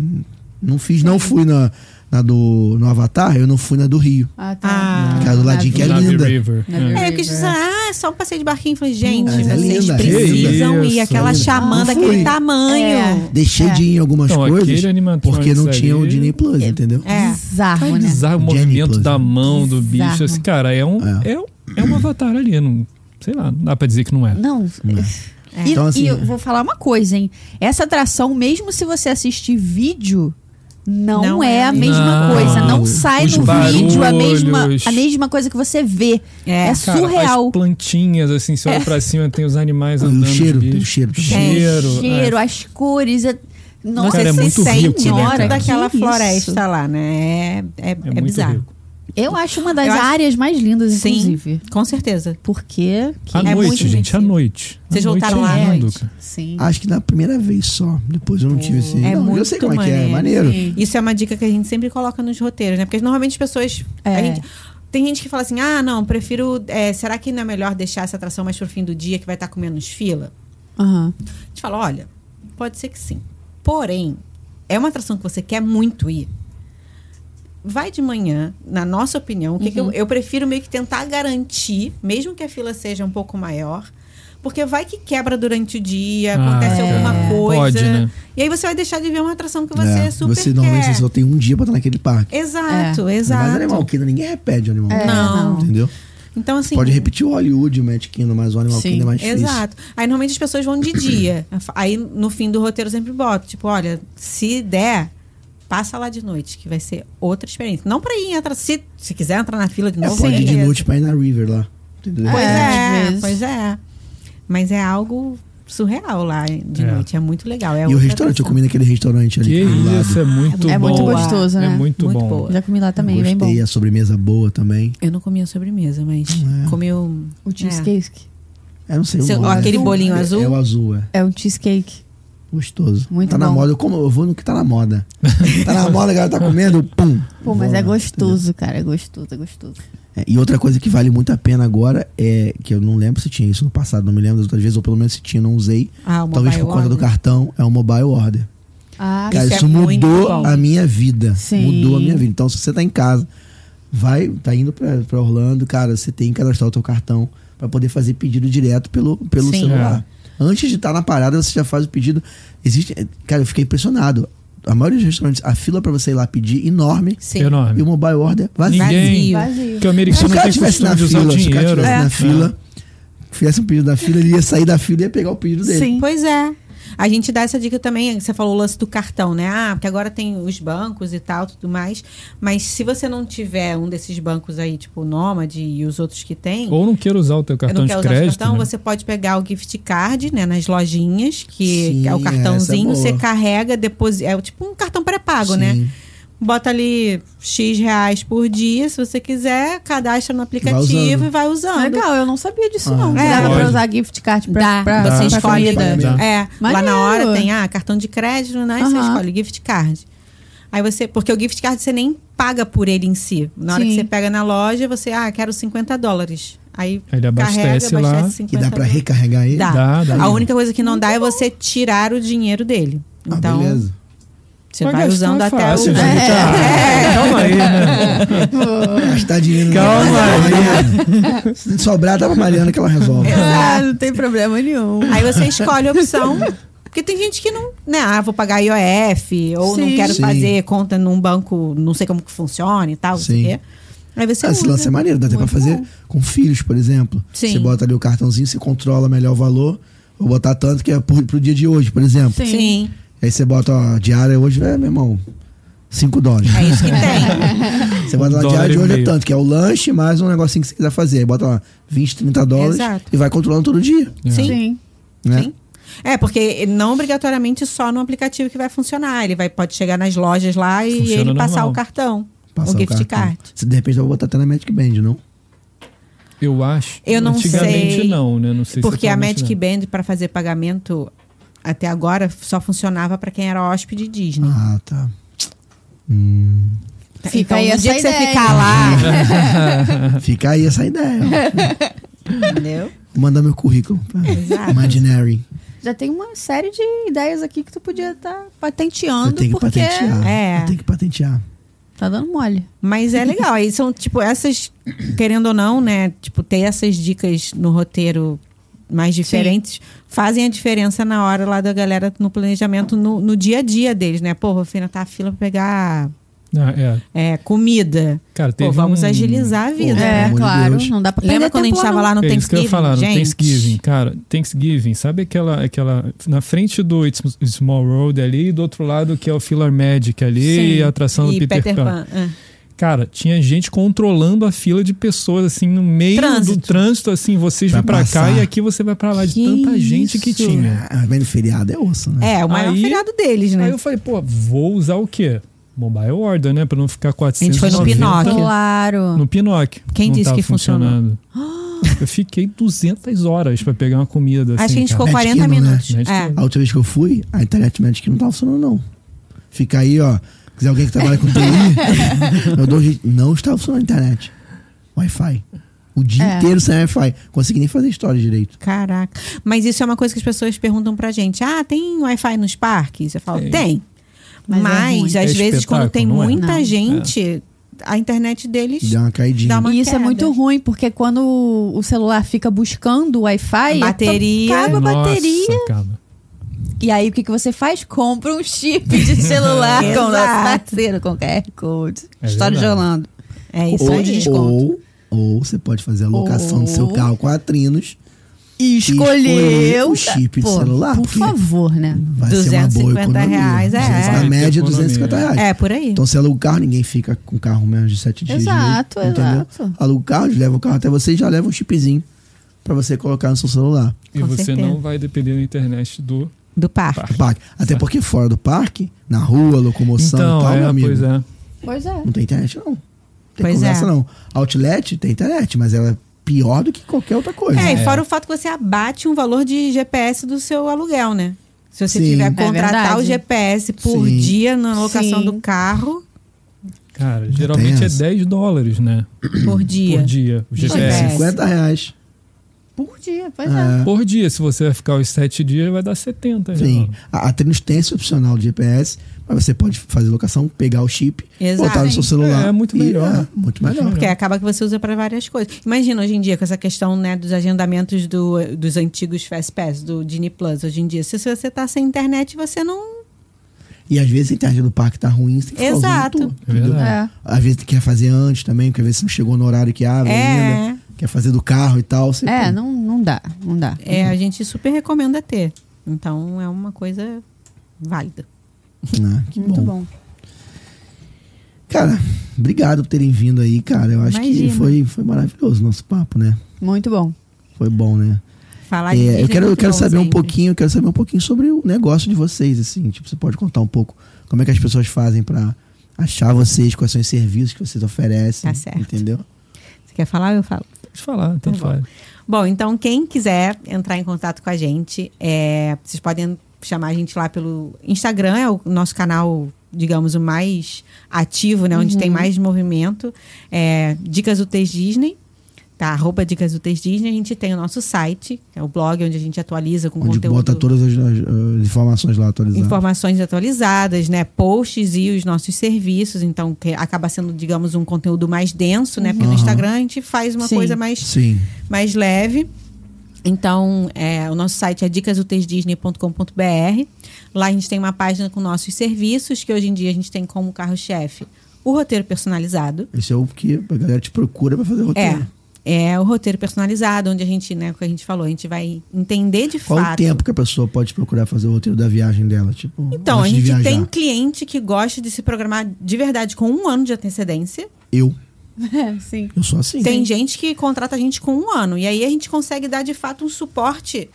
S2: não fiz, não fui na, na do no Avatar, eu não fui na do Rio.
S1: Ah, tá.
S4: Ah.
S2: Que é a do ladinho que é
S3: Nave
S2: linda.
S3: River.
S1: Nave
S3: É.
S1: River.
S4: É, eu quis dizer, ah, é só um passeio de barquinho. Eu Falei, gente,
S2: Mas é
S4: vocês
S2: linda,
S4: precisam
S3: é
S4: ir.
S3: linda.
S4: Aquela
S2: Isso, é linda.
S4: chamã
S2: Não
S4: daquele
S2: fui.
S1: É.
S4: tamanho.
S2: Deixei de ir em algumas
S3: Então,
S2: coisas
S3: aquele animatronics
S2: porque não tinha o
S3: ali-
S2: Disney Plus, entendeu?
S4: É. É.
S2: Tá
S1: Bizarro,
S3: Cara, é
S1: né?
S3: bizarro o
S2: Jenny
S3: movimento
S2: Plus,
S3: da
S2: né?
S3: mão do
S1: Bizarro.
S3: bicho. Assim, cara, é um, é. um, é um avatar ali. Não, sei lá, não dá pra dizer que não é.
S1: Não. E,
S4: É.
S2: Né. Então, assim,
S1: e eu vou falar uma coisa, hein? Essa atração, mesmo se você assistir vídeo, Não,
S4: Não
S1: é
S4: é.
S1: a mesma
S3: Não.
S1: coisa. Não sai
S3: Os
S1: no vídeo a mesma,
S3: barulhos.
S1: a mesma coisa que você vê. É,
S4: É.
S3: Cara,
S1: surreal. É.
S3: As plantinhas, assim, você olha pra cima, tem os animais
S2: E o
S3: andando. os
S2: cheiro, tem o
S3: bichos.
S2: cheiro.
S3: Cheiro. é.
S1: O É, cheiro, é as cores. é- Nossa,
S3: Cara, é
S1: você
S3: muito
S1: sente
S3: rico, né,
S1: na
S3: cara?
S1: hora
S3: Que
S4: daquela
S1: que isso.
S4: floresta lá, né? É, é,
S3: É,
S4: é
S3: muito
S4: bizarro.
S3: rico.
S1: Eu acho uma das
S4: Eu acho-
S1: áreas mais lindas,
S4: Sim.
S1: inclusive.
S4: Com certeza.
S1: Porque.
S3: À
S4: É muito
S3: noite, gente, à
S4: sensível.
S3: noite. À
S4: Vocês
S3: noite
S4: voltaram
S3: é
S4: lá à
S3: lindo,
S4: noite?
S3: cara.
S1: Sim.
S2: Acho que na primeira vez só. Depois eu não tive esse.
S4: É
S2: não, eu
S4: muito
S2: sei como é que é, é
S4: maneiro.
S2: maneiro.
S1: Sim.
S4: Isso é uma dica que a gente sempre coloca nos roteiros, né? Porque normalmente as pessoas. a
S1: É.
S4: gente- tem gente que fala assim: ah, não, prefiro. é, será que não é melhor deixar essa atração mais pro fim do dia, que vai estar com menos fila?
S1: Aham.
S4: A gente fala: olha, pode ser que sim. Porém, é uma atração que você quer muito ir. Vai de manhã, na nossa opinião, o que que eu, eu prefiro meio que tentar garantir, mesmo que a fila seja um pouco maior, porque vai que quebra durante o
S3: Ah,
S4: dia, É, acontece
S2: é.
S3: cara,
S4: alguma coisa.
S3: Pode, né?
S4: E aí você vai deixar de ver uma atração que Tipo, você
S2: É,
S4: super
S2: você
S4: quer.
S2: normalmente você só tem um dia pra estar naquele parque.
S4: Exato,
S2: Mas é
S4: exato. É.
S2: Animal Kingdom, ninguém repete o Animal Kingdom.
S4: Não.
S2: Entendeu?
S4: Então, assim.
S2: Pode repetir o Hollywood, o Magic Kingdom, mas o Animal
S1: Sim,
S2: Kingdom é mais difícil.
S4: Exato. Aí normalmente as pessoas vão de dia. [CLEARS THROAT] Aí no fim do roteiro eu sempre boto, tipo, olha, se der, passa lá de noite, que vai ser outra experiência. Não pra ir em atração. Se, se quiser entrar na fila de
S2: É,
S4: novo,
S2: pode ir de
S4: beleza.
S2: noite pra ir na River lá. Entendeu?
S4: Pois
S1: às
S4: é,
S1: vezes.
S4: pois é. Mas é algo surreal lá de
S3: É.
S4: noite. É muito legal. É
S2: E o
S4: outra
S2: restaurante, eu
S4: atração.
S2: comi naquele restaurante ali
S3: Que
S2: que tem do lado.
S3: isso, é muito bom.
S1: É muito
S4: Boa.
S1: gostoso,
S3: É
S1: né?
S3: muito,
S4: Muito
S3: bom.
S4: boa.
S1: Já comi lá também,
S2: Gostei,
S1: bem bom.
S2: a sobremesa boa também.
S4: Eu não comi a sobremesa, mas comi o.
S1: O cheesecake.
S2: É, não sei o
S4: Seu-
S2: nome,
S4: aquele
S2: né?
S4: bolinho
S2: É-
S4: azul?
S2: É o azul, é.
S1: É. um cheesecake.
S2: Gostoso.
S1: Muito
S2: tá na
S1: bom.
S2: moda, eu, como, eu vou no que tá na moda. tá na moda, a galera tá comendo, eu pum.
S1: Pô,
S2: Vou
S1: mas é
S2: lá,
S1: gostoso, cara. É gostoso, é gostoso.
S2: É, e outra coisa que vale muito a pena agora é que eu não lembro se tinha isso no passado, não me lembro das outras vezes, ou pelo menos se tinha, não usei.
S4: Ah, o
S2: Talvez
S4: mobile
S2: por conta do
S4: order.
S2: cartão, é o mobile order.
S1: Ah,
S2: Cara,
S4: isso
S2: isso,
S4: é muito
S2: mudou
S4: bom.
S2: a minha vida.
S1: Sim.
S2: Mudou a minha vida. Então, se você tá em casa, vai, tá indo pra, pra Orlando, cara, você tem que cadastrar o teu cartão pra poder fazer pedido direto pelo, pelo
S4: Sim.
S2: celular. Antes de estar na parada, você já faz o pedido. Existe. Cara, eu fiquei impressionado. A maioria dos restaurantes, a fila pra você ir lá pedir, enorme.
S4: Sim.
S2: E
S3: É Enorme.
S2: o mobile order vazio.
S3: Ninguém.
S1: Vazio.
S3: Que o
S2: Se
S3: americano
S2: o
S3: não
S2: cara
S3: tem
S2: estivesse
S3: costume
S2: na
S3: de usar o
S2: fila, se o cara
S3: dinheiro.
S2: estivesse
S3: É.
S2: na fila, fizesse um pedido na fila, ele ia sair da fila e ia pegar o pedido dele.
S1: Sim.
S4: Pois é. A gente dá essa dica também, você falou o lance do cartão, né? Ah, porque agora tem os bancos e tal, tudo mais. Mas se você não tiver um desses bancos aí, tipo o Nômade e os outros que tem,
S3: É. Ou não queira usar o teu cartão
S4: não
S3: de
S4: quer usar
S3: crédito.
S4: o cartão,
S3: né?
S4: você pode pegar o gift card, né? Nas lojinhas, que,
S2: Sim,
S4: que é o
S2: essa é
S4: cartãozinho,
S2: boa.
S4: você carrega, depois é tipo um cartão pré-pago,
S2: Sim.
S4: né? Bota ali X reais por dia, se você quiser, cadastra no aplicativo
S2: usando.
S4: e vai usando.
S1: Legal, eu não sabia disso,
S2: Ah,
S1: não.
S4: é.
S1: Dava pra
S3: Pode.
S1: usar gift card pra,
S4: Dá.
S1: pra,
S3: Dá.
S1: pra
S4: você escolhe.
S1: comida.
S3: Dá.
S4: É, lá
S1: Maneiro.
S4: na hora tem ah, cartão de crédito, né? Aí você
S1: Aham.
S4: escolhe gift card. Aí você, porque o gift card você nem paga por ele em si. Na hora
S1: Sim.
S4: que você pega na loja, você, ah, quero 50 dólares. Aí
S3: Ele abastece
S4: carrega,
S3: lá.
S4: abastece
S2: E
S4: 50
S2: dá pra
S4: dólares.
S2: recarregar ele?
S4: Dá.
S3: Dá, dá.
S4: tá. A única coisa que não dá é você tirar o dinheiro dele.
S2: Ah,
S4: Então,
S2: beleza. né?
S4: você
S3: Mas
S4: vai
S3: gastar
S4: usando
S3: é
S4: até
S3: fácil,
S4: o. né? É.
S3: gente. Ah, Calma aí, né?
S2: Gastar dinheiro.
S3: Calma
S2: aí. [LAUGHS] Se sobrar, dá pra Mariana que ela resolve.
S1: Ah, não tem problema nenhum.
S4: Aí você escolhe a opção. Porque tem gente que não, né? Ah, vou pagar IOF, ou
S1: Sim.
S4: não quero
S2: Sim.
S4: fazer conta num banco, não sei como que funciona e tal, não sei o
S2: Sim.
S4: quê. Aí você
S2: Ah, Esse
S4: usa.
S2: lance é maneiro, dá até pra
S4: Muito
S2: fazer
S4: bom.
S2: com filhos, por exemplo.
S4: Sim.
S2: Você bota ali o cartãozinho, você controla melhor o valor. Vou botar tanto que é pro, pro dia de hoje, por exemplo.
S1: Sim.
S4: Sim.
S2: Aí você bota, ó, diária hoje, é, meu irmão, 5 dólares.
S4: É isso
S1: [LAUGHS]
S4: que tem.
S2: Você bota
S3: Um
S2: lá,
S3: dólar
S2: diária
S3: e
S2: de hoje é
S3: meio.
S2: tanto, que é o lanche mais um negocinho que você quiser fazer. Aí bota lá 20, 30 dólares
S4: Exato.
S2: e vai controlando todo dia.
S4: [LAUGHS] Sim.
S3: É.
S1: Sim.
S2: Né?
S4: Sim. É, porque não obrigatoriamente só no aplicativo que vai funcionar. Ele vai, pode chegar nas lojas lá e
S3: Funciona
S4: ele passar
S3: normal.
S4: o cartão.
S2: Passar
S4: o Um gift
S2: cartão.
S4: card.
S2: Se de repente eu vou botar até na Magic Band, não?
S3: Eu acho.
S4: Eu não
S3: Antigamente
S4: sei.
S3: não, né? Não sei se
S4: Porque a
S3: atualmente
S4: Magic
S3: não.
S2: né?
S4: Band, para fazer pagamento, até agora, só funcionava para quem era hóspede Disney.
S2: Ah, tá. Hum.
S1: Fica
S4: então,
S1: aí
S4: no
S1: essa
S4: dia que
S1: ideia,
S4: você ficar lá,
S2: [LAUGHS] Fica aí essa ideia.
S4: [LAUGHS]
S2: ó.
S4: entendeu?
S2: Vou mandar meu currículo.
S4: Exato.
S2: Imaginary.
S1: Já tem uma série de ideias aqui que tu podia
S5: tá
S1: estar patenteando,
S2: Eu tenho que
S1: porque
S2: patentear.
S4: É.
S2: Eu tenho que patentear.
S1: tá dando mole.
S4: Mas é legal. Aí são, tipo, essas, querendo ou não, né? Tipo, ter essas dicas no roteiro mais diferentes fazem a diferença na tá hora lá da galera no planejamento, no, no dia a dia deles, né? Pô, vou enfrentar a fila pra pegar
S3: Ah, é.
S4: é, comida.
S3: Cara, teve
S4: Pô, vamos
S3: um-
S4: agilizar a vida.
S2: É,
S5: É,
S2: amor de
S5: claro.
S2: Deus.
S5: Não dá pra perder
S4: Lembra quando a
S5: tempo
S4: gente tava
S5: não.
S4: lá no
S3: é isso que eu
S4: Thanksgiving?
S3: ia falar, no
S4: gente?
S3: Thanksgiving, cara, Thanksgiving, sabe aquela, aquela, na frente do It's Small World ali, e do outro lado que é o Filler Magic ali,
S4: Sim.
S3: e a atração do
S4: E
S3: Peter, Pan.
S4: é.
S3: Cara, tinha gente controlando a fila de pessoas, assim, no meio
S4: Trânsito.
S3: do trânsito, assim, vocês
S2: Vai
S3: vêm pra cá
S2: passar.
S3: e aqui você vai pra lá, de
S4: Que
S3: tanta gente que
S4: isso?
S3: tinha.
S2: Ah, vem no feriado é osso, né?
S4: É, o maior
S3: Aí-
S4: feriado deles, né?
S3: Aí eu falei, pô, vou usar o quê? Mobile Order, né? Pra não ficar 400
S4: foi no Pinóquio.
S5: Claro.
S3: No Pinóquio.
S4: Quem
S3: Não
S4: disse
S3: tava
S4: que funcionou?
S3: funcionando.
S4: [GASPS]
S3: Eu fiquei 200 horas pra pegar uma comida, assim,
S4: Acho que a gente
S3: cara.
S4: ficou
S2: Magic
S4: 40
S2: Kingdom, né?
S4: minutos.
S3: Magic
S4: É.
S2: A última vez que eu fui, a internet Magic não tava funcionando, não. Fica aí, ó. Quiser alguém que trabalha com TI, [LAUGHS] eu dou um jeito. Não estava funcionando a internet. Wi-Fi. O dia
S5: É.
S2: inteiro sem Wi-Fi. Consegui nem fazer história direito.
S4: Caraca. Mas isso é uma coisa que as pessoas perguntam pra gente. Ah, tem Wi-Fi nos parques? Eu falo,
S3: Tem.
S4: tem.
S5: Mas
S4: Mas,
S5: é ruim.
S3: É
S4: às vezes, quando tem
S3: espetáculo, não é?
S4: muita
S5: Não.
S4: gente, a internet deles
S2: Deu uma caidinha.
S4: dá uma
S5: E isso é
S4: queda.
S5: muito ruim, porque quando o celular fica buscando o Wi-Fi,
S4: Bateria.
S5: acaba a bateria.
S3: É, Nossa, cara.
S5: E aí o que, que você faz? Compra um chip
S4: [LAUGHS]
S5: de celular com o nosso
S4: Exato.
S5: parceiro, com QR Code.
S3: É
S5: História de
S3: verdade.
S5: Orlando.
S4: É isso
S2: Ou,
S5: Sai de
S4: aí.
S5: desconto.
S2: ou, ou você pode fazer a locação do seu
S5: Ou-
S2: carro com a Trinos.
S5: E
S2: escolher
S5: escolheu.
S2: o chip de
S5: Pô,
S2: celular,
S5: Por
S2: porque-
S5: favor, né?
S2: Vai ser uma boa
S4: 250
S2: economia.
S4: reais, é.
S2: Na média,
S3: Economia.
S2: 250 reais.
S4: É, por aí.
S2: Então você aluga o carro, ninguém fica com o carro menos de 7 dias.
S5: Exato,
S2: direito, entendeu?
S5: exato.
S2: Aluga o carro, leva o carro até você e já leva um chipzinho pra você colocar no seu celular.
S3: E
S4: Com
S3: você
S4: certeza.
S3: não vai depender da internet do.
S4: Do parque.
S2: do Parque. Até porque fora do parque, na rua, locomoção e tal,
S3: então,
S2: meu
S3: é,
S2: amigo.
S3: pois é.
S5: Pois é.
S2: Não tem internet, não. Não Tem
S4: Pois
S2: conversa,
S4: é.
S2: não. Outlet tem internet, mas ela é pior do que qualquer outra coisa.
S4: É, e fora o fato que você abate um valor de GPS do seu aluguel, né? Se você
S2: Sim.
S4: tiver
S2: É
S4: que contratar
S5: verdade.
S4: o GPS por
S2: Sim.
S4: dia na locação
S5: Sim.
S4: do carro,
S3: Cara, geralmente é
S2: essa.
S3: 10 dólares, né?
S4: por dia. é.
S3: Por dia. O
S4: GPS.
S3: GPS.
S2: 50 reais.
S5: Por dia, pois é.
S2: É.
S3: Por dia. Se você vai ficar os 7 dias, vai dar 70.
S2: Sim.
S3: já.
S2: A, a Trinos tem esse opcional de GPS, mas você pode fazer locação, pegar o chip,
S4: Exato.
S2: botar no seu celular.
S3: É, é muito
S2: e-
S3: melhor.
S2: é, muito melhor.
S4: Porque acaba que você usa para várias coisas. Imagina hoje em dia com essa questão né, dos agendamentos do- dos antigos Fast Pass, do Disney Plus, hoje em dia. Se se você tá sem internet, você não.
S2: E às vezes a internet do parque tá ruim, você tem que ficar usando
S4: Exato.
S2: tudo,
S3: É
S2: entendeu?
S3: verdade.
S2: Às vezes quer fazer antes também, quer ver se não chegou no horário que abre
S4: É.
S2: ainda. Quer fazer do carro e tal. Você,
S5: É,
S2: pô,
S5: não, não dá, não dá.
S4: É,
S2: Uhum.
S4: a gente super recomenda ter. Então é uma coisa válida.
S2: né? Que bom. Cara, obrigado por terem vindo aí, cara. Eu acho
S4: Imagina.
S2: que foi, foi maravilhoso o nosso papo, né?
S5: Muito bom.
S2: Foi bom, né?
S4: Falar de
S2: É, eu
S4: Disney
S2: quero,
S4: é
S2: eu
S4: muito
S2: quero
S4: bom
S2: saber um
S4: sempre.
S2: pouquinho, eu quero saber um pouquinho sobre o negócio de vocês, assim. Tipo, você pode contar um pouco como é que as pessoas fazem pra achar vocês, quais são os serviços que vocês oferecem.
S4: Tá certo.
S2: Entendeu?
S4: Você quer falar? Eu falo.
S3: Pode falar, tanto
S4: Tá bom.
S3: faz.
S4: Bom, então quem quiser entrar em contato com a gente, é, vocês podem chamar a gente lá pelo Instagram, é o nosso canal, digamos, o mais ativo, né? Onde tem mais movimento. É, Dicas Úteis Disney. Tá, arroba Dicas Úteis Disney. A gente tem o nosso site, que é o blog onde a gente atualiza com
S2: Onde
S4: conteúdo
S2: bota todas as, as- as informações lá atualizadas.
S4: informações atualizadas, né? Posts e os nossos serviços. Então, que acaba sendo, digamos, um conteúdo mais denso, né? Porque no
S2: Uhum.
S4: Instagram a gente faz uma
S5: Sim.
S4: coisa mais,
S2: Sim.
S4: mais leve. Então, é, o nosso site é dicasutesdisney.com.br. Lá a gente tem uma página com nossos serviços, que hoje em dia a gente tem como carro-chefe o roteiro personalizado.
S2: Esse é o que a galera te procura pra fazer roteiro.
S4: É. É o roteiro personalizado, onde a gente, né, o que a gente falou, a gente vai entender de
S2: Qual
S4: fato.
S2: o tempo que a pessoa pode procurar fazer o roteiro da viagem dela? Tipo,
S4: Então, a
S2: antes de
S4: gente
S2: viajar.
S4: tem cliente que gosta de se programar de verdade com um ano de antecedência.
S2: Eu,
S5: É, sim.
S2: eu sou assim.
S4: Tem gente que contrata a gente com um ano. E aí a gente consegue dar, de fato, um suporte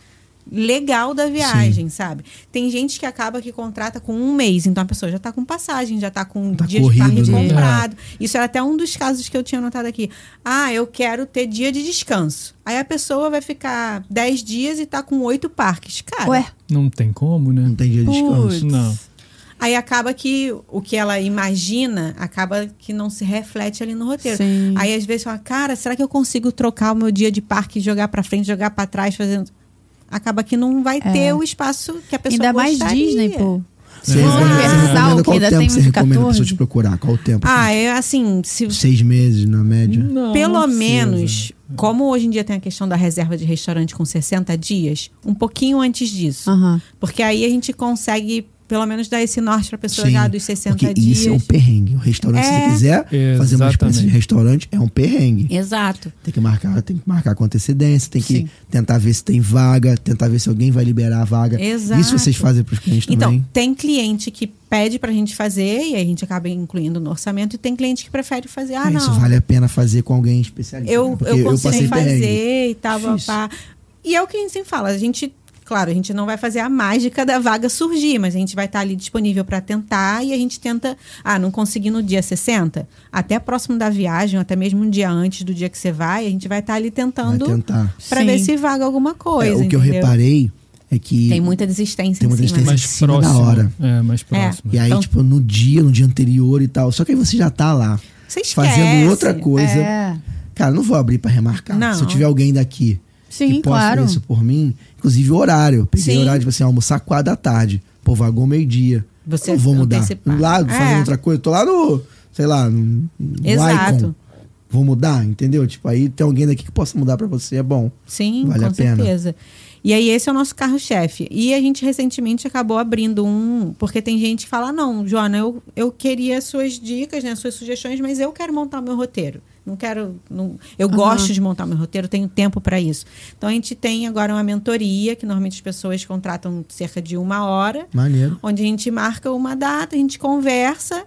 S4: legal da viagem, sabe? Tem gente que acaba que contrata com um mês. Então a pessoa já tá com passagem, já tá com
S2: Tá
S4: dia
S2: corrido,
S4: de
S2: né?
S4: carro comprado. Isso era até um dos casos que eu tinha anotado aqui. Ah, eu quero ter dia de descanso. Aí a pessoa vai ficar 10 dias e tá com oito parques. Cara,
S5: Ué,
S3: Não tem como, né?
S2: Não tem dia de descanso.
S5: Putz.
S3: Não.
S4: Aí acaba que o que ela imagina acaba que não se reflete ali no roteiro.
S5: Sim.
S4: Aí às vezes fala, cara, será que eu consigo trocar o meu dia de parque, jogar pra frente, jogar pra trás, fazendo. Acaba que não vai ter o espaço que a pessoa
S5: É. ainda mais
S4: gostaria.
S5: Disney, pô.
S2: Você,
S5: Vamos
S2: recomenda-
S5: conversar,
S2: você recomenda
S5: o que
S2: É. qual
S5: ainda
S2: tempo
S5: tem
S2: você
S5: uns
S2: recomenda a pessoa
S5: 14?
S2: te procurar? Qual o tempo?
S4: Ah, é assim, se
S2: Seis meses, na média.
S4: hum,
S3: Não,
S4: pelo
S3: não precisa.
S4: menos,
S2: Uhum.
S4: como hoje em dia tem a questão da reserva de restaurante com 60 dias, um pouquinho antes disso.
S5: Aham.
S4: Porque aí a gente consegue pelo menos dar esse norte pra pessoa
S2: Sim,
S4: já dos 60
S2: Porque
S4: dias.
S2: isso é um perrengue. O restaurante, se
S4: É.
S2: você quiser fazer uma experiência de
S3: Exatamente.
S2: restaurante, é um perrengue.
S4: Exato.
S2: Tem que marcar, tem que marcar com antecedência, tem que
S1: Sim.
S2: tentar ver se tem vaga, tentar ver se alguém vai liberar a vaga.
S4: Exato.
S2: Isso vocês fazem para os clientes
S4: Então,
S2: também.
S4: tem cliente que pede pra gente fazer e aí a gente acaba incluindo no orçamento e tem cliente que prefere fazer. Ah,
S2: Ah,
S4: não.
S2: Isso vale a pena fazer com alguém especialista. né?
S4: eu,
S2: Porque
S4: eu consegui
S2: passei perrengue.
S4: fazer e tal,
S2: Difícil.
S4: pá. E é o que a gente sempre fala, a gente, claro, a gente não vai fazer a mágica da vaga surgir, mas a gente vai estar ali disponível para tentar e a gente tenta, ah, não consegui no dia 60, até próximo da viagem, ou até mesmo um dia antes do dia que você vai, a gente vai estar ali
S2: Vai
S4: tentando
S2: tentar.
S4: para
S1: Sim.
S4: ver se vaga alguma coisa,
S2: É, o que eu
S4: entendeu?
S2: reparei é que.
S4: Tem muita desistência
S2: Tem
S4: em
S2: muita
S4: cima,
S2: desistência.
S4: né?
S2: em cima da
S3: mais próximo.
S2: hora.
S3: É, mais próximo.
S2: E aí,
S4: Então-
S2: tipo, no dia, no dia anterior e tal. Só que aí você já tá lá,
S4: Você esquece.
S2: fazendo outra coisa.
S1: É.
S2: Cara, eu não vou abrir pra remarcar.
S4: Não.
S2: Se eu tiver alguém daqui
S1: Sim,
S2: que possa
S1: claro.
S2: fazer isso por mim, inclusive o horário. Eu peguei
S4: Sim.
S2: o horário, tipo assim, almoçar quatro da tarde. Pô, vagão meio-dia.
S4: Você
S2: Eu não vou mudar.
S4: antecipar.
S2: Lá, fazendo
S4: É.
S2: outra coisa. Eu tô lá no, sei lá, no, no
S4: Exato.
S2: Icon. Vou mudar, entendeu? Tipo, aí tem alguém daqui que possa mudar pra você, é bom.
S4: Sim,
S2: Vale
S4: com
S2: a pena.
S4: certeza. E aí esse é o nosso carro-chefe. E a gente recentemente acabou abrindo um, porque tem gente que fala, não, Joana, eu, eu queria suas dicas, né, suas sugestões, mas eu quero montar o meu roteiro. Não quero, não, eu gosto de montar o meu roteiro, tenho tempo para isso. Então a gente tem agora uma mentoria que normalmente as pessoas contratam cerca de uma hora
S2: Maneiro.
S4: onde a gente marca uma data, a gente conversa.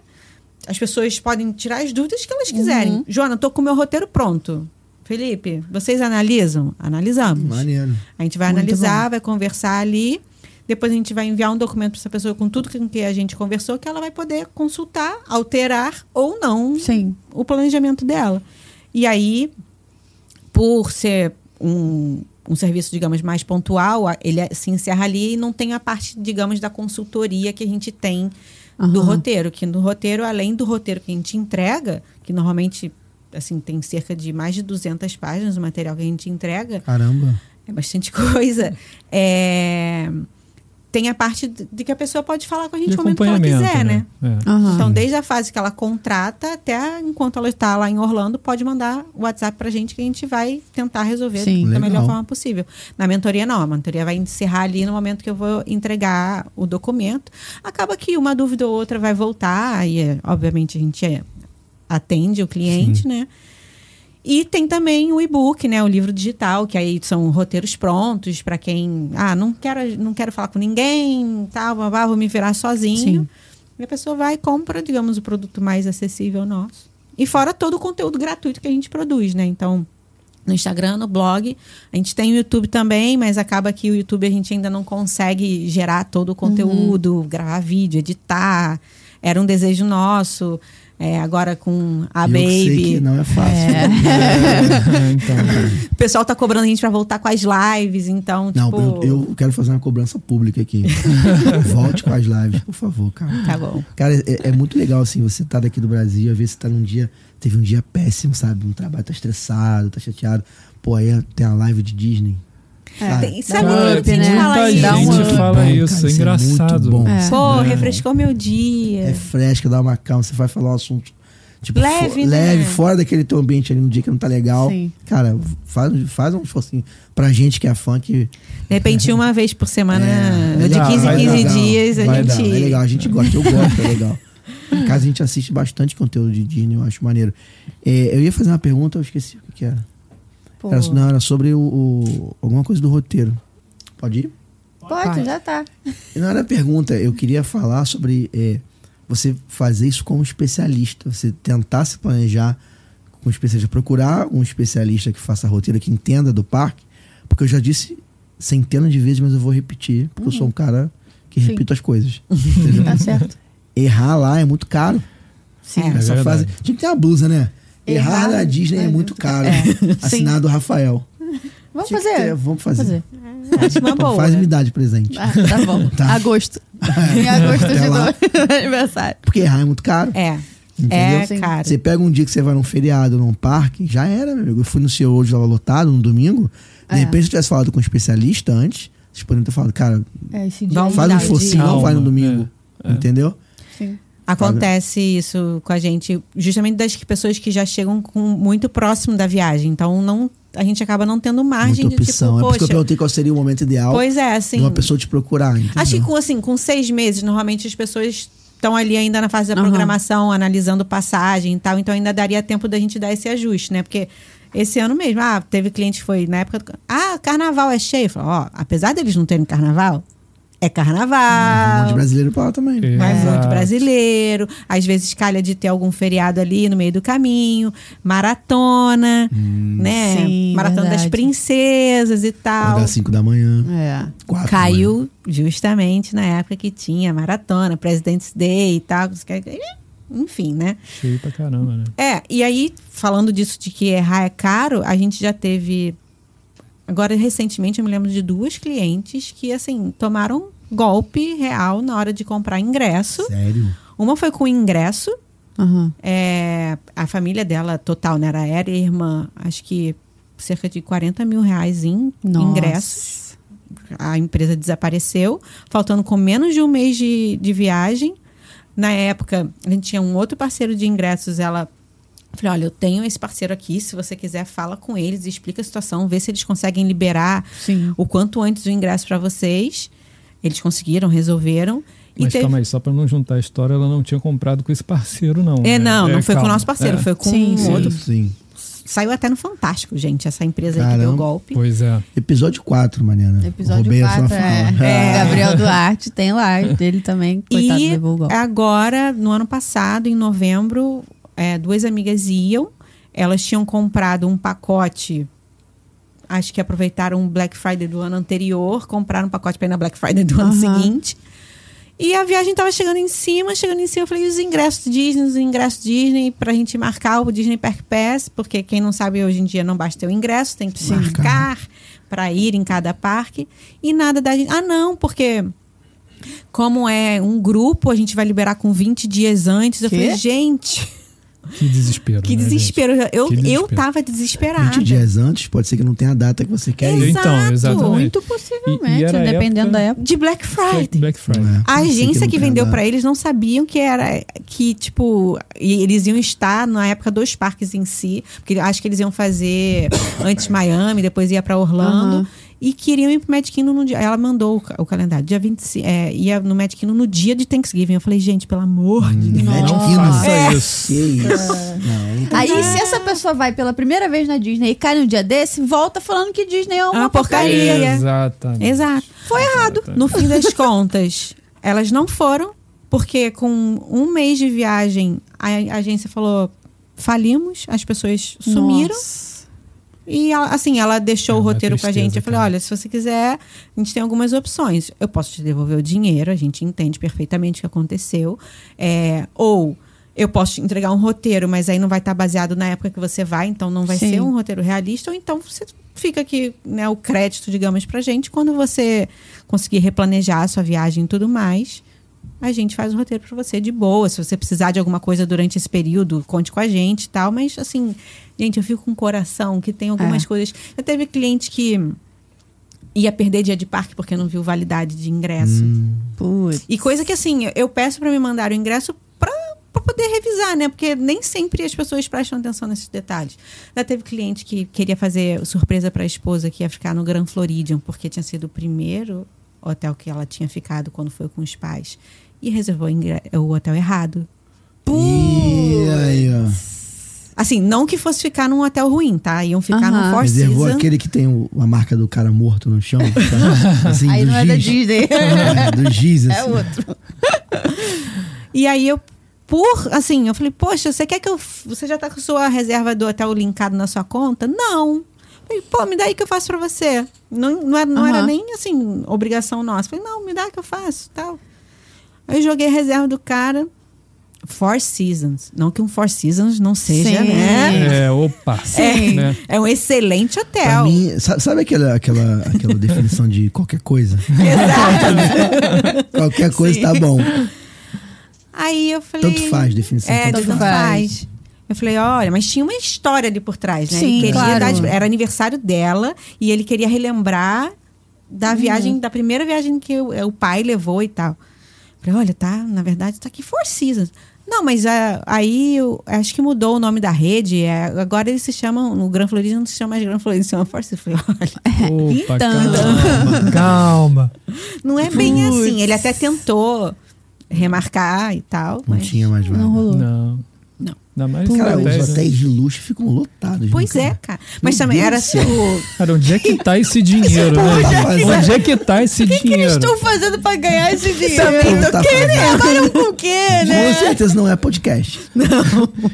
S4: As pessoas podem tirar as dúvidas que
S1: Uhum.
S4: elas quiserem. Joana, tô com o meu roteiro pronto. Felipe, vocês analisam? Analisamos.
S2: Maneiro.
S4: A gente vai
S1: Muito
S4: analisar, vai conversar ali. Depois a gente vai enviar um documento para essa pessoa com tudo com que a gente conversou, que ela vai poder consultar, alterar ou não
S1: Sim.
S4: o planejamento dela. E aí, por ser um, um serviço, digamos, mais pontual, a- ele eh, se encerra ali e não tem a parte, digamos, da consultoria que a gente tem do
S1: Aham.
S4: roteiro. Que no roteiro, além do roteiro que a gente entrega, que normalmente assim tem cerca de mais de 200 páginas o material que a gente entrega,
S2: Caramba.
S4: é bastante [LAUGHS] coisa. É, Tem a parte de de que a pessoa pode falar com a gente
S3: De
S4: no momento que ela
S3: acompanhamento,
S4: quiser, né?
S3: É.
S1: Aham.
S4: Então, desde a fase que ela contrata até enquanto ela está lá em Orlando, pode mandar o WhatsApp pra gente que a gente vai tentar resolver
S1: Sim.
S4: da
S2: Legal.
S4: melhor forma possível. Na mentoria, não. A mentoria vai encerrar ali no momento que eu vou entregar o documento. Acaba que uma dúvida ou outra vai voltar, e é, obviamente a gente é, atende o cliente, né? E tem também o e-book, né, o livro digital, que aí são roteiros prontos para quem, ah, não quero, não quero falar com ninguém, tal, blá, blá, vou me virar sozinho.
S1: Sim.
S4: E a pessoa vai e compra, digamos, o produto mais acessível nosso. E fora todo o conteúdo gratuito que a gente produz, né? Então, no Instagram, no blog, a gente tem o YouTube também, mas acaba que o YouTube a gente ainda não consegue gerar
S1: Uhum.
S4: todo o conteúdo, gravar vídeo, editar. Era um desejo nosso. É, agora com
S2: eu
S4: a
S2: que sei
S4: Ah, Baby.
S2: que não é fácil.
S3: É, [LAUGHS] então,
S4: [LAUGHS] O pessoal tá cobrando a gente pra voltar com as lives, então,
S2: Não,
S4: tipo.
S2: eu, eu quero fazer uma cobrança pública aqui. Volte com as lives, por favor, cara.
S4: Tá bom.
S2: Cara, é, é muito legal, assim, você tá daqui do Brasil, às vezes você tá num dia, teve um dia péssimo, sabe? Um trabalho, tá estressado, tá chateado. Pô, aí tem a live de Disney. sabe?
S4: É. Tem- sabe
S1: Dá um
S4: muito
S1: up,
S4: que a gente
S1: né?
S4: fala
S1: Dá
S3: muita
S4: isso? Tipo,
S1: Dá um
S3: gente
S1: up.
S3: fala
S2: Bom,
S3: isso,
S2: cara,
S3: é
S2: isso é
S3: engraçado.
S2: muito bom.
S1: É.
S4: Pô,
S3: É.
S4: refrescou meu dia.
S2: É fresca, dá uma calma, você vai falar um assunto tipo,
S4: Leve, né?
S2: leve, fora daquele teu ambiente ali no dia que não tá legal.
S1: Sim.
S2: Cara, faz, faz um esforcinho pra gente que é fã que.
S4: De repente, uma vez por semana,
S2: É,
S4: né? de
S2: legal,
S4: 15 em
S2: vai
S4: 15
S2: dar,
S4: dias, a
S2: vai
S4: gente.
S2: dar, é legal, a gente gosta, eu gosto, é
S4: [LAUGHS]
S2: legal. Em casa a gente assiste bastante conteúdo de Disney, eu acho maneiro. É, eu ia fazer uma pergunta, eu esqueci o que que era.
S1: Pô.
S2: Era- não, era sobre o, o- alguma coisa do roteiro. Pode ir?
S1: Pode, já tá.
S2: Não era pergunta, eu queria falar sobre é, você fazer isso como especialista, você tentar se planejar com um especialista, procurar um especialista que faça roteiro, que entenda do parque, porque eu já disse centenas de vezes, mas eu vou repetir, porque eu sou um cara que
S1: Sim.
S2: repito as coisas. entendeu?
S1: Tá certo.
S2: Errar lá é muito caro.
S1: Sim.
S4: É.
S2: Essa
S3: verdade.
S2: fase. Tinha que ter uma blusa, né? Errar,
S1: Errar
S2: na Disney é,
S1: é
S2: muito caro. [LAUGHS] Assinado Rafael.
S1: Vamos
S2: Tinha que ter,
S1: fazer.
S2: vamos
S1: Vamos
S2: fazer.
S1: fazer.
S4: Acho uma
S2: Então,
S4: boa.
S2: faz
S4: né?
S2: me dar de presente.
S1: Ah, tá bom.
S2: [LAUGHS] Tá.
S1: Agosto. Em agosto
S2: Até
S1: de
S2: lá.
S5: [LAUGHS]
S1: novo. aniversário.
S2: Porque errar é muito caro.
S4: É.
S2: Entendeu?
S4: É,
S1: Sim.
S4: cara.
S2: Você pega um dia que você vai num feriado, num parque, já era, meu amigo. Eu fui no seu hoje, tava lotado, no domingo. De
S1: É.
S2: repente, se eu tivesse falado com um especialista antes, vocês poderiam ter falado, cara,
S1: É, esse
S4: dia Vamos aí.
S2: faz um
S4: dar o
S2: esforcinho,
S3: dia.
S2: não vai no
S3: Calma,
S2: domingo.
S3: é, é.
S2: Entendeu?
S4: Acontece isso com a gente, justamente das que- pessoas que já chegam com muito próximo da viagem. Então, não a gente acaba não tendo margem
S2: Muita
S4: de
S2: opção. é
S4: tipo,
S2: por isso que eu
S4: poxa.
S2: perguntei qual seria o momento ideal
S4: pois é, assim.
S2: de uma pessoa te procurar. entendeu?
S4: Acho que com, assim, com seis meses, normalmente as pessoas estão ali ainda na fase da
S5: Aham.
S4: programação, analisando passagem e tal, então ainda daria tempo da gente dar esse ajuste, né? Porque esse ano mesmo, ah, teve cliente que foi na época. do- Ah, carnaval é cheio. Eu falo, ó, apesar deles não terem carnaval, é
S2: Um monte de
S4: carnaval.
S2: brasileiro pra lá também. né?
S3: É.
S4: Mas muito
S3: Exato.
S4: brasileiro, às vezes calha de ter algum feriado ali no meio do caminho, maratona, né?
S5: Sim,
S4: maratona
S5: verdade.
S4: das princesas e tal.
S2: Acordar às 5 da manhã.
S5: É.
S2: quatro né? da manhã.
S4: Caiu justamente na época que tinha maratona, President's Day e tal. Enfim, né?
S3: Cheio pra caramba, né?
S4: É, e aí, falando disso de que errar é caro, a gente já teve. Agora, recentemente, eu me lembro de duas clientes que, assim, tomaram golpe real na hora de comprar ingresso.
S2: Sério?
S4: Uma foi com ingresso,
S5: Aham.
S4: é, a família dela total, né? Era ela e a irmã, acho que cerca de 40 mil reais em
S5: Nossa.
S4: ingressos. A empresa desapareceu, faltando com menos de um mês de, de viagem. Na época, a gente tinha um outro parceiro de ingressos, ela. Falei, olha, eu tenho esse parceiro aqui, se você quiser, fala com eles, explica a situação, vê se eles conseguem liberar
S5: Sim.
S4: o quanto antes o ingresso para vocês. Eles conseguiram, resolveram. E
S3: Mas
S4: teve-
S3: calma aí, só pra não juntar a história, ela não tinha comprado com esse parceiro, não.
S4: É,
S3: né?
S4: não,
S3: É,
S4: não foi com
S3: calma.
S4: o nosso parceiro,
S3: É.
S4: foi com
S5: Sim,
S4: um
S5: sim.
S4: outro
S2: Sim.
S4: Saiu até no Fantástico, gente, essa empresa aí que
S2: Caramba.
S4: deu golpe.
S3: Pois é.
S2: Episódio 4, Mariana.
S5: Episódio
S2: Roubei a
S5: 4,
S2: sua
S5: é.
S2: fala.
S5: É, Gabriel Duarte tem lá, dele também, coitado,
S4: E
S5: levou o golpe.
S4: agora, no ano passado, em novembro, é, duas amigas iam. Elas tinham comprado um pacote. Acho que aproveitaram o Black Friday do ano anterior, compraram um pacote para ir na Black Friday do ano
S5: Aham.
S4: seguinte. E a viagem tava chegando em cima, chegando em cima. Eu falei, e os ingressos Disney, os ingressos Disney, pra gente marcar o Disney Park Pass, porque quem não sabe hoje em dia não basta ter o ingresso, tem que
S5: né?"
S4: marcar pra ir em cada parque. E nada da gente. Ah, não, porque como é um grupo, a gente vai liberar com 20 dias antes. Eu
S5: Quê?
S4: falei, gente,
S3: Que desespero.
S4: que
S3: né,
S4: desespero. Eu,
S3: Que desespero.
S4: eu tava desesperada.
S2: 20 dias antes, pode ser que não tenha a data que você quer ir.
S4: Exato.
S3: Então, exatamente.
S5: Muito
S3: E- e
S5: possivelmente,
S3: era a
S5: dependendo
S3: época-
S5: da época.
S4: De Black Friday.
S3: Black- Black Friday.
S2: É.
S4: A
S2: Pode ser
S4: agência
S2: não
S4: que
S2: tenha
S4: vendeu
S2: data.
S4: pra eles não sabiam que era que tipo e eles iam estar na época dos parques em si, porque acho que eles iam fazer antes Miami, depois ia pra Orlando
S5: Aham.
S4: e queriam ir pro Magic Kingdom no dia. Ela mandou o, ca- o calendário dia 25, é, ia no Magic Kingdom no dia de Thanksgiving. Eu falei, gente, pelo amor de Deus.
S2: Mad
S3: Não
S2: Kingdom.
S3: faça
S2: É.
S3: isso.
S2: Que isso? Não, não tem
S1: Aí,
S2: como.
S1: se
S5: Ah.
S1: essa pessoa vai pela primeira vez na Disney e cai num dia desse, volta falando que Disney é uma
S4: Uma
S1: porcaria.
S4: porcaria.
S3: Exatamente.
S4: Exato. Foi errado. No
S3: [LAUGHS]
S4: fim das contas, elas não foram, porque com um mês de viagem, a a agência falou: falimos, as pessoas sumiram.
S5: Nossa.
S4: E ela- assim, ela deixou
S3: É
S4: o
S3: uma
S4: roteiro com a
S3: tristeza,
S4: gente. Eu falei:
S3: cara.
S4: olha, se você quiser, a gente tem algumas opções. Eu posso te devolver o dinheiro, a gente entende perfeitamente o que aconteceu. É, ou. Eu posso te entregar um roteiro, mas aí não vai estar baseado na época que você vai, então não vai
S5: Sim.
S4: ser um roteiro realista, ou então você fica aqui, né, o crédito, digamos, pra gente. Quando você conseguir replanejar a sua viagem e tudo mais, a gente faz o roteiro pra você de boa. Se você precisar de alguma coisa durante esse período, conte com a gente e tal. Mas, assim, gente, eu fico com o coração que tem algumas
S5: É.
S4: coisas. Já teve cliente que ia perder dia de parque porque não viu validade de ingresso.
S5: Putz.
S4: E coisa que, assim, eu peço pra me mandar o ingresso pra, pra poder revisar, né? Porque nem sempre as pessoas prestam atenção nesses detalhes. Já teve cliente que queria fazer surpresa pra esposa que ia ficar no Grand Floridian, porque tinha sido o primeiro hotel que ela tinha ficado quando foi com os pais. E reservou o ingre- o hotel errado.
S2: E aí, ó.
S4: Assim, não que fosse ficar num hotel ruim, tá? Iam ficar
S5: Aham.
S4: num Four
S2: Reservou
S4: Seasons.
S2: aquele que tem o- a marca do cara morto no chão. tá? Assim,
S5: Aí
S2: do
S5: não é da
S2: giz.
S5: Disney.
S2: É, do giz, assim.
S5: É outro.
S4: E aí eu, por assim, eu falei, poxa, você quer que eu. f- Você já tá com sua reserva do hotel linkado na sua conta? Não. Falei, Pô, me dá aí que eu faço pra você. Não, não, era, não era
S5: Aham.
S4: nem assim, obrigação nossa. Falei, não, me dá que eu faço tal. Aí eu joguei a reserva do cara. Four Seasons. Não que um Four Seasons não seja,
S5: Sim.
S4: né?
S3: É, opa.
S4: É,
S3: Né?
S4: é um excelente
S2: Pra
S4: hotel.
S2: mim, sa- sabe aquela, aquela, aquela definição de qualquer coisa? qualquer coisa tá bom.
S4: Aí eu falei.
S2: Tanto faz, definição.
S4: É,
S2: tanto
S5: faz.
S4: tanto faz. Eu falei, olha, mas tinha uma história ali por trás, né?
S5: Sim,
S4: ele queria
S5: claro.
S4: dar de- era aniversário dela e ele queria relembrar da viagem, é, da primeira viagem que o, o pai levou e tal. Eu falei, olha, tá, na verdade, tá aqui Four Seasons. Não, mas ah, aí eu acho que mudou o nome da rede. é, agora eles se chamam. O Gran Floridian não se chama mais Gran Floridian, se chama Force Floridian.
S3: Opa,
S1: Então.
S2: [LAUGHS]
S3: calma, calma.
S4: Não é bem assim. Ele até tentou remarcar e tal.
S2: Não
S4: mas-
S2: tinha mais vaga.
S1: Não rolou.
S3: Não.
S4: Não.
S3: Ainda mais
S2: Cara,
S3: que
S2: os
S3: hotéis, né?
S2: hotéis de luxo ficam lotados. né,
S4: Pois é,
S2: cara?
S4: cara.
S2: Meu
S4: Mas também
S2: Deus
S4: era
S2: do céu.
S4: tipo.
S3: Cara, onde é que tá esse dinheiro, né?
S2: Pois é.
S3: Onde é que tá esse dinheiro?
S1: Estou fazendo pra ganhar esse dinheiro.
S2: Também tô querendo.
S1: Trabalham com o quê, né?
S2: tá Com certeza não é podcast.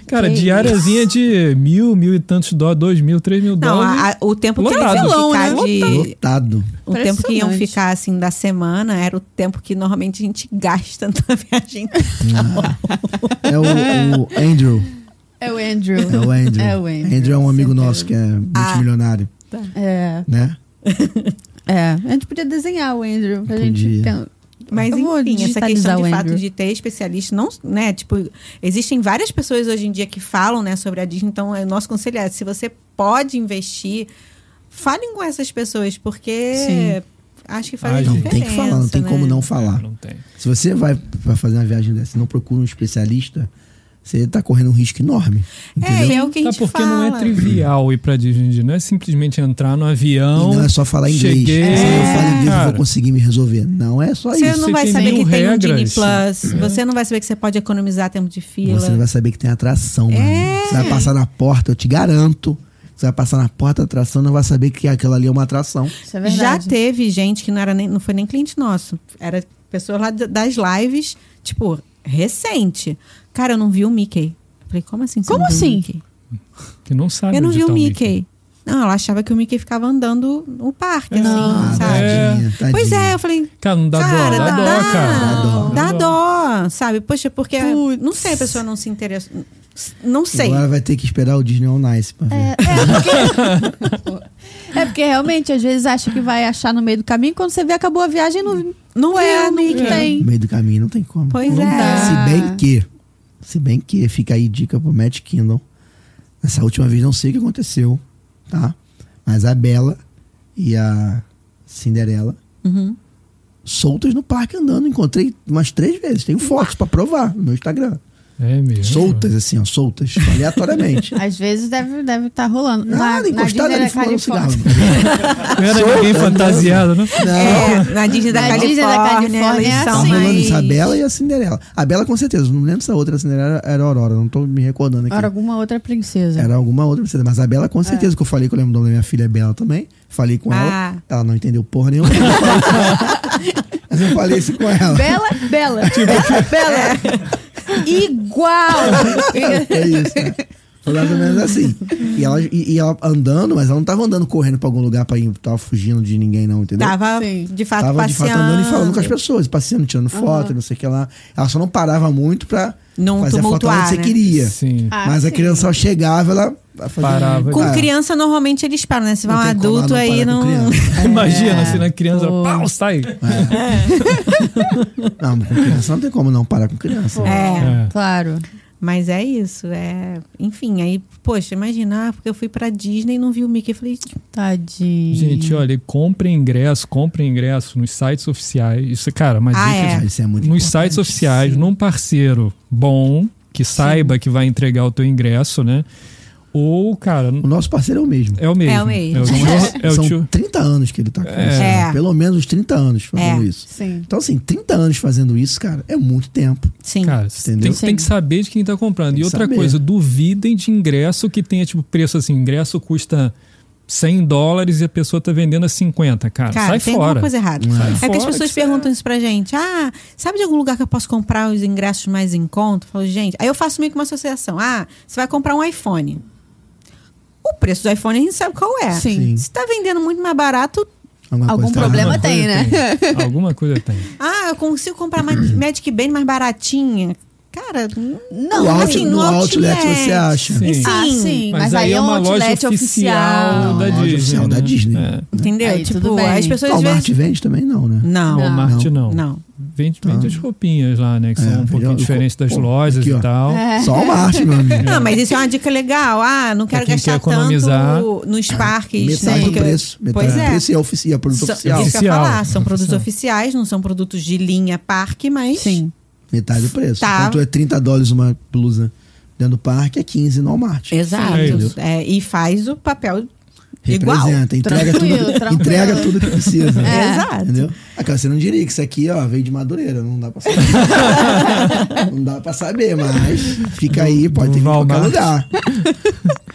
S3: Cara,
S1: Que
S3: diariazinha de mil, mil e tantos dólares, dois mil, três mil
S4: Não,
S3: dólares.
S4: a- a- o tempo que eles
S3: Lotado.
S4: iam
S1: Filão,
S4: ficar
S1: né?
S4: de.
S2: Lotado.
S4: O tempo que iam
S1: Impressionante.
S4: ficar assim da semana era o tempo que normalmente a gente gasta [LAUGHS] na viagem.
S2: É o, o Andrew.
S1: É o Andrew.
S2: É o Andrew.
S1: É o Andrew.
S2: é um amigo
S1: certeza.
S2: nosso que é multimilionário,
S4: Ah,
S1: É,
S2: né?
S1: é. A gente podia desenhar o Andrew pra gente
S2: Podia.
S1: pen-
S4: Mas
S1: Eu vou
S4: enfim, essa
S1: digitalizar
S4: questão
S1: o
S4: de fato
S1: Andrew.
S4: de ter especialista, não, né? Tipo, existem várias pessoas hoje em dia que falam, né, sobre a Disney. Então, é, o nosso conselho é, se você pode investir, falem com essas pessoas, porque
S1: Sim.
S4: acho que
S3: Ah,
S4: faz a
S2: Não,
S4: é diferença.
S2: Então, tem que falar, não tem
S4: né?
S2: como não falar.
S3: Não tem.
S2: Se você vai, vai fazer uma viagem dessa e não procura um especialista, você tá correndo um risco enorme.
S4: É,
S2: Entendeu?
S4: e é o que a
S3: Tá,
S4: gente
S3: porque
S4: fala.
S3: não é trivial ir pra Disney. Não é simplesmente entrar no avião.
S2: e não é só falar inglês.
S3: cheguei,
S2: Se eu não falo inglês, eu
S3: cara.
S2: vou conseguir me resolver. Não é só
S4: Você
S2: isso.
S4: não
S3: Você
S4: vai
S3: tem
S4: saber
S3: mil
S4: que tem um Disney
S3: regras.
S4: Plus. Você não vai saber que você pode economizar tempo de fila.
S2: Você não vai saber que tem atração, mano.
S4: É.
S2: Você vai passar na porta, eu te garanto. Você vai passar na porta da atração, não vai saber que aquela ali é uma atração.
S1: Isso é
S4: Já
S1: verdade.
S4: teve gente que não, era nem, não foi nem cliente nosso. Era pessoa lá da- das lives, tipo, recente. Cara, eu não vi o Mickey. Eu Falei, como assim? você
S1: Como
S4: não viu o
S1: assim?
S4: Mickey?
S3: Que não sabe
S4: Eu não
S3: onde
S4: vi
S3: tá
S4: o Mickey. Não, ela achava que o Mickey ficava andando no parque,
S3: Não,
S1: Ah,
S4: assim, sabe?
S3: é.
S2: Ah, tadinha.
S4: Pois é, eu falei,
S3: Cara, não dá
S4: cara,
S3: dó, dá,
S4: dá,
S3: dó, cara.
S2: Dá dó.
S4: Dá dó, sabe? Poxa, porque não sei, a pessoa não se interessa. Não sei.
S2: Agora vai ter que esperar o Disney on Ice pra ver.
S1: É porque [LAUGHS] realmente às vezes acha que vai achar no meio do caminho, quando você vê acabou a viagem não
S4: Não é,
S1: é, não
S4: amiga.
S2: No
S1: tem.
S2: meio do caminho não tem como.
S4: Pois
S2: Não
S4: é.
S2: dá.
S1: Tá.
S2: Se bem que, se bem que, fica aí dica pro Matt Kindle. Nessa última vez não sei o que aconteceu, tá? Mas a Bela e a Cinderela
S4: Uhum.
S2: soltas no parque andando. Encontrei umas três vezes. Tenho fotos pra provar no meu Instagram.
S3: É mesmo.
S2: Soltas, assim, ó, soltas,
S4: [LAUGHS] Assim.
S2: aleatoriamente.
S1: Às vezes deve deve tá rolando.
S2: Nada, encostada
S1: Disney
S2: ali
S1: da
S2: fumando um cigarro.
S1: Califórnia.
S3: Não era ninguém fantasiado, né?
S2: Não.
S4: É, na Disney da
S1: Na
S4: Califórnia.
S1: Disney da Califórnia
S4: eles
S1: é
S4: são
S2: Tá
S1: assim.
S2: rolando
S4: mais-
S2: Isabela e a Cinderela. A Bela com certeza, não lembro se a outra Cinderela era Aurora, não tô me recordando aqui.
S1: Era alguma outra
S4: É.
S1: princesa.
S2: Era alguma outra princesa. Mas a Bela, com certeza, que eu falei que eu lembro o nome da minha filha é Bela também. Falei com
S4: Ah.
S2: ela. Ela não entendeu porra
S4: [LAUGHS]
S2: nenhuma. mas eu falei isso com ela.
S1: Bela, bela,
S2: [LAUGHS] Tipo,
S1: bela, bela.
S2: [LAUGHS]
S1: Igual.
S2: É isso. né? Foi mais ou menos assim. E ela, e, e ela andando, mas ela não tava andando correndo pra algum lugar pra ir, tava fugindo de ninguém, não, entendeu?
S4: Tava,
S1: Sim.
S4: de fato,
S2: Tava de
S4: passeando.
S2: fato andando e falando com as pessoas, passeando, tirando foto, não sei o que lá. Ela só não parava muito pra
S4: Não
S2: fazer a foto lá
S4: tumultuar,
S2: onde você
S4: né?
S2: queria.
S3: Sim.
S1: Ah,
S2: mas a
S1: sim.
S2: criança ela chegava, ela fazia-
S3: Parava.
S4: Com
S2: Ah,
S4: criança, normalmente eles param, né? Se vai
S2: não
S4: um
S2: tem como ela
S4: adulto,
S2: não
S4: aí
S2: parar com
S4: não.
S2: criança.
S3: [LAUGHS] Imagina, assim, na criança, pau, sai.
S2: Não, com criança não tem como não parar com criança.
S4: É,
S3: É.
S1: Claro.
S4: mas é isso. É... Enfim, aí, poxa, imagina, ah, porque eu fui pra Disney e não vi o Mickey. Eu falei,
S1: Tadinho.
S3: Gente, olha, compre ingresso, compre ingresso nos sites oficiais. Isso, cara, uma
S4: Ah,
S3: dica
S4: é.
S2: Ah, Isso é muito
S3: nos sites oficiais, num parceiro bom, que saiba que vai entregar o teu ingresso, né? Ou, cara,
S2: O nosso parceiro é o mesmo.
S3: é o mesmo.
S4: É o mesmo.
S3: É o, é o
S2: São
S3: tio.
S2: 30 anos que ele tá com
S4: É.
S2: isso. Pelo menos uns 30 anos fazendo
S4: É.
S2: isso.
S1: Sim.
S2: Então, assim, 30 anos fazendo isso, cara, é muito tempo.
S4: sim.
S3: Cara, você tem,
S2: Entendeu?
S3: tem que saber de quem tá comprando.
S2: Tem
S3: e
S2: que
S3: outra
S2: saber.
S3: coisa, duvidem de ingresso que tenha, tipo, preço assim, ingresso custa 100 dólares e a pessoa tá vendendo a 50, cara.
S4: Cara,
S3: sai
S4: tem
S3: fora.
S4: alguma coisa
S3: Sai
S4: errada. é que as
S3: fora, tipo,
S4: pessoas
S3: que
S4: perguntam isso pra gente. Ah, sabe de algum lugar que eu posso comprar os ingressos mais em conta? Eu falo, gente, aí eu faço meio que uma associação. Ah, você vai comprar um iPhone. O preço do iPhone a gente sabe qual é.
S1: Sim.
S4: Se tá vendendo muito mais barato,
S2: Alguma
S1: Algum
S2: coisa tá
S1: problema
S2: errada.
S1: tem, né?
S3: tem. Alguma coisa tem.
S4: ah, eu consigo comprar uma
S2: Uhum.
S4: Magic Band mais baratinha. Cara, não,
S2: No, out,
S4: assim,
S2: no outlet, você acha.
S3: Sim.
S4: Sim.
S1: Ah, sim. Mas, aí é um
S3: uma loja
S1: outlet oficial.
S3: oficial da
S2: Não, loja
S3: Disney.
S2: oficial
S3: né?
S2: da Disney.
S3: É.
S4: Entendeu?
S1: Aí,
S4: tipo,
S1: tudo bem.
S4: as pessoas às
S2: Walmart
S4: vezes...
S2: vende também não, né?
S4: Não,
S3: Não. Walmart não.
S4: não.
S3: Vende, vende as roupinhas lá, né? Que
S2: Ah. É,
S3: são um
S2: vende
S3: pouquinho
S2: o-
S3: diferentes das
S2: pô,
S3: lojas
S2: aqui, ó.
S3: e tal.
S2: Só Walmart, meu amigo.
S4: É. Não, mas isso é uma dica legal. Ah, não quero
S3: quem quer
S4: gastar
S3: economizar.
S4: tanto nos parques.
S2: Metade
S4: né,
S2: do
S4: porque-
S2: preço. Metade
S4: Pois
S2: do
S4: é.
S2: preço e é, ofici- e é produto
S4: São-
S2: oficial.
S4: Isso que eu ia
S3: Oficial.
S4: falar, são produtos oficiais, não são produtos de linha parque, mas
S1: Sim.
S2: Metade do preço.
S4: Tá.
S2: Enquanto é 30 dólares uma blusa dentro do parque, é 15 no Walmart.
S4: Exato.
S3: É isso.
S4: É, e faz o papel igual.
S2: Representa, entrega
S1: Tranquilo,
S2: tudo,
S1: tranquilo.
S2: entrega tudo que precisa.
S4: É. Exato.
S2: Entendeu? Aquela você não diria que isso aqui, ó, veio de Madureira, não dá pra
S4: [LAUGHS]
S2: saber. não dá pra saber, mas fica aí, pode
S3: do
S2: ter que ir pra qualquer
S3: Walmart.
S2: lugar.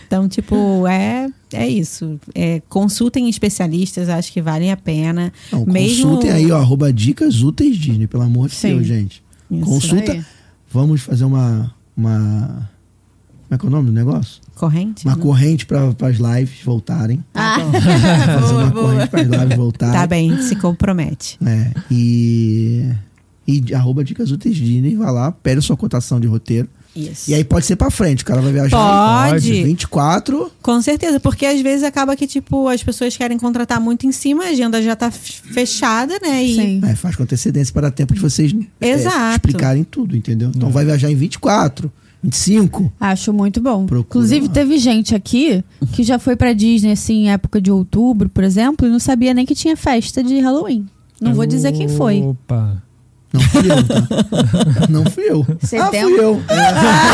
S4: Então, tipo, é, é isso. É, consultem especialistas, acho que valem a pena.
S2: Não,
S4: Mesmo-
S2: consultem aí, ó, arroba dicas úteis Disney, pelo amor de
S1: Sim.
S2: Deus, gente.
S4: Isso.
S2: Consulta.
S1: Aí.
S2: Vamos fazer uma. uma como é que é o nome do negócio?
S4: Corrente?
S2: Uma
S4: Não?
S2: corrente para as lives
S4: [LAUGHS]
S2: voltarem.
S1: Ah,
S2: fazer
S1: boa,
S2: uma
S1: boa.
S2: corrente para as lives voltarem.
S4: Tá bem, se compromete.
S2: né? E. E arroba dicas úteis Disney, vai lá, pede a sua cotação de roteiro.
S4: Isso.
S2: E aí pode ser pra frente, o cara vai viajar.
S4: Pode.
S2: 24.
S4: Com certeza, porque às vezes acaba que, tipo, as pessoas querem contratar muito em cima, a agenda já tá f- fechada, né?
S1: [LAUGHS]
S4: E
S1: Sim.
S2: né, faz com antecedência para dar tempo de vocês é,
S4: Exato.
S2: explicarem tudo, entendeu? Então vai viajar em 24, 25.
S1: Acho muito bom.
S2: Procura
S1: Inclusive,
S2: lá.
S1: teve gente aqui que já foi pra Disney, assim, em época de outubro, por exemplo, e não sabia nem que tinha festa de Halloween. Não vou dizer quem foi.
S3: Opa.
S2: Não fui eu, tá? Não fui eu. Ah,
S1: Setembro.
S2: fui eu.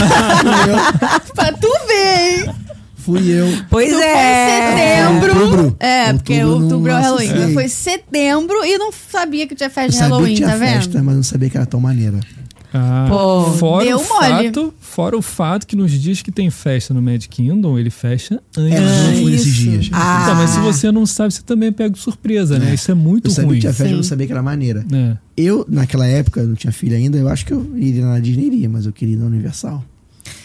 S2: É.
S1: pra tu ver, hein?
S2: Fui eu. Fui eu.
S4: Pois
S1: Não
S4: é.
S1: foi setembro.
S2: Outubro.
S1: É, porque
S2: Outubro eu não
S1: outubro é o Halloween.
S2: acessei.
S1: Mas Foi setembro e não sabia que tinha festa
S2: Eu
S1: de
S2: sabia que
S1: Halloween,
S2: tinha
S1: tá vendo?
S2: festa, mas não sabia que era tão maneira.
S3: Ah,
S1: Pô,
S3: fora
S1: deu
S3: o
S1: mole.
S3: fato, fora o fato que nos dias que tem festa no Magic Kingdom, ele fecha antes.
S2: É, mas eu não fui nesses
S1: isso.
S2: dias.
S4: Ah.
S3: Então, mas se você não sabe, você também pega de surpresa, né? Isso é muito
S2: Eu sabia
S3: ruim.
S2: que tinha festa, mas não
S1: Sim.
S2: sabia que era maneira.
S3: É.
S2: Eu, naquela época, eu não tinha filho ainda, eu acho que eu iria na Disney, iria, mas eu queria ir na Universal.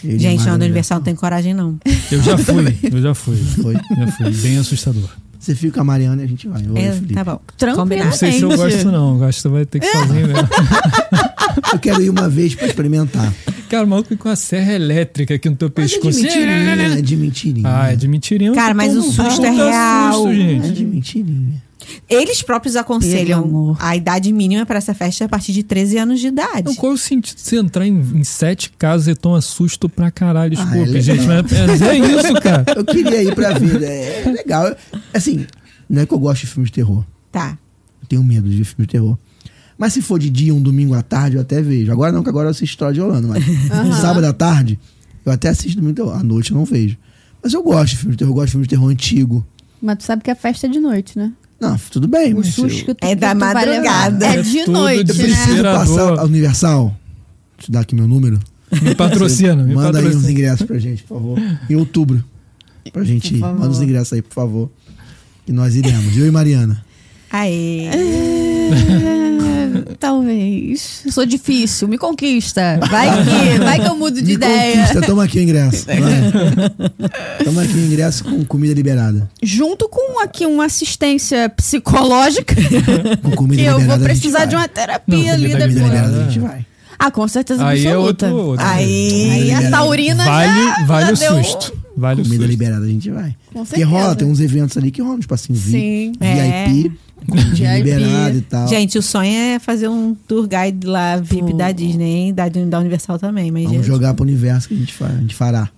S2: Eu iria
S4: Gente,
S2: mais
S4: não,
S2: na
S4: do Universal não tem coragem, não.
S3: Eu
S4: [LAUGHS]
S3: já fui, eu já fui.
S2: Foi.
S3: Já fui. Bem assustador.
S2: Você fica com a Mariana e a gente vai. Eu,
S4: É,
S2: e o Felipe.
S4: tá bom.
S1: Tranquilo.
S3: Não sei se eu
S1: Gente.
S3: gosto, não. Eu Acho que você vai ter que ir sozinho mesmo. [LAUGHS]
S2: eu quero ir uma vez pra experimentar.
S3: Cara, o maluco com a serra elétrica aqui no teu
S2: Mas é de
S3: pescoço.
S2: mentirinha, é de mentirinha.
S3: né, Ah, é de mentirinha. eu
S4: né, Cara,
S3: tô
S4: mas o
S3: tomando
S4: susto é
S3: puta
S4: real.
S3: tá Susto,
S2: É
S3: gente.
S2: de
S3: né?
S2: mentirinha.
S4: Eles próprios
S1: Pelo amor.
S4: aconselham a idade mínima pra essa festa é a partir de 13 anos de idade.
S3: Não, qual é o sentido de você entrar em, em sete casas e tomar susto pra caralho?
S2: Ah,
S3: Desculpa,
S2: é legal.
S3: gente, mas é, mas é isso,
S2: [LAUGHS]
S3: cara.
S2: Eu queria ir pra vida. É legal. Assim, não é que eu gosto de filmes de terror.
S4: Tá.
S2: Eu tenho medo de ver filme de terror. Mas se for de dia, um domingo à tarde, eu até vejo. Agora não, que agora eu assisto História de Holanda, mas sábado à tarde, eu até assisto domingo de terror. À noite eu não vejo. Mas eu gosto de filme de terror, eu gosto de filme de terror antigo.
S1: Mas tu sabe que a festa é de noite, né?
S2: Não, tudo bem,
S1: O
S2: mas eu,
S1: susto que tu
S4: É
S1: que
S4: da
S1: tu vai levar
S4: madrugada.
S1: É de
S3: É tudo
S1: noite,
S3: de
S2: eu
S1: né?
S2: [LAUGHS] preciso
S3: Desesperador.
S2: passar a Universal. Deixa eu dar aqui meu número.
S3: Me patrocina, me
S2: Manda aí uns
S3: patrocina.
S2: ingressos pra gente, por favor. Em outubro. Pra gente ir. Manda os ingressos aí, por favor. E nós iremos. Eu e Mariana.
S4: Aê.
S1: É, Talvez. Eu sou difícil, me conquista. Vai que, vai que eu mudo [LAUGHS] de
S2: Me
S1: ideia.
S2: conquista, toma aqui o ingresso. vai. Toma aqui o ingresso com comida liberada.
S1: Junto com aqui uma assistência psicológica,
S2: Com comida
S1: que eu
S2: liberada.
S1: vou
S2: a gente
S1: precisar
S2: vai.
S1: de uma terapia
S3: Não,
S1: ali
S3: comida
S2: Comida
S1: depois.
S2: liberada, a gente vai.
S1: Ah, com certeza
S3: Aí é
S1: absoluta.
S3: outro. outro.
S2: um
S1: Aí
S2: Comida
S1: a
S2: liberada.
S1: taurina já,
S3: Vale, vale o
S1: já deu...
S3: susto. Vale o
S2: Comida
S3: susto.
S2: liberada, a gente vai.
S1: Com
S2: Porque
S1: certeza.
S2: rola, tem uns eventos ali que rolam, tipo assim,
S1: Sim.
S2: vi,
S4: É.
S2: VIP, comida
S1: VIP.
S2: liberada e tal.
S4: Gente, o sonho é fazer um tour guide lá VIP da Disney, hein? da, da Universal também, mas
S2: Vamos
S4: gente,
S2: jogar pro universo que a gente, fa- a gente fará.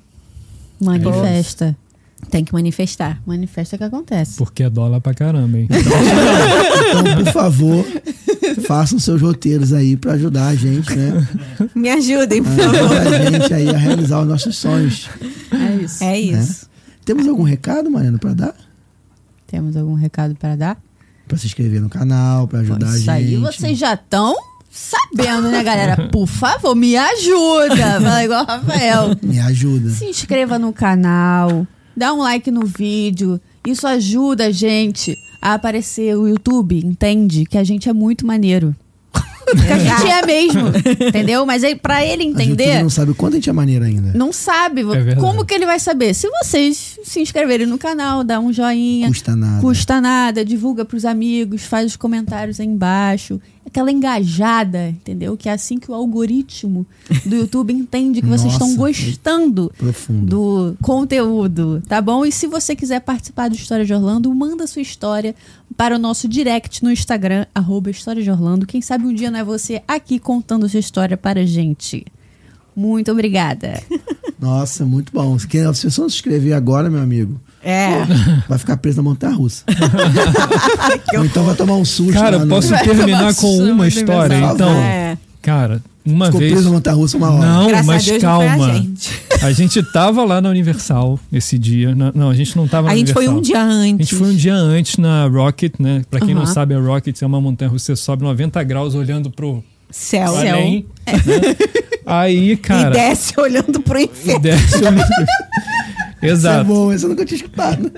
S2: É
S1: Manifesta.
S4: tem que manifestar.
S1: Manifesta que acontece.
S3: Porque é dólar pra caramba, hein?
S2: Então,
S1: [LAUGHS]
S2: por favor, façam seus roteiros aí pra ajudar a gente, né?
S4: Me ajudem, por
S2: Ah,
S4: favor.
S2: Ajuda a gente aí a realizar os nossos sonhos.
S1: É isso.
S4: É isso.
S2: Temos algum recado, Mariana, pra dar?
S1: Temos algum recado para dar?
S2: Pra se inscrever no canal, pra ajudar
S1: Isso
S2: a gente.
S1: aí vocês já estão sabendo, né, galera? Por favor, me ajuda. Fala igual o Rafael.
S2: Me ajuda.
S1: Se inscreva no canal, dá um like no vídeo. Isso ajuda a gente a aparecer o YouTube, entende? Que a gente é muito maneiro. que a gente é
S2: [LAUGHS]
S1: mesmo, entendeu? Mas aí, pra ele
S2: A gente
S1: entender,
S2: não sabe É o quanto a gente é maneiro ainda.
S1: não sabe.
S3: verdade.
S1: como que ele vai saber? Se vocês se inscreverem no canal, dá um joinha.
S2: Custa nada.
S1: Custa nada, divulga pros amigos, faz os comentários aí embaixo. Aquela engajada, entendeu? Que é assim que o algoritmo do YouTube entende que vocês estão
S2: Nossa. é
S1: gostando
S2: Profundo.
S1: do conteúdo, tá bom? E se você quiser participar do História de Orlando, manda sua história para o nosso direct no Instagram, arroba História de Orlando. Quem sabe um dia não é você aqui contando sua história para a gente. Muito obrigada.
S2: Nossa, muito bom. Se quer- se você não se inscrever agora, meu amigo,
S4: É.
S2: vai ficar preso na montanha russa.
S3: [LAUGHS]
S2: Ou então vai tomar um susto.
S3: Cara,
S2: lá no-
S3: posso
S1: Vai tomar
S3: terminar
S1: susto,
S3: com uma
S1: muito
S3: história,
S1: engraçado.
S3: então?
S4: É.
S3: Cara, uma
S2: Ficou
S3: vez.
S2: preso na montanha russa uma hora.
S3: Não,
S4: Graças
S3: mas
S4: a Deus não foi
S3: calma.
S4: a gente.
S3: a gente tava lá na Universal esse dia. Na- não, a gente não tava na
S4: A gente foi
S3: Universal.
S4: um dia
S3: A
S4: antes.
S3: gente foi um dia antes na Rocket, né? Pra quem não
S4: Aham.
S3: sabe, a Rocket é uma montanha russa, você sobe 90 graus olhando pro
S4: Céu.
S3: além. né? Aí, cara.
S4: É E desce olhando pro
S3: e
S4: inferno.
S3: desce
S4: [LAUGHS]
S3: olhando-
S2: Isso é
S3: Exato.
S2: bom, isso eu nunca tinha escutado.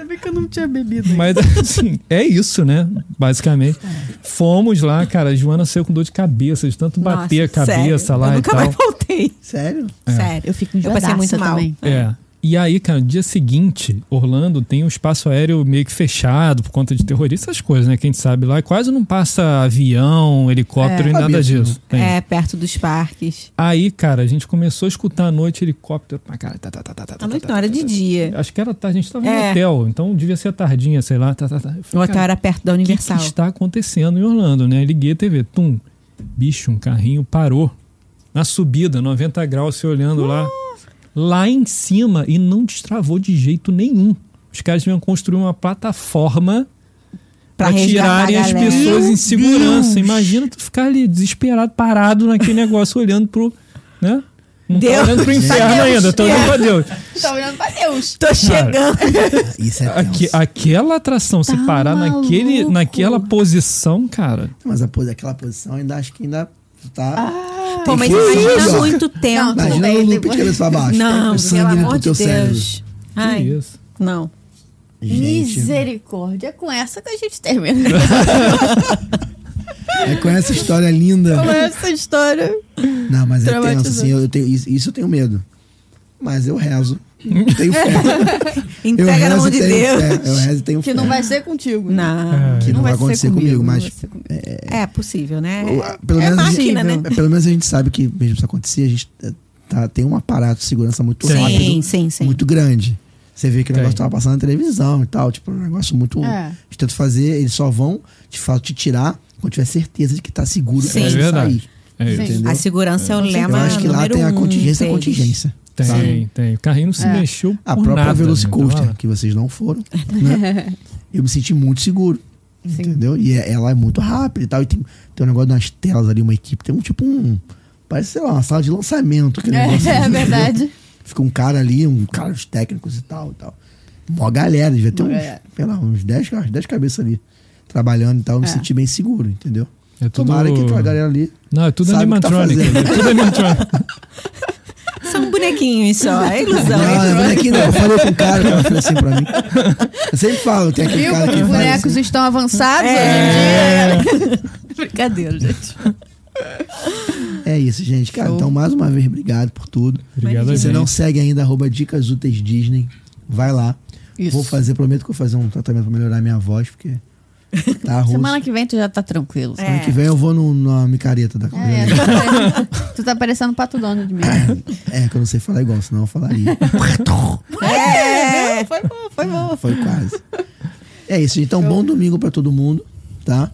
S3: Mas assim, é isso, né? Basicamente. Fomos lá, cara. A Joana saiu com dor de cabeça, de tanto bater a
S4: Nossa,
S3: cabeça
S4: sério.
S3: lá
S4: Eu
S3: e
S4: nunca
S3: tal.
S4: mais voltei.
S2: Sério?
S4: Sério.
S5: Eu fico
S4: Eu passei muito mal.
S5: também.
S3: É. E aí, cara, no dia seguinte, Orlando tem um espaço aéreo meio que fechado por conta de terroristas, essas coisas, né? Quem sabe lá quase não passa avião, helicóptero
S2: É.
S3: e nada
S2: Sabia disso,
S3: disso. Tem.
S4: É, perto dos parques.
S3: Aí, cara, a gente começou a escutar à noite helicóptero pra cara. Tá, tá, tá, tá, tá,
S4: À
S3: tá,
S4: noite
S3: tá,
S4: não, era
S3: tá,
S4: de
S3: tá.
S4: dia.
S3: Acho que era tarde, a gente tava no
S4: É.
S3: hotel, então devia ser tardinha, sei lá. Tá, tá, tá. Eu
S4: O
S3: falei,
S4: hotel
S3: cara,
S4: era perto da
S3: o que,
S4: Universal.
S3: que está acontecendo em Orlando, né? Liguei a TV, tum, bicho, um carrinho parou na subida, 90 graus, se olhando lá, lá em cima e não destravou de jeito nenhum. Os caras iam construir uma plataforma
S4: Pra
S3: para
S4: resgatar a
S3: tirarem as
S4: galera.
S3: pessoas em
S2: Meu
S3: segurança.
S2: Deus!
S3: Imagina tu ficar ali desesperado, parado naquele negócio, olhando pro, né? Não tá
S4: Deus.
S3: olhando pro inferno ainda, tô olhando pra Deus.
S5: Tá olhando pra Deus.
S4: Tô chegando.
S2: Isso é tenso.
S3: Aque- aquela atração, se
S5: Tá
S3: parar naquele,
S5: maluco.
S3: naquela posição, cara.
S2: Mas a pose, aquela posição ainda acho que ainda tá.
S4: Ah, Pô, mas
S2: Que
S4: imagina
S2: isso?
S4: muito tempo.
S5: tudo
S2: Imagina
S5: bem,
S2: o loop
S5: depois-
S2: de cabeça pra baixo.
S4: Não,
S2: o
S4: pelo
S2: sangue indo
S4: amor
S2: pro
S4: de
S2: teu
S4: Deus.
S2: cérebro.
S3: Que
S4: Ai,
S3: isso.
S4: não.
S2: Gente,
S5: Misericórdia. É com essa que a gente
S1: [LAUGHS]
S5: termina
S2: é com essa história linda.
S5: com essa história.
S2: Não, mas é tenso,
S5: Traumatizou.
S2: assim, eu tenho, isso isso eu tenho medo. Mas eu rezo. Tenho fé.
S4: [LAUGHS]
S2: Eu é.
S4: Entrega na
S2: rezo
S4: mão
S2: e
S4: de
S2: tenho
S4: Deus.
S2: fé, Eu rezo e tenho
S5: Que
S2: fé.
S5: não vai ser contigo. né?
S4: Não.
S2: Que não vai acontecer comigo, mas-
S5: não vai ser comigo.
S4: É possível, né?
S2: Ou, ah, Pelo
S4: é
S2: menos, a gente,
S4: máquina, né?
S2: é, pelo menos a gente sabe que mesmo se acontecer, a gente eh, tá, tem um aparato de segurança muito
S3: Sim.
S2: rápido,
S4: Sim, sim, sim.
S2: muito grande. Você vê que o
S3: Tem.
S2: negócio tava passando na televisão e tal, tipo, um negócio muito.
S5: É.
S2: Eles tentam fazer, eles só vão, de fato, te tirar quando tiver certeza de que tá seguro
S4: Sim.
S2: pra
S3: É
S2: você
S3: verdade.
S2: sair.
S3: É isso.
S5: Sim.
S2: Entendeu?
S4: A segurança é o
S2: Eu
S4: lema
S2: acho que lá
S4: número
S2: tem a
S4: um
S2: contingência é
S4: deles.
S2: contingência.
S3: Tem,
S2: sabe?
S3: tem. O carrinho não
S4: É.
S3: se mexeu por
S2: A própria
S3: nada,
S2: Velocicoaster,
S3: né?
S2: que vocês não foram, né? Eu me senti muito seguro. Entendeu? E é- ela é muito rápida e tal. E tem, tem um negócio nas telas ali, uma equipe. Tem um tipo um. Parece, sei lá, uma sala de lançamento.
S4: [LAUGHS]
S2: aquele negócio,
S1: [LAUGHS]
S5: É, é
S2: entendeu?
S5: verdade.
S2: Fica um cara ali, um cara dos técnicos e tal e tal. Mó galera, devia ter
S5: Mó
S2: uns,
S5: galera.
S2: sei lá, uns 10, ca- 10 cabeças ali trabalhando e tal. Eu me
S5: É.
S2: senti bem seguro, entendeu?
S3: É tudo...
S2: Tomara que aquela galera ali.
S3: Não, é tudo
S2: sabe o que tá
S3: animatronic.
S2: fazendo.
S3: é tudo animatronic.
S4: São bonequinhos só.
S2: [LAUGHS]
S4: É ilusão.
S2: Não,
S4: é
S2: não, bonequinho não. Eu falei com o cara, o cara falou assim pra mim. Eu sempre falo, tem aquele
S5: Viu
S2: cara
S5: como
S2: que
S5: os
S2: faz
S5: bonecos
S2: assim.
S5: estão avançados
S4: É.
S5: hoje em dia? [LAUGHS] Brincadeira, gente.
S2: É isso, gente. Cara,
S5: Show.
S2: então mais uma vez, obrigado por tudo.
S3: Obrigado,
S2: Se você
S3: gente.
S2: não segue ainda, arroba Dicas Úteis Disney, vai lá.
S5: Isso.
S2: Vou fazer, prometo que vou fazer um tratamento pra melhorar minha voz, porque tá ruim.
S5: [LAUGHS] Semana que vem tu já tá tranquilo. sabe?
S2: Ano que vem eu vou no, na micareta da
S5: É,
S2: comida.
S5: tu, tá [LAUGHS] parecendo, tu tá parecendo pato dono de mim.
S2: [COUGHS] É. que eu não sei falar igual, senão eu falaria.
S5: É, foi bom, foi bom.
S2: Foi quase. É isso, então bom domingo pra todo mundo, tá?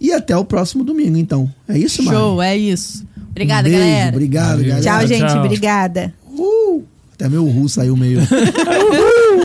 S2: E até o próximo domingo, então. É isso, Mari?
S5: Show, é isso. Obrigada,
S2: um beijo,
S5: galera.
S2: Obrigado,
S3: Valeu.
S2: galera.
S4: Tchau, gente.
S3: Tchau.
S4: Obrigada.
S2: Uh, até meu ru saiu meio.